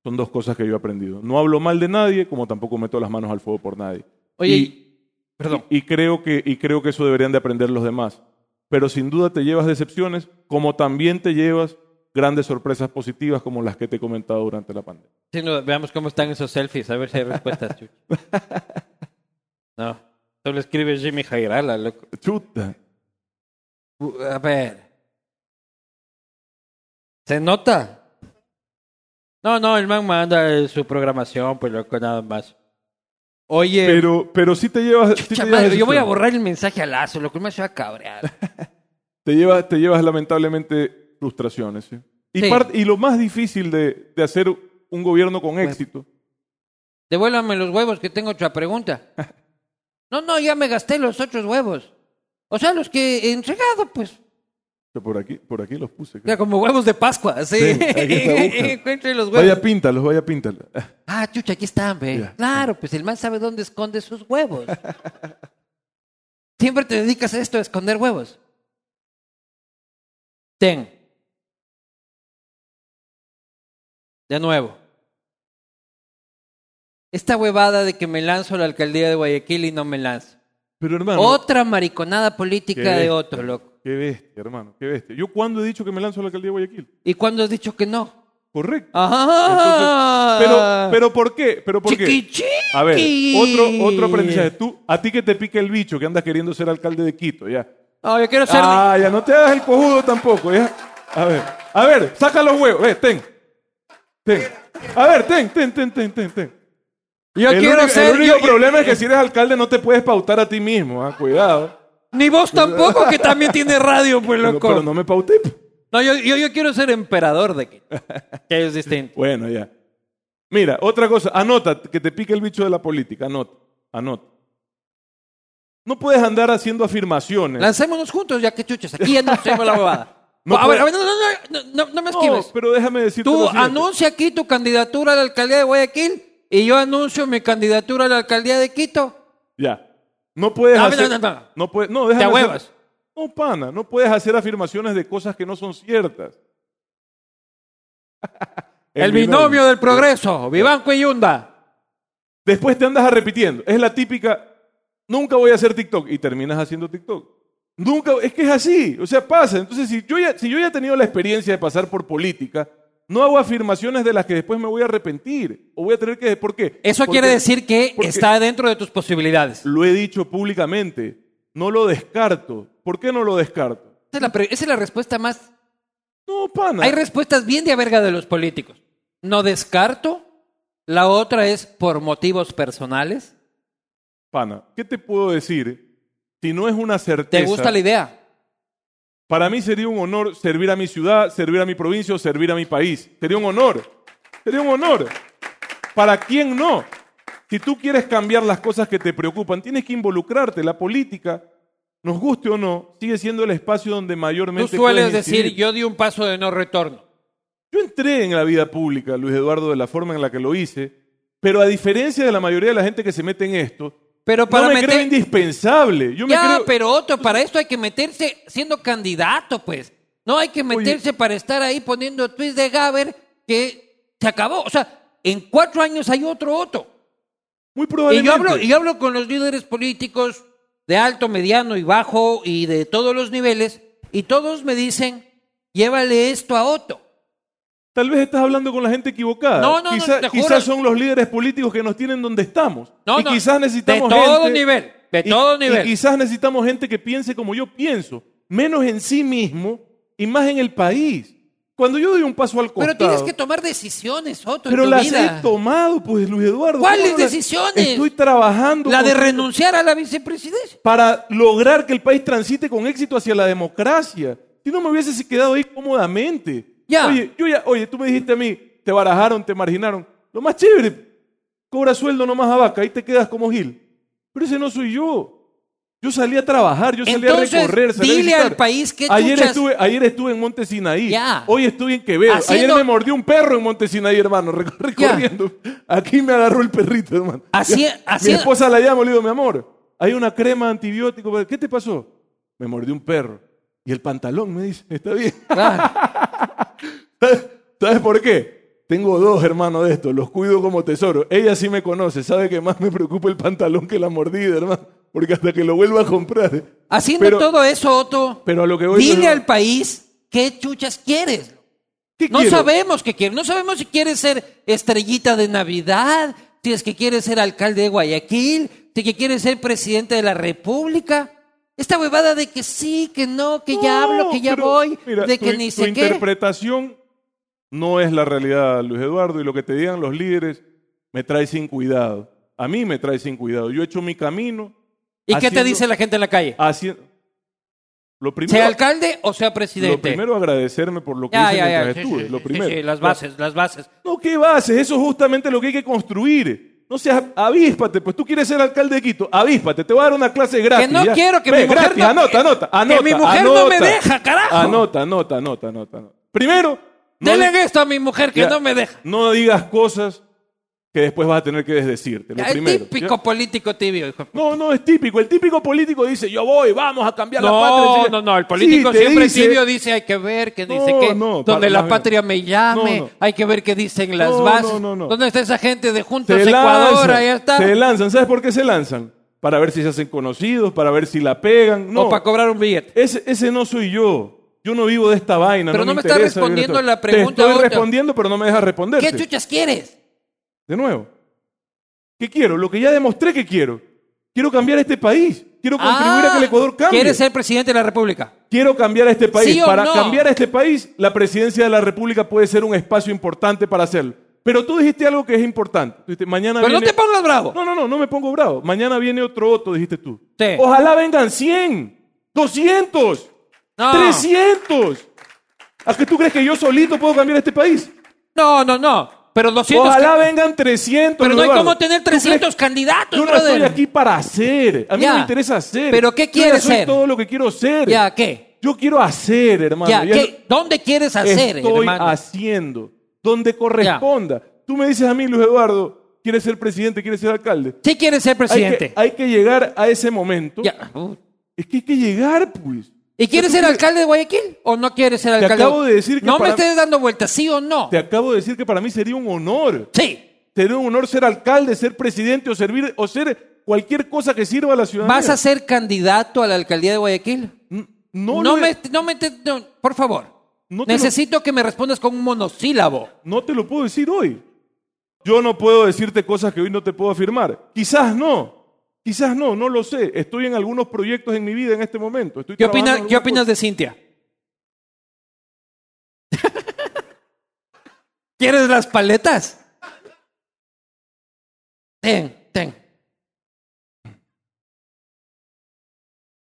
S2: Son dos cosas que yo he aprendido. No hablo mal de nadie, como tampoco meto las manos al fuego por nadie.
S1: Oye,
S2: y-
S1: y- perdón,
S2: Y creo, que, y creo que eso deberían de aprender los demás. Pero sin duda te llevas decepciones, como también te llevas grandes sorpresas positivas como las que te he comentado durante la pandemia.
S1: si no, veamos cómo están esos selfies, a ver si hay respuestas. [LAUGHS] chucho. no, solo escribe Jimmy Jairala, loco.
S2: Chuta.
S1: U- Uh, A ver. ¿Se nota? No, no, el man manda eh, su programación, pues loco, nada más. Oye,
S2: Eh, Pero, pero sí te llevas, sí te
S1: Pucha
S2: llevas
S1: madre, yo voy a
S2: decepciones.
S1: borrar el mensaje a Lazo, lo que me se va a cabrear.
S2: Te llevas, te llevas lamentablemente frustraciones. ¿sí? Y,
S1: Sí.
S2: part- y lo más difícil de, de hacer un gobierno con éxito.
S1: Devuélvame los huevos que tengo otra
S2: [LAUGHS]
S1: pregunta. No, no, ya me gasté los otros huevos. O sea, los que he entregado, pues.
S2: Que Por aquí, por aquí los puse.
S1: Ya como huevos de Pascua, así.
S2: Sí, aquí
S1: [LAUGHS]
S2: está una.
S1: Encuentre los huevos.
S2: Vaya píntalos, vaya píntalos.
S1: Ah, chucha, aquí están, ve.
S2: Ya.
S1: Claro, pues el man sabe dónde esconde sus
S2: [LAUGHS]
S1: huevos. Siempre te dedicas a esto, a esconder huevos. Ten. De nuevo. Esta huevada de que me lanzo a la alcaldía de Guayaquil y no me lanzo.
S2: Pero hermano,
S1: Otra mariconada política de
S2: bestia.
S1: otro, loco.
S2: qué bestia, hermano, qué bestia. ¿Yo cuándo he dicho que me lanzo a la alcaldía de Guayaquil?
S1: ¿Y cuándo has dicho que no?
S2: Correcto.
S1: Ah.
S3: Ajá.
S2: Pero, pero ¿por qué? Pero ¿por qué?
S3: Chiquichiqui.
S2: A ver, otro, otro aprendizaje. Tú, a ti que te pica el bicho, que andas queriendo ser alcalde de Quito, ya.
S3: No, yo quiero ser.
S2: Ah, ya no te hagas el cojudo tampoco, ya. A ver, a ver, saca los huevos. Ve, ten. Ten. A ver, ten, ten, ten, ten, ten, ten.
S3: yo
S2: el
S3: quiero
S2: único, el
S3: ser.
S2: único
S3: yo- yo-
S2: problema es que si eres alcalde no te puedes pautar a ti mismo, ah, cuidado.
S3: Ni vos tampoco, que también tiene radio, pues
S2: Pero,
S3: loco.
S2: pero no me pauté. pues.
S3: No, yo, yo, yo quiero ser emperador de
S2: [LAUGHS]
S3: Quito. Que es distinto.
S2: Bueno, ya. Mira, otra cosa, anota que te pique el bicho de la política, anota, anota. No puedes andar haciendo afirmaciones.
S3: Lancémonos juntos, ya que chuches. Aquí ya no hacemos la bobada.
S2: No
S3: a
S2: puede-
S3: ver, a ver, no, no, no, no, no, no me
S2: No,
S3: esquives.
S2: pero déjame decirte lo
S3: Tú
S2: siguiente.
S3: anuncia aquí tu candidatura a la alcaldía de Guayaquil y yo anuncio mi candidatura a la alcaldía de Quito.
S2: Ya. No puedes
S3: No,
S2: hacer.
S3: no, no, no.
S2: puedes- no, déjame hacer-
S3: ahuevas.
S2: No, pana, no puedes hacer afirmaciones de cosas que no son ciertas. [LAUGHS]
S3: El, binomio, del progreso, Vivanco y Yunda.
S2: Después te andas repitiendo. Es la típica. Nunca voy a hacer TikTok y terminas haciendo TikTok. Nunca, es que es así, o sea, pasa. Entonces, si yo, ya, si yo ya he tenido la experiencia de pasar por política, no hago afirmaciones de las que después me voy a arrepentir o voy a tener que... ¿Por qué?
S3: Eso
S2: Porque-
S3: quiere decir que
S2: porque-
S3: está dentro de tus posibilidades.
S2: Lo he dicho públicamente. No lo descarto. ¿Por qué no lo descarto?
S3: Esa es la, pre- esa es la respuesta más...
S2: No, pana.
S3: Hay respuestas bien de a verga de los políticos. No descarto. La otra es por motivos personales.
S2: Pana, ¿qué te puedo decir si no es una
S3: ¿Te
S2: certeza?
S3: gusta la idea?
S2: Para mí sería un honor servir a mi ciudad, servir a mi provincia o servir a mi país. Sería un honor. Sería un honor. ¿Para quién no? Si tú quieres cambiar las cosas que te preocupan, tienes que involucrarte. La política, nos guste o no, sigue siendo el espacio donde
S3: Tú
S2: mayormente
S3: sueles
S2: puedes incidir.
S3: decir, yo di un paso de no retorno.
S2: Yo entré en la vida pública, Luis Eduardo, de la forma en la que lo hice, pero a diferencia de la mayoría de la gente que se mete en esto,
S3: Pero para
S2: no me
S3: meter-
S2: creo indispensable. Yo me
S3: Ya,
S2: creo-
S3: pero otro, para esto hay que meterse siendo candidato, pues. No hay que meterse para estar ahí poniendo tweets de Gaber que se acabó. O sea, en cuatro años hay otro otro.
S2: Muy
S3: Y
S2: probablemente.
S3: yo hablo, y yo hablo con los líderes políticos de alto, mediano y bajo y de todos los niveles, y todos me dicen, llévale esto a otro.
S2: Tal vez estás hablando con la gente equivocada.
S3: No, no, no,
S2: Quizá-
S3: te juro.
S2: Quizás son los líderes políticos que nos tienen donde estamos.
S3: No,
S2: y
S3: no,
S2: quizás necesitamos
S3: de todo
S2: gente-
S3: nivel, de
S2: y-
S3: todo
S2: Y
S3: nivel.
S2: quizás necesitamos gente que piense como yo pienso, menos en sí mismo y más en el país. Cuando yo doy un paso al costado.
S3: Pero tienes que tomar decisiones, Otto,
S2: Pero
S3: en tu
S2: las
S3: vida.
S2: he tomado, pues, Luis Eduardo.
S3: ¿Cuáles
S2: ¿Cómo no las-
S3: decisiones?
S2: Estoy trabajando
S3: La de
S2: con-
S3: renunciar a la vicepresidencia.
S2: para lograr que el país transite con éxito hacia la democracia. Si no me hubiese quedado ahí cómodamente.
S3: Ya.
S2: Oye, yo ya, oye, tú me dijiste a mí, te barajaron, te marginaron. Lo más chévere, cobra sueldo nomás a vaca, ahí te quedas como Gil. Pero ese no soy yo. Yo salí a trabajar, yo salí
S3: Entonces,
S2: a recorrer, salí a
S3: dile
S2: visitar.
S3: al país qué
S2: ayer
S3: chuchas-
S2: estuve, ayer estuve en Monte Sinaí.
S3: Ya.
S2: Hoy estoy en Quevedo.
S3: Haciendo-
S2: Ayer me mordió un perro en Monte Sinaí, hermano, [LAUGHS] recor-
S3: Ya.
S2: recorriendo. Aquí me agarró el perrito, hermano.
S3: Así-
S2: Ya.
S3: así-
S2: Mi esposa la llamo, le digo, mi amor, hay una crema antibiótico. para- ¿Qué te pasó? Me mordió un perro. Y el pantalón me dice, está bien. [LAUGHS]
S3: Ah.
S2: ¿Sabes por qué? Tengo dos hermanos de estos, los cuido como tesoro. Ella sí me conoce, sabe que más me preocupa el pantalón que la mordida, hermano. Porque hasta que lo vuelva a comprar.
S3: Haciendo
S2: Pero-
S3: todo eso, Otto,
S2: Pero a lo que voy
S3: dile
S2: Luis
S3: al país qué chuchas quieres.
S2: ¿Qué
S3: No
S2: quiero?
S3: sabemos qué quieres. No sabemos si quieres ser estrellita de Navidad, si es que quieres ser alcalde de Guayaquil, si es que quieres ser presidente de la República. Esta huevada de que sí, que no, que ya
S2: No,
S3: hablo, que ya
S2: pero,
S3: voy,
S2: mira,
S3: de que
S2: tu-
S3: ni
S2: tu
S3: sé qué.
S2: interpretación no es la realidad, Luis Eduardo, y lo que te digan los líderes me trae sin cuidado. A mí me trae sin cuidado. Yo he hecho mi camino.
S3: ¿Y qué te
S2: haciendo-
S3: dice la gente en la calle?
S2: haciendo- Lo primero,
S3: Sea alcalde o sea presidente.
S2: lo primero agradecerme por lo que
S3: ya,
S2: hice
S3: ya, ya.
S2: mientras
S3: sí,
S2: estuve,
S3: sí,
S2: lo
S3: sí,
S2: primero.
S3: sí, las bases, las bases.
S2: No, ¿qué bases? Eso es justamente lo que hay que construir. No seas avíspate, pues tú quieres ser alcalde de Quito, avíspate, te voy a dar una clase gratis.
S3: Que no
S2: ya.
S3: quiero, que mi mujer
S2: gratis,
S3: no-
S2: anota, anota,
S3: que
S2: anota.
S3: mi mujer no
S2: anota.
S3: me deja, carajo.
S2: Anota, anota, anota, anota. anota. Primero,
S3: Denle
S2: di-
S3: esto a mi mujer que
S2: ya,
S3: no me deja.
S2: No digas cosas que después vas a tener que desdecirte. Lo
S3: Ya, el
S2: primero.
S3: típico
S2: ya.
S3: político tibio, hijo.
S2: No, no, es típico. El típico político dice, yo voy, vamos a cambiar la patria.
S3: No,
S2: Sí,
S3: no, no, el político
S2: te
S3: siempre
S2: dice-
S3: tibio dice hay que ver, que dice
S2: No,
S3: que
S2: no, para-
S3: donde la
S2: más bien.
S3: patria me llame,
S2: No, no.
S3: hay que ver qué dicen las
S2: No, no,
S3: bases.
S2: no, no.
S3: ¿Dónde está esa gente de Juntos
S2: Se
S3: Ecuador?
S2: lanzan,
S3: Ahí está.
S2: Se lanzan. ¿Sabes por qué se lanzan? Para ver si se hacen conocidos, para ver si la pegan. No.
S3: O para cobrar un billete.
S2: Ese, ese no soy yo. Yo no vivo de esta vaina.
S1: Pero no me está
S2: interesa vivir
S1: respondiendo
S2: esto.
S1: la pregunta,
S2: Te estoy
S1: otra.
S2: respondiendo, pero no me dejas responder.
S1: ¿Qué chuchas quieres?
S2: De nuevo. ¿Qué quiero? Lo que ya demostré que quiero. Quiero cambiar este país. Quiero contribuir a
S1: Ah,
S2: que el Ecuador cambie.
S1: ¿Quieres ser presidente de la República?
S2: Quiero cambiar este país.
S1: ¿Sí o
S2: para
S1: no?
S2: cambiar este país, la presidencia de la República puede ser un espacio importante para hacerlo. Pero tú dijiste algo que es importante. Tú dijiste, mañana
S1: Pero no te
S2: viene-
S1: pongas bravo.
S2: No, no, no, no me pongo bravo. Mañana viene otro Otto, dijiste tú.
S1: Sí.
S2: Ojalá vengan 100, 200,
S1: No.
S2: 300. ¿A qué tú crees que yo solito puedo cambiar este país?
S1: No, no, no. Pero 200.
S2: Ojalá
S1: ca-
S2: vengan 300.
S1: pero no hay
S2: Eduardo.
S1: cómo tener
S2: ¿Tú crees
S1: 300 candidatos,
S2: yo no
S1: brother.
S2: estoy aquí para hacer. A mí
S1: Ya.
S2: no me interesa hacer.
S1: ¿Pero qué
S2: Yo ya
S1: quieres
S2: soy
S1: ser?
S2: todo lo que quiero ser.
S1: ¿Ya qué?
S2: Yo quiero hacer, hermano.
S1: ¿Ya
S2: Ya
S1: qué? ¿Dónde quieres hacer,
S2: estoy
S1: hermano?
S2: haciendo. Donde corresponda. Tú me dices a mí, Luis Eduardo, ¿quieres ser presidente? ¿Quieres ser alcalde?
S1: Sí quieres ser
S2: Hay que-
S1: presidente.
S2: Hay que, llegar a ese momento.
S1: Ya. Uh.
S2: Es que hay que llegar, pues.
S1: ¿Y quieres ser alcalde de Guayaquil o no quieres ser alcalde?
S2: acabo de decir que
S1: No me
S2: para-
S1: estés dando vueltas, sí o no.
S2: Te acabo de decir que para mí sería un honor.
S1: Sí.
S2: Sería un honor ser alcalde, ser presidente o servir o ser cualquier cosa que sirva a la ciudadanía.
S1: ¿Vas a ser candidato a la alcaldía de Guayaquil?
S2: N-
S1: No,
S2: No, lo
S1: me,
S2: he-
S1: no me, te- no, por favor.
S2: No te lo-
S1: Necesito que me respondas con un monosílabo.
S2: no te lo puedo decir hoy. Yo no puedo decirte cosas que hoy no te puedo afirmar. Quizás no. Quizás no, no lo sé. Estoy en algunos proyectos en mi vida en este momento. Estoy
S1: ¿Qué,
S2: trabajando en
S1: opinas, ¿qué
S2: algunas
S1: opinas
S2: cosas.
S1: de Cintia? [LAUGHS] ¿Quieres las paletas? Ten, ten.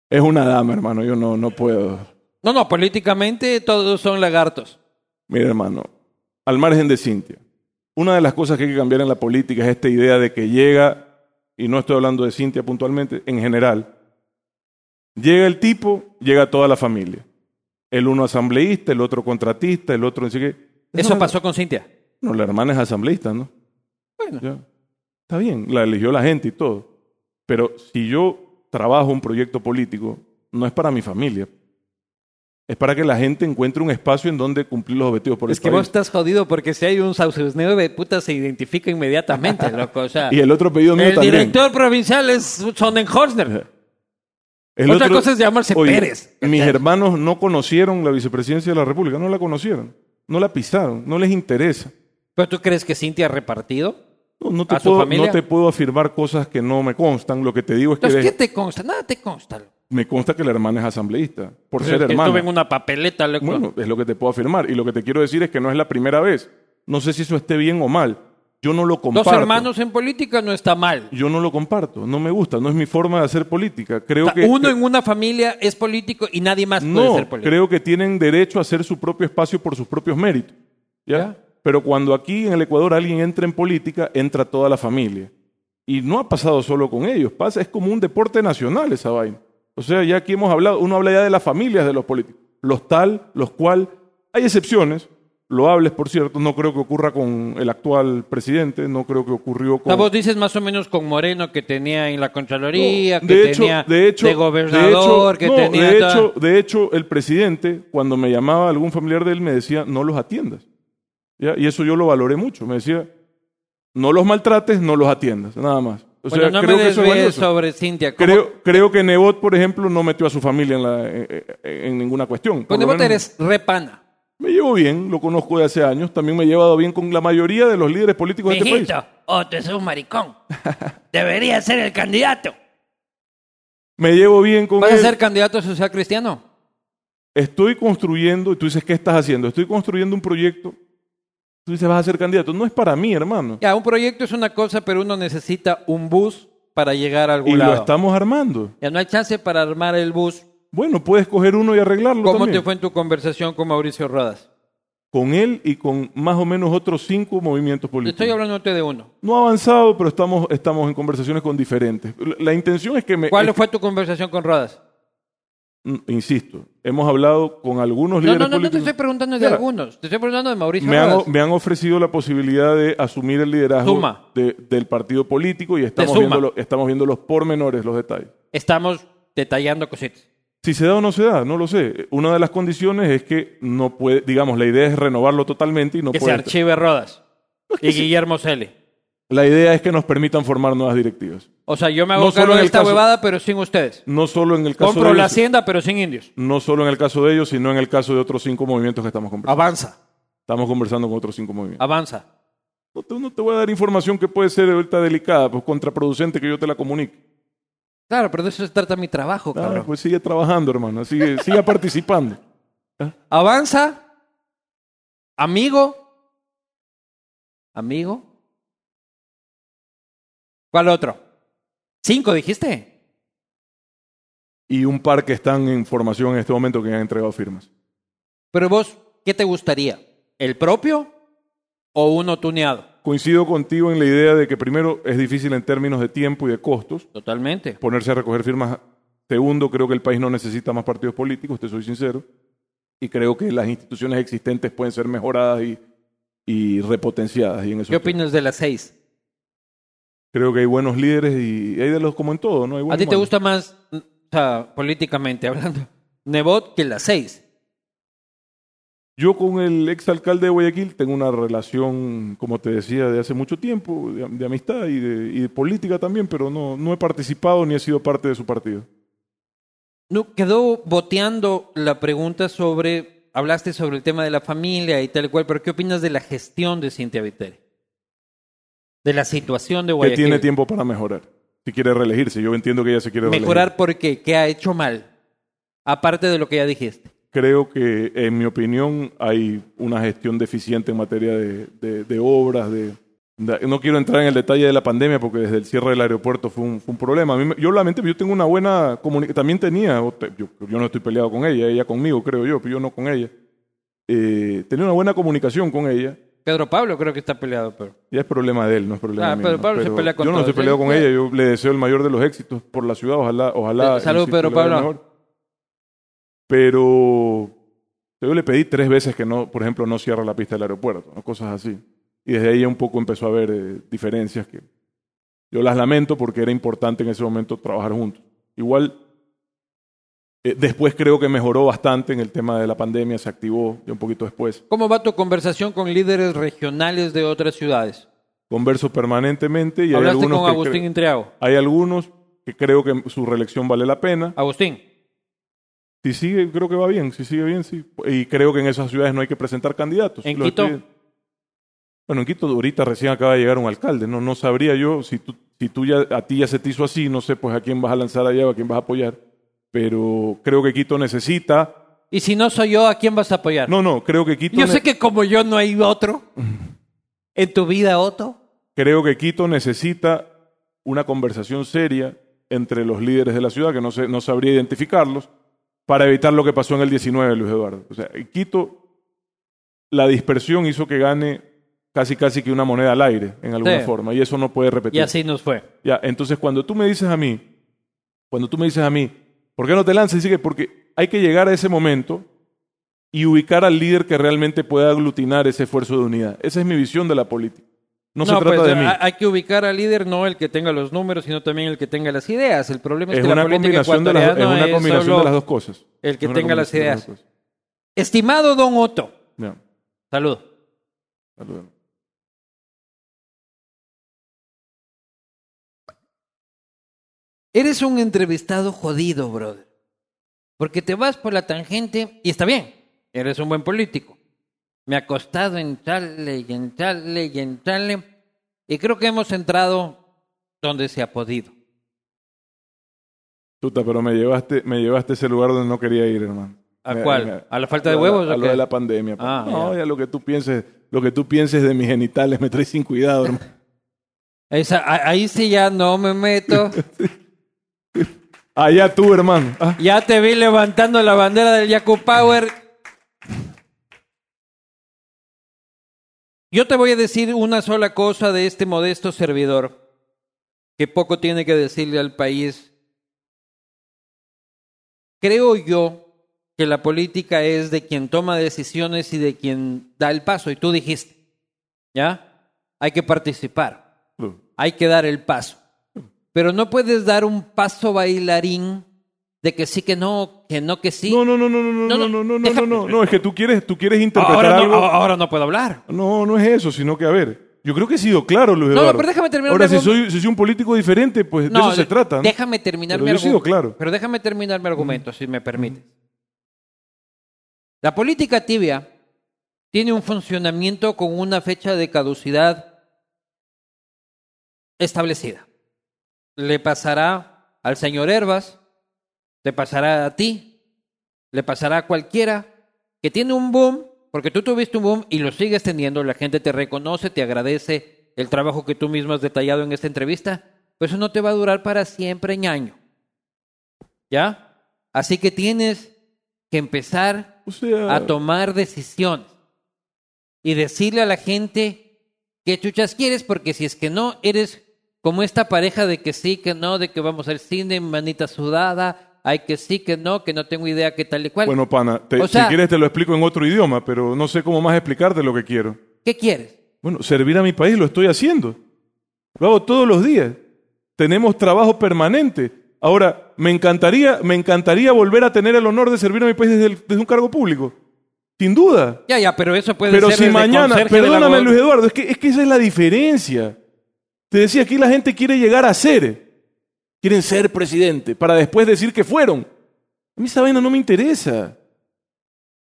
S4: Es una dama, hermano. Yo no, no puedo.
S1: No, no, políticamente todos son lagartos.
S2: Mira, hermano, al margen de Cintia, una de las cosas que hay que cambiar en la política es esta idea de que llega, y no estoy hablando de Cintia puntualmente, en general, llega el tipo, llega toda la familia. El uno asambleísta, el otro contratista, el otro no sé qué.
S1: Eso pasó con Cintia.
S2: No, la hermana es asambleísta, ¿no?
S1: Bueno.
S2: Ya. Está bien, la eligió la gente y todo. Pero si yo trabajo un proyecto político, no es para mi familia. Es para que la gente encuentre un espacio en donde cumplir los objetivos por
S1: Es
S2: el
S1: que
S2: país.
S1: vos estás jodido porque si hay un saucisneo de puta se identifica [LAUGHS] inmediatamente, loco. O sea,
S2: Y el otro pedido mío
S1: el
S2: también.
S1: director provincial es [LAUGHS] Sonnenhorstner.
S2: El
S1: Otra cosa es llamarse Pérez.
S2: Mis hermanos no conocieron la vicepresidencia de la República, no la conocieron, no la pisaron, no les interesa.
S1: ¿Pero tú crees que Cintia ha repartido?
S2: No, no te
S1: ¿A su
S2: puedo,
S1: familia?
S2: no te puedo afirmar cosas que no me constan. Lo que te digo es que
S1: Entonces,
S2: de-
S1: ¿qué te consta? Nada te consta. loco.
S2: me consta que la hermana es asambleísta, por
S1: Pues
S2: ser
S1: es que
S2: hermana.
S1: estuve en una papeleta, loco.
S2: Bueno, es lo que te puedo afirmar. Y lo que te quiero decir es que no es la primera vez. No sé si eso esté bien o mal. Yo no lo
S1: Dos
S2: comparto.
S1: hermanos en política no está mal.
S2: Yo no lo comparto. No me gusta. No es mi forma de hacer política. Creo
S1: O sea,
S2: que
S1: uno en una familia es político y nadie más puede
S2: No,
S1: ser político.
S2: creo que tienen derecho a hacer su propio espacio por sus propios méritos. ¿ya?
S1: Ya.
S2: Pero cuando aquí en el Ecuador alguien entra en política, entra toda la familia. Y no ha pasado solo con ellos, pasa, es como un deporte nacional esa vaina. O sea, ya aquí hemos hablado, uno habla ya de las familias de los políticos, los tal, los cual. Hay excepciones, lo hables, por cierto, no creo que ocurra con el actual presidente, no creo que ocurrió
S1: O sea,
S2: con...
S1: vos dices más o menos con Moreno que tenía en la Contraloría,
S2: No,
S1: que tenía gobernador,
S2: de hecho,
S1: que
S2: no,
S1: tenía...
S2: de
S1: toda-
S2: hecho, de hecho, el presidente, cuando me llamaba algún familiar de él, me decía, no los atiendas. ¿Ya? Y eso yo lo valoré mucho. Me decía, no los maltrates, no los atiendas, nada más. O sea,
S1: bueno, no
S2: creo
S1: me
S2: que eso es
S1: desvíes
S2: valioso.
S1: sobre Cintia. ¿Cómo-
S2: Creo, creo que Nebot, por ejemplo, no metió a su familia en, la- en- en ninguna cuestión. Por
S1: Con
S2: lo
S1: Pues Nebot
S2: menos
S1: eres repana.
S2: Me llevo bien, lo conozco de hace años. También me he llevado bien con la mayoría de los líderes políticos de este país.
S1: Mijito, Otto es Oh, un
S2: [LAUGHS]
S1: maricón. Debería ser el candidato.
S2: Me llevo bien con
S1: ¿Vas a
S2: él.
S1: ser candidato social cristiano?
S2: estoy construyendo, y tú dices, ¿qué estás haciendo? Estoy construyendo un proyecto. Tú dices, vas a ser candidato. No es para mí, hermano.
S1: Ya, un proyecto es una cosa, pero uno necesita un bus para llegar a algún
S2: Y lo
S1: lado.
S2: estamos armando.
S1: Ya no hay chance para armar el bus.
S2: Bueno, puedes coger uno y arreglarlo
S1: ¿Cómo
S2: también.
S1: te fue en tu conversación con Mauricio Rodas?
S2: Con él y con más o menos otros cinco movimientos políticos.
S1: Estoy hablándote de uno.
S2: No ha avanzado, pero estamos, estamos en conversaciones con diferentes. La- La intención es que me...
S1: ¿Cuál
S2: es-
S1: fue tu conversación con Rodas?
S2: Mm, Insisto, hemos hablado con algunos
S1: No,
S2: líderes
S1: no, no, no te
S2: políticos.
S1: estoy preguntando de
S2: Mira,
S1: algunos. Te estoy preguntando de Mauricio
S2: me, han,
S1: Rodas.
S2: me han ofrecido la posibilidad de asumir el liderazgo
S1: Suma.
S2: de- del partido político y estamos
S1: suma.
S2: viendo, lo- estamos viendo los pormenores, los detalles.
S1: Estamos detallando cositas.
S2: Si se da o no se da, no lo sé. Una de las condiciones es que no puede, digamos, la idea es renovarlo totalmente y no
S1: que se
S2: puede.
S1: archive Rodas. Y Guillermo Celi.
S2: La idea es que nos permitan formar nuevas directivas.
S1: O sea, yo me hago
S2: No solo
S1: cargo
S2: en
S1: de
S2: el
S1: esta
S2: caso-
S1: huevada, pero sin ustedes.
S2: No solo en el caso
S1: Compro
S2: de
S1: la
S2: ellos,
S1: hacienda, pero sin indios.
S2: no solo en el caso de ellos, sino en el caso de otros cinco movimientos que estamos conversando.
S1: Avanza,
S2: Estamos conversando con otros cinco movimientos.
S1: avanza.
S2: No te, no te voy a dar información que puede ser ahorita delicada, pues contraproducente que yo te la comunique.
S1: Claro, pero de eso se trata mi trabajo,
S2: Ah,
S1: cabrón.
S2: pues sigue trabajando, hermano. Sigue, [LAUGHS] siga participando.
S1: Avanza, amigo, amigo. ¿Cuál otro? Cinco, dijiste.
S2: Y un par que están en formación en este momento que han entregado firmas.
S1: Pero vos, ¿qué te gustaría? ¿El propio o uno tuneado?
S2: Coincido contigo en la idea de que primero es difícil en términos de tiempo y de costos
S1: Totalmente.
S2: ponerse a recoger firmas. Segundo, creo que el país no necesita más partidos políticos, te soy sincero. Y creo que las instituciones existentes pueden ser mejoradas y, y repotenciadas. Y en eso
S1: ¿Qué
S2: estoy.
S1: opinas de las seis?
S2: Creo que hay buenos líderes y hay de los como en todo, ¿no? Hay
S1: ¿A
S2: buenos
S1: ti te
S2: malos.
S1: gusta más, mm, o sea, políticamente hablando, Nebot que las seis?
S2: Yo con el exalcalde de Guayaquil tengo una relación, como te decía, de hace mucho tiempo, de, de amistad y de, y de política también, pero no, no he participado ni he sido parte de su partido.
S1: No, quedó boteando la pregunta sobre, hablaste sobre el tema de la familia y tal y cual, pero ¿qué opinas de la gestión de Cintia Viteri? De la situación de
S2: Que
S1: Guayaquil.
S2: tiene tiempo para mejorar, si quiere reelegirse. Yo entiendo que ella se quiere reelegir.
S1: Mejorar por qué, qué ha hecho mal, aparte de lo que ya dijiste.
S2: Creo que, en mi opinión, hay una gestión deficiente en materia de, de- de obras, de... de- No quiero entrar en el detalle de la pandemia porque desde el cierre del aeropuerto fue un, fue un problema. A mí me- yo lamento, yo tengo una buena comunicación. También tenía, o te- yo, yo no estoy peleado con ella, ella conmigo, creo yo, pero yo no con ella. Eh, tenía una buena comunicación con ella.
S1: Pedro Pablo creo que está peleado, pero...
S2: Ya es problema de él, no es problema
S1: Ah,
S2: mío.
S1: Pedro
S2: ¿no?
S1: Pablo se pelea con
S2: Yo no
S1: todos.
S2: estoy peleado con
S1: Ya.
S2: ella, yo le deseo el mayor de los éxitos por la ciudad, ojalá. ojalá
S1: Eh, salud,
S2: insisto,
S1: Pedro
S2: le vaya
S1: Pablo.
S2: mejor. Pero yo le pedí tres veces que no, por ejemplo, no cierra la pista del aeropuerto, ¿no? cosas así. Y desde ahí ya un poco empezó a haber eh, diferencias que yo las lamento porque era importante en ese momento trabajar juntos. Igual, eh, después creo que mejoró bastante en el tema de la pandemia, se activó ya un poquito después.
S1: ¿Cómo va tu conversación con líderes regionales de otras ciudades?
S2: Converso permanentemente y hay
S1: Hablaste
S2: algunos
S1: con
S2: que cre-
S1: Agustín Intriago.
S2: Hay algunos que creo que su reelección vale la pena.
S1: Agustín,
S2: Si sigue, creo que va bien. Si sigue bien, sí. Y creo que en esas ciudades no hay que presentar candidatos.
S1: ¿En
S2: Lo
S1: Quito?
S2: estoy- Bueno, en Quito ahorita recién acaba de llegar un alcalde. No, no sabría yo si tú, si tú ya, a ti ya se te hizo así, no sé pues a quién vas a lanzar allá o a quién vas a apoyar. Pero creo que Quito necesita.
S1: y si no soy yo, ¿a quién vas a apoyar?
S2: No, no, creo que Quito.
S1: Yo
S2: ne-
S1: sé que como yo no hay otro. En tu vida, otro.
S2: Creo que Quito necesita una conversación seria entre los líderes de la ciudad, que no, sé- no sabría identificarlos, para evitar lo que pasó en el 19, Luis Eduardo. O sea, en Quito, la dispersión hizo que gane casi casi que una moneda al aire, en alguna
S1: Sí.
S2: forma, y eso no puede
S1: Y
S2: repetirse.
S1: así nos fue.
S2: Ya, entonces cuando tú me dices a mí, cuando tú me dices a mí, ¿por qué no te lanzas? Sigue, porque hay que llegar a ese momento y ubicar al líder que realmente pueda aglutinar ese esfuerzo de unidad. Esa es mi visión de la política. No, se trata
S1: pues,
S2: de mí.
S1: ha- Hay que ubicar al líder, no el que tenga los números, sino también el que tenga las ideas. El problema es,
S2: Es
S1: que
S2: una
S1: la política
S2: combinación, de las, es
S1: ecuatoriana
S2: una
S1: es
S2: combinación
S1: solo
S2: de las dos cosas.
S1: el que
S2: Es una
S1: tenga las
S2: combinación de
S1: ideas.
S2: dos cosas.
S1: Estimado don Otto,
S2: Ya,
S1: salud.
S2: saludos.
S1: Eres un entrevistado jodido, brother. Porque te vas por la tangente y está bien, eres un buen político. Me ha costado entrarle y entrarle y entrarle. Y creo que hemos entrado donde se ha podido.
S2: Chuta, pero me llevaste, me llevaste a ese lugar donde no quería ir, hermano.
S1: ¿A
S2: Me-
S1: cuál?
S2: me-
S1: ¿A la falta de
S2: lo
S1: huevos
S2: A,
S1: o
S2: lo
S1: qué?
S2: de la pandemia.
S1: Ah,
S2: pa. no,
S1: ya.
S2: ya. lo que tú pienses, lo que tú pienses de mis genitales me trae sin cuidado, hermano.
S1: Esa- a- ahí sí ya no me meto.
S2: Allá tú, hermano. Ah,
S1: Ya te vi levantando la bandera del Yaku Power. Yo te voy a decir una sola cosa de este modesto servidor, que poco tiene que decirle al país. Creo yo que la política es de quien toma decisiones y de quien da el paso, y tú dijiste, ¿ya? Hay que participar, hay que dar el paso. Pero no puedes dar un paso bailarín de que sí, que no, que no, que sí.
S2: No, no, no, no, no,
S1: No, no,
S2: no, no, no, no,
S1: deja-
S2: no, no, no, es que tú quieres, tú quieres interpretar
S1: ahora, no ah.
S2: algo.
S1: ahora no puedo hablar.
S2: No, no es eso, sino que a ver, Yo creo que he sido claro, Luis
S1: No, no,
S2: Eduardo.
S1: pero déjame terminar
S2: Ahora,
S1: mi
S2: si soy, si soy un político diferente, pues de eso se trata. ¿no?
S1: Déjame terminar
S2: Pero
S1: mi
S2: yo he sido
S1: argumento.
S2: claro.
S1: Pero déjame terminar mi argumento, si me permites. La política tibia tiene un funcionamiento con una fecha de caducidad establecida. Le pasará al señor Herbas, le pasará a ti, le pasará a cualquiera que tiene un boom, porque tú tuviste un boom y lo sigues teniendo, la gente te reconoce, te agradece el trabajo que tú mismo has detallado en esta entrevista, pues eso no te va a durar para siempre, ñaño. ¿Ya? Así que tienes que empezar
S2: O sea,
S1: a tomar decisiones y decirle a la gente qué chuchas quieres, porque si es que no, eres como esta pareja de que sí, que no, de que vamos al cine, manita sudada, hay que sí, que no, que no tengo idea que tal y cual.
S2: bueno, pana, te-
S1: O sea-
S2: si quieres te lo explico en otro idioma, pero no sé cómo más explicarte lo que quiero.
S1: ¿Qué quieres?
S2: Bueno, servir a mi país lo estoy haciendo. Lo hago todos los días. Tenemos trabajo permanente. Ahora, me encantaría, me encantaría volver a tener el honor de servir a mi país desde, el- desde un cargo público. Sin duda.
S1: Ya, ya, pero eso puede
S2: Pero
S1: ser
S2: si
S1: desde
S2: mañana,
S1: conserje de la
S2: perdóname
S1: gober-
S2: Luis Eduardo, es que, es que esa es la diferencia. Te decía, aquí la gente quiere llegar a ser. Quieren ser presidente para después decir que fueron. A mí esa vaina no me interesa.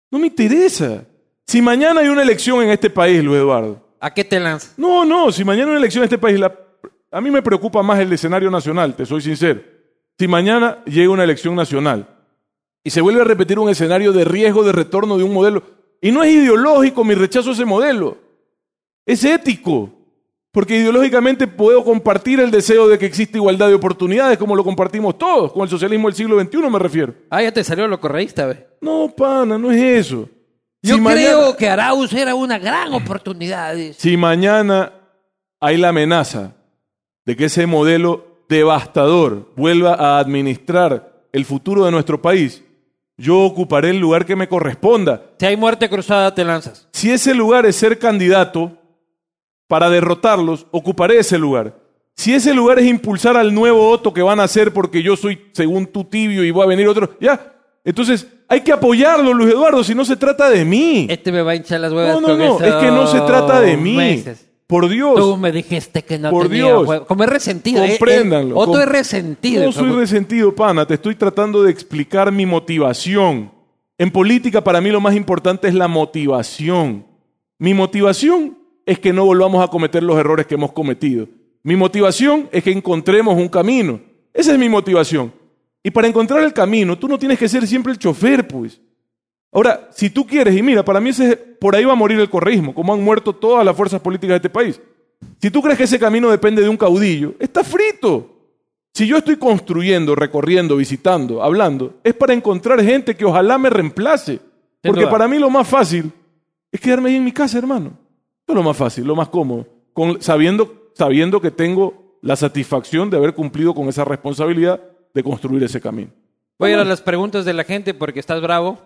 S2: No me interesa. Si mañana hay una elección en este país, Luis Eduardo.
S1: ¿A qué te lanzas?
S2: No, no, si mañana hay una elección en este país, la- a mí me preocupa más el escenario nacional, te soy sincero. Si mañana llega una elección nacional y se vuelve a repetir un escenario de riesgo de retorno de un modelo, y no es ideológico mi rechazo a ese modelo, es ético, porque ideológicamente puedo compartir el deseo de que exista igualdad de oportunidades como lo compartimos todos, con el socialismo del siglo XXI me refiero.
S1: Ah, ya te salió lo correísta, güey.
S2: No, pana, no es eso.
S1: Yo
S2: Si mañana-
S1: creo que Arauz era una gran oportunidad. dice.
S2: Si mañana hay la amenaza de que ese modelo devastador vuelva a administrar el futuro de nuestro país, yo ocuparé el lugar que me corresponda.
S1: Si hay muerte cruzada, te lanzas.
S2: Si ese lugar es ser candidato para derrotarlos, ocuparé ese lugar. Si ese lugar es impulsar al nuevo Otto que van a hacer porque yo soy, según tú, tibio y va a venir otro, ya. Entonces, hay que apoyarlo, Luis Eduardo, si no se trata de mí.
S1: Este me va a hinchar las huevas.
S2: No, no,
S1: con
S2: no, es que no se trata de
S1: esos
S2: mí.
S1: meses.
S2: Por Dios.
S1: Tú me dijiste que no
S2: Pues, Por
S1: tenía
S2: Dios.
S1: huevos. Como es resentido. eh, eh,
S2: Compréndanlo.
S1: Otto
S2: Com-
S1: es resentido.
S2: No soy
S1: hijo.
S2: resentido, pana. Te estoy tratando de explicar mi motivación. En política, para mí lo más importante es la motivación. Mi motivación es que no volvamos a cometer los errores que hemos cometido. Mi motivación es que encontremos un camino. Esa es mi motivación. Y para encontrar el camino, tú no tienes que ser siempre el chofer, pues. Ahora, si tú quieres, y mira, para mí ese, por ahí va a morir el correísmo, como han muerto todas las fuerzas políticas de este país. Si tú crees que ese camino depende de un caudillo, está frito. Si yo estoy construyendo, recorriendo, visitando, hablando, es para encontrar gente que ojalá me reemplace. Porque
S1: duda.
S2: para mí lo más fácil es quedarme ahí en mi casa, hermano. Eso es lo más fácil, lo más cómodo. Con- sabiendo, sabiendo que tengo la satisfacción de haber cumplido con esa responsabilidad de construir ese camino.
S1: Voy a ir a las preguntas de la gente porque estás
S2: [LAUGHS]
S1: bravo.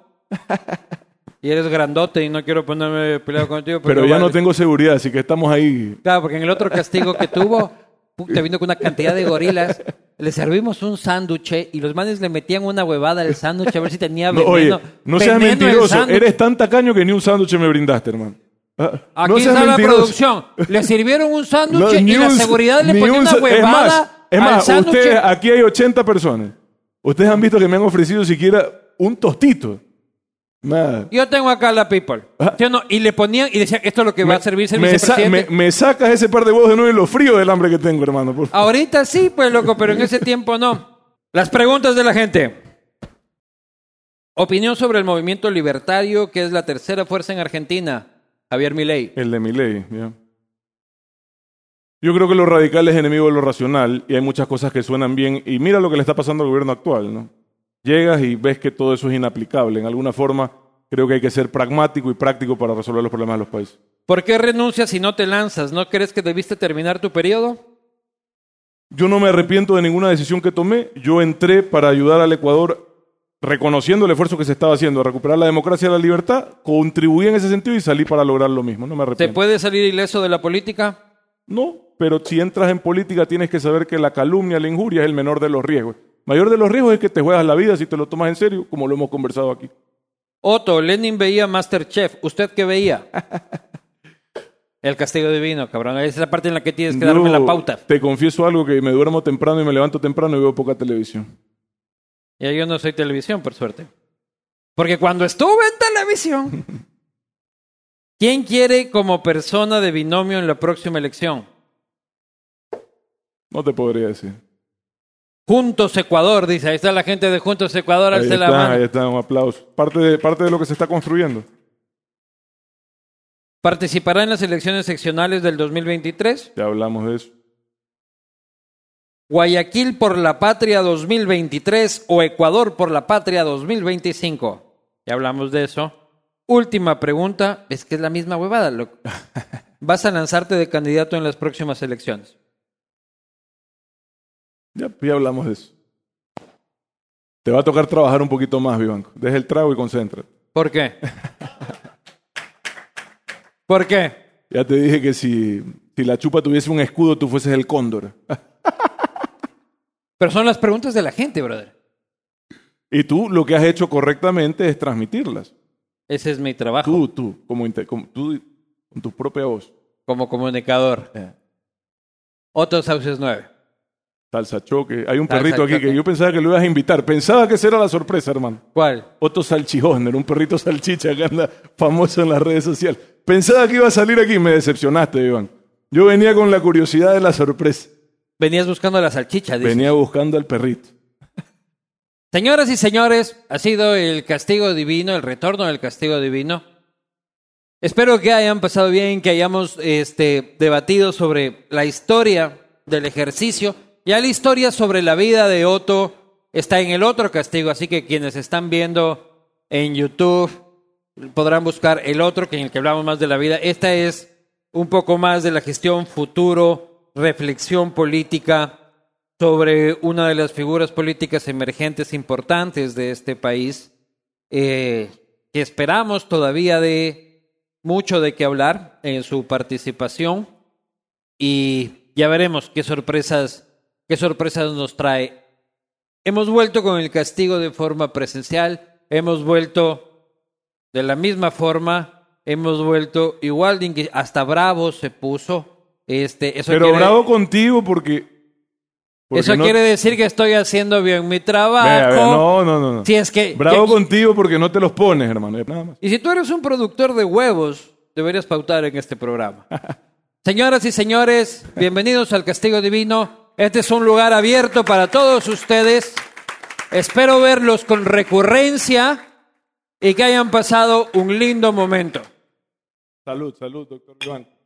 S1: y eres grandote y no quiero ponerme peleado contigo. pues
S2: Pero ya
S1: vale.
S2: no tengo seguridad, así que estamos ahí
S1: [LAUGHS] Claro, porque en el otro castigo que tuvo, pu- te vino con una cantidad de gorilas. Le servimos un sándwich y los manes le metían una huevada al sándwich a ver si tenía
S2: [LAUGHS] No,
S1: veneno.
S2: oye, no seas
S1: Veneno el
S2: mentiroso.
S1: sándwich.
S2: Eres tan tacaño que ni un sándwich me brindaste, hermano. Ah,
S1: Aquí está la producción.
S2: [LAUGHS]
S1: Le sirvieron un
S2: No,
S1: sándwich
S2: ni
S1: y la
S2: un-
S1: seguridad le
S2: ni
S1: ponía
S2: un
S1: una
S2: sa-
S1: huevada
S2: Es más, es
S1: al
S2: más
S1: sándwich.
S2: ustedes- aquí hay 80 personas. Ustedes han visto que me han ofrecido siquiera un tostito. Nada.
S1: Yo tengo acá la people. ¿Sí o no? Y le ponían y decían, esto es lo que va a servirse el
S2: me, sa-
S1: vicepresidente.
S2: me- me sacas ese par de huevos de nuevo y lo frío del hambre que tengo, hermano.
S1: Ah.
S2: por favor.
S1: Ahorita sí, pues loco, pero
S2: [LAUGHS]
S1: en ese tiempo no. Las preguntas de la gente. Opinión sobre el movimiento libertario, que es la tercera fuerza en Argentina. Javier Milei.
S2: El de mi ley, ya. Yo creo que lo radical es enemigo de lo racional y hay muchas cosas que suenan bien. Y mira lo que le está pasando al gobierno actual, ¿no? Llegas y ves que todo eso es inaplicable. En alguna forma, creo que hay que ser pragmático y práctico para resolver los problemas de los países.
S1: ¿Por qué renuncias si no te lanzas? ¿No crees que debiste terminar tu periodo?
S2: Yo no me arrepiento de ninguna decisión que tomé. Yo entré para ayudar al Ecuador reconociendo el esfuerzo que se estaba haciendo a recuperar la democracia y la libertad, contribuí en ese sentido y salí para lograr lo mismo. No me
S1: ¿Te
S2: arrepiento.
S1: puedes salir ileso de la política?
S2: No, pero si entras en política tienes que saber que la calumnia, la injuria es el menor de los riesgos. Mayor de los riesgos es que te juegas la vida si te lo tomas en serio, como lo hemos conversado aquí.
S1: Otto, Lenin veía Masterchef. ¿Usted qué veía? El castigo divino, cabrón. Esa es la parte en la que tienes que darme
S2: Yo
S1: la pauta.
S2: Te confieso algo que me duermo temprano y me levanto temprano y veo poca televisión.
S1: Ya yo no soy televisión, por suerte. Porque cuando estuve en televisión, ¿quién quiere como persona de binomio en la próxima elección?
S2: No te podría decir.
S1: Juntos Ecuador, dice. Ahí está la gente de Juntos Ecuador,
S2: Ahí
S1: alce la
S2: está, ahí
S1: mano.
S2: está, un aplauso. Parte de, parte de lo que se está construyendo.
S1: Participará en las elecciones seccionales del 2023.
S2: Ya hablamos de eso.
S1: Guayaquil por la Patria 2023 o Ecuador por la Patria 2025. Ya hablamos de eso. Última pregunta, es que es la misma huevada, loco. [LAUGHS] ¿Vas a lanzarte de candidato en las próximas elecciones?
S2: Ya, pues ya hablamos de eso. Te va a tocar trabajar un poquito más, Vivanco. Deja el trago y concéntrate.
S1: ¿Por [LAUGHS] qué? ¿Por qué?
S2: Ya te dije que si, si la chupa tuviese un escudo, tú fueses el cóndor. [LAUGHS]
S1: Pero son las preguntas de la gente, brother.
S2: Y tú lo que has hecho correctamente es transmitirlas.
S1: Ese es mi trabajo
S2: Tú, tú, como, inte- como- tú, con tu propia voz.
S1: como comunicador. Otros Sauces 9.
S2: Salsa choque. Hay un
S1: Salsa
S2: perrito aquí
S1: choque.
S2: que yo pensaba que lo ibas a invitar. Pensaba que esa era la sorpresa, hermano.
S1: ¿Cuál?
S2: Otto Salchihosner, un perrito salchicha que anda famoso en las redes sociales. Pensaba que iba a salir aquí y me decepcionaste, Iván. Yo venía con la curiosidad de la sorpresa.
S1: Venías buscando la salchicha, dice.
S2: Venía buscando al perrito.
S1: Señoras y señores, ha sido el castigo divino, el retorno del castigo divino. Espero que hayan pasado bien, que hayamos este, debatido sobre la historia del ejercicio. Ya la historia sobre la vida de Otto está en el otro castigo, así que quienes están viendo en YouTube podrán buscar el otro, que en el que hablamos más de la vida. Esta es un poco más de la gestión futuro, reflexión política, sobre una de las figuras políticas emergentes importantes de este país, eh, que esperamos todavía de mucho de qué hablar en su participación y ya veremos qué sorpresas, qué sorpresas nos trae. Hemos vuelto con el castigo de forma presencial, hemos vuelto de la misma forma, hemos vuelto igual de inqui- hasta bravo se puso. Este, eso
S2: Pero
S1: quiere-
S2: bravo contigo porque. porque
S1: eso
S2: no-
S1: quiere decir que estoy haciendo bien mi trabajo.
S2: Vea, vea, no, no, no. no.
S1: Si es que.
S2: Bravo
S1: que-
S2: contigo porque no te los pones, hermano. Nada más.
S1: Y si tú eres un productor de huevos, deberías pautar en este programa. Señoras y señores, bienvenidos al Castigo Divino. Este es un lugar abierto para todos ustedes. Espero verlos con recurrencia y que hayan pasado un lindo momento.
S2: Salud, salud, doctor Iván.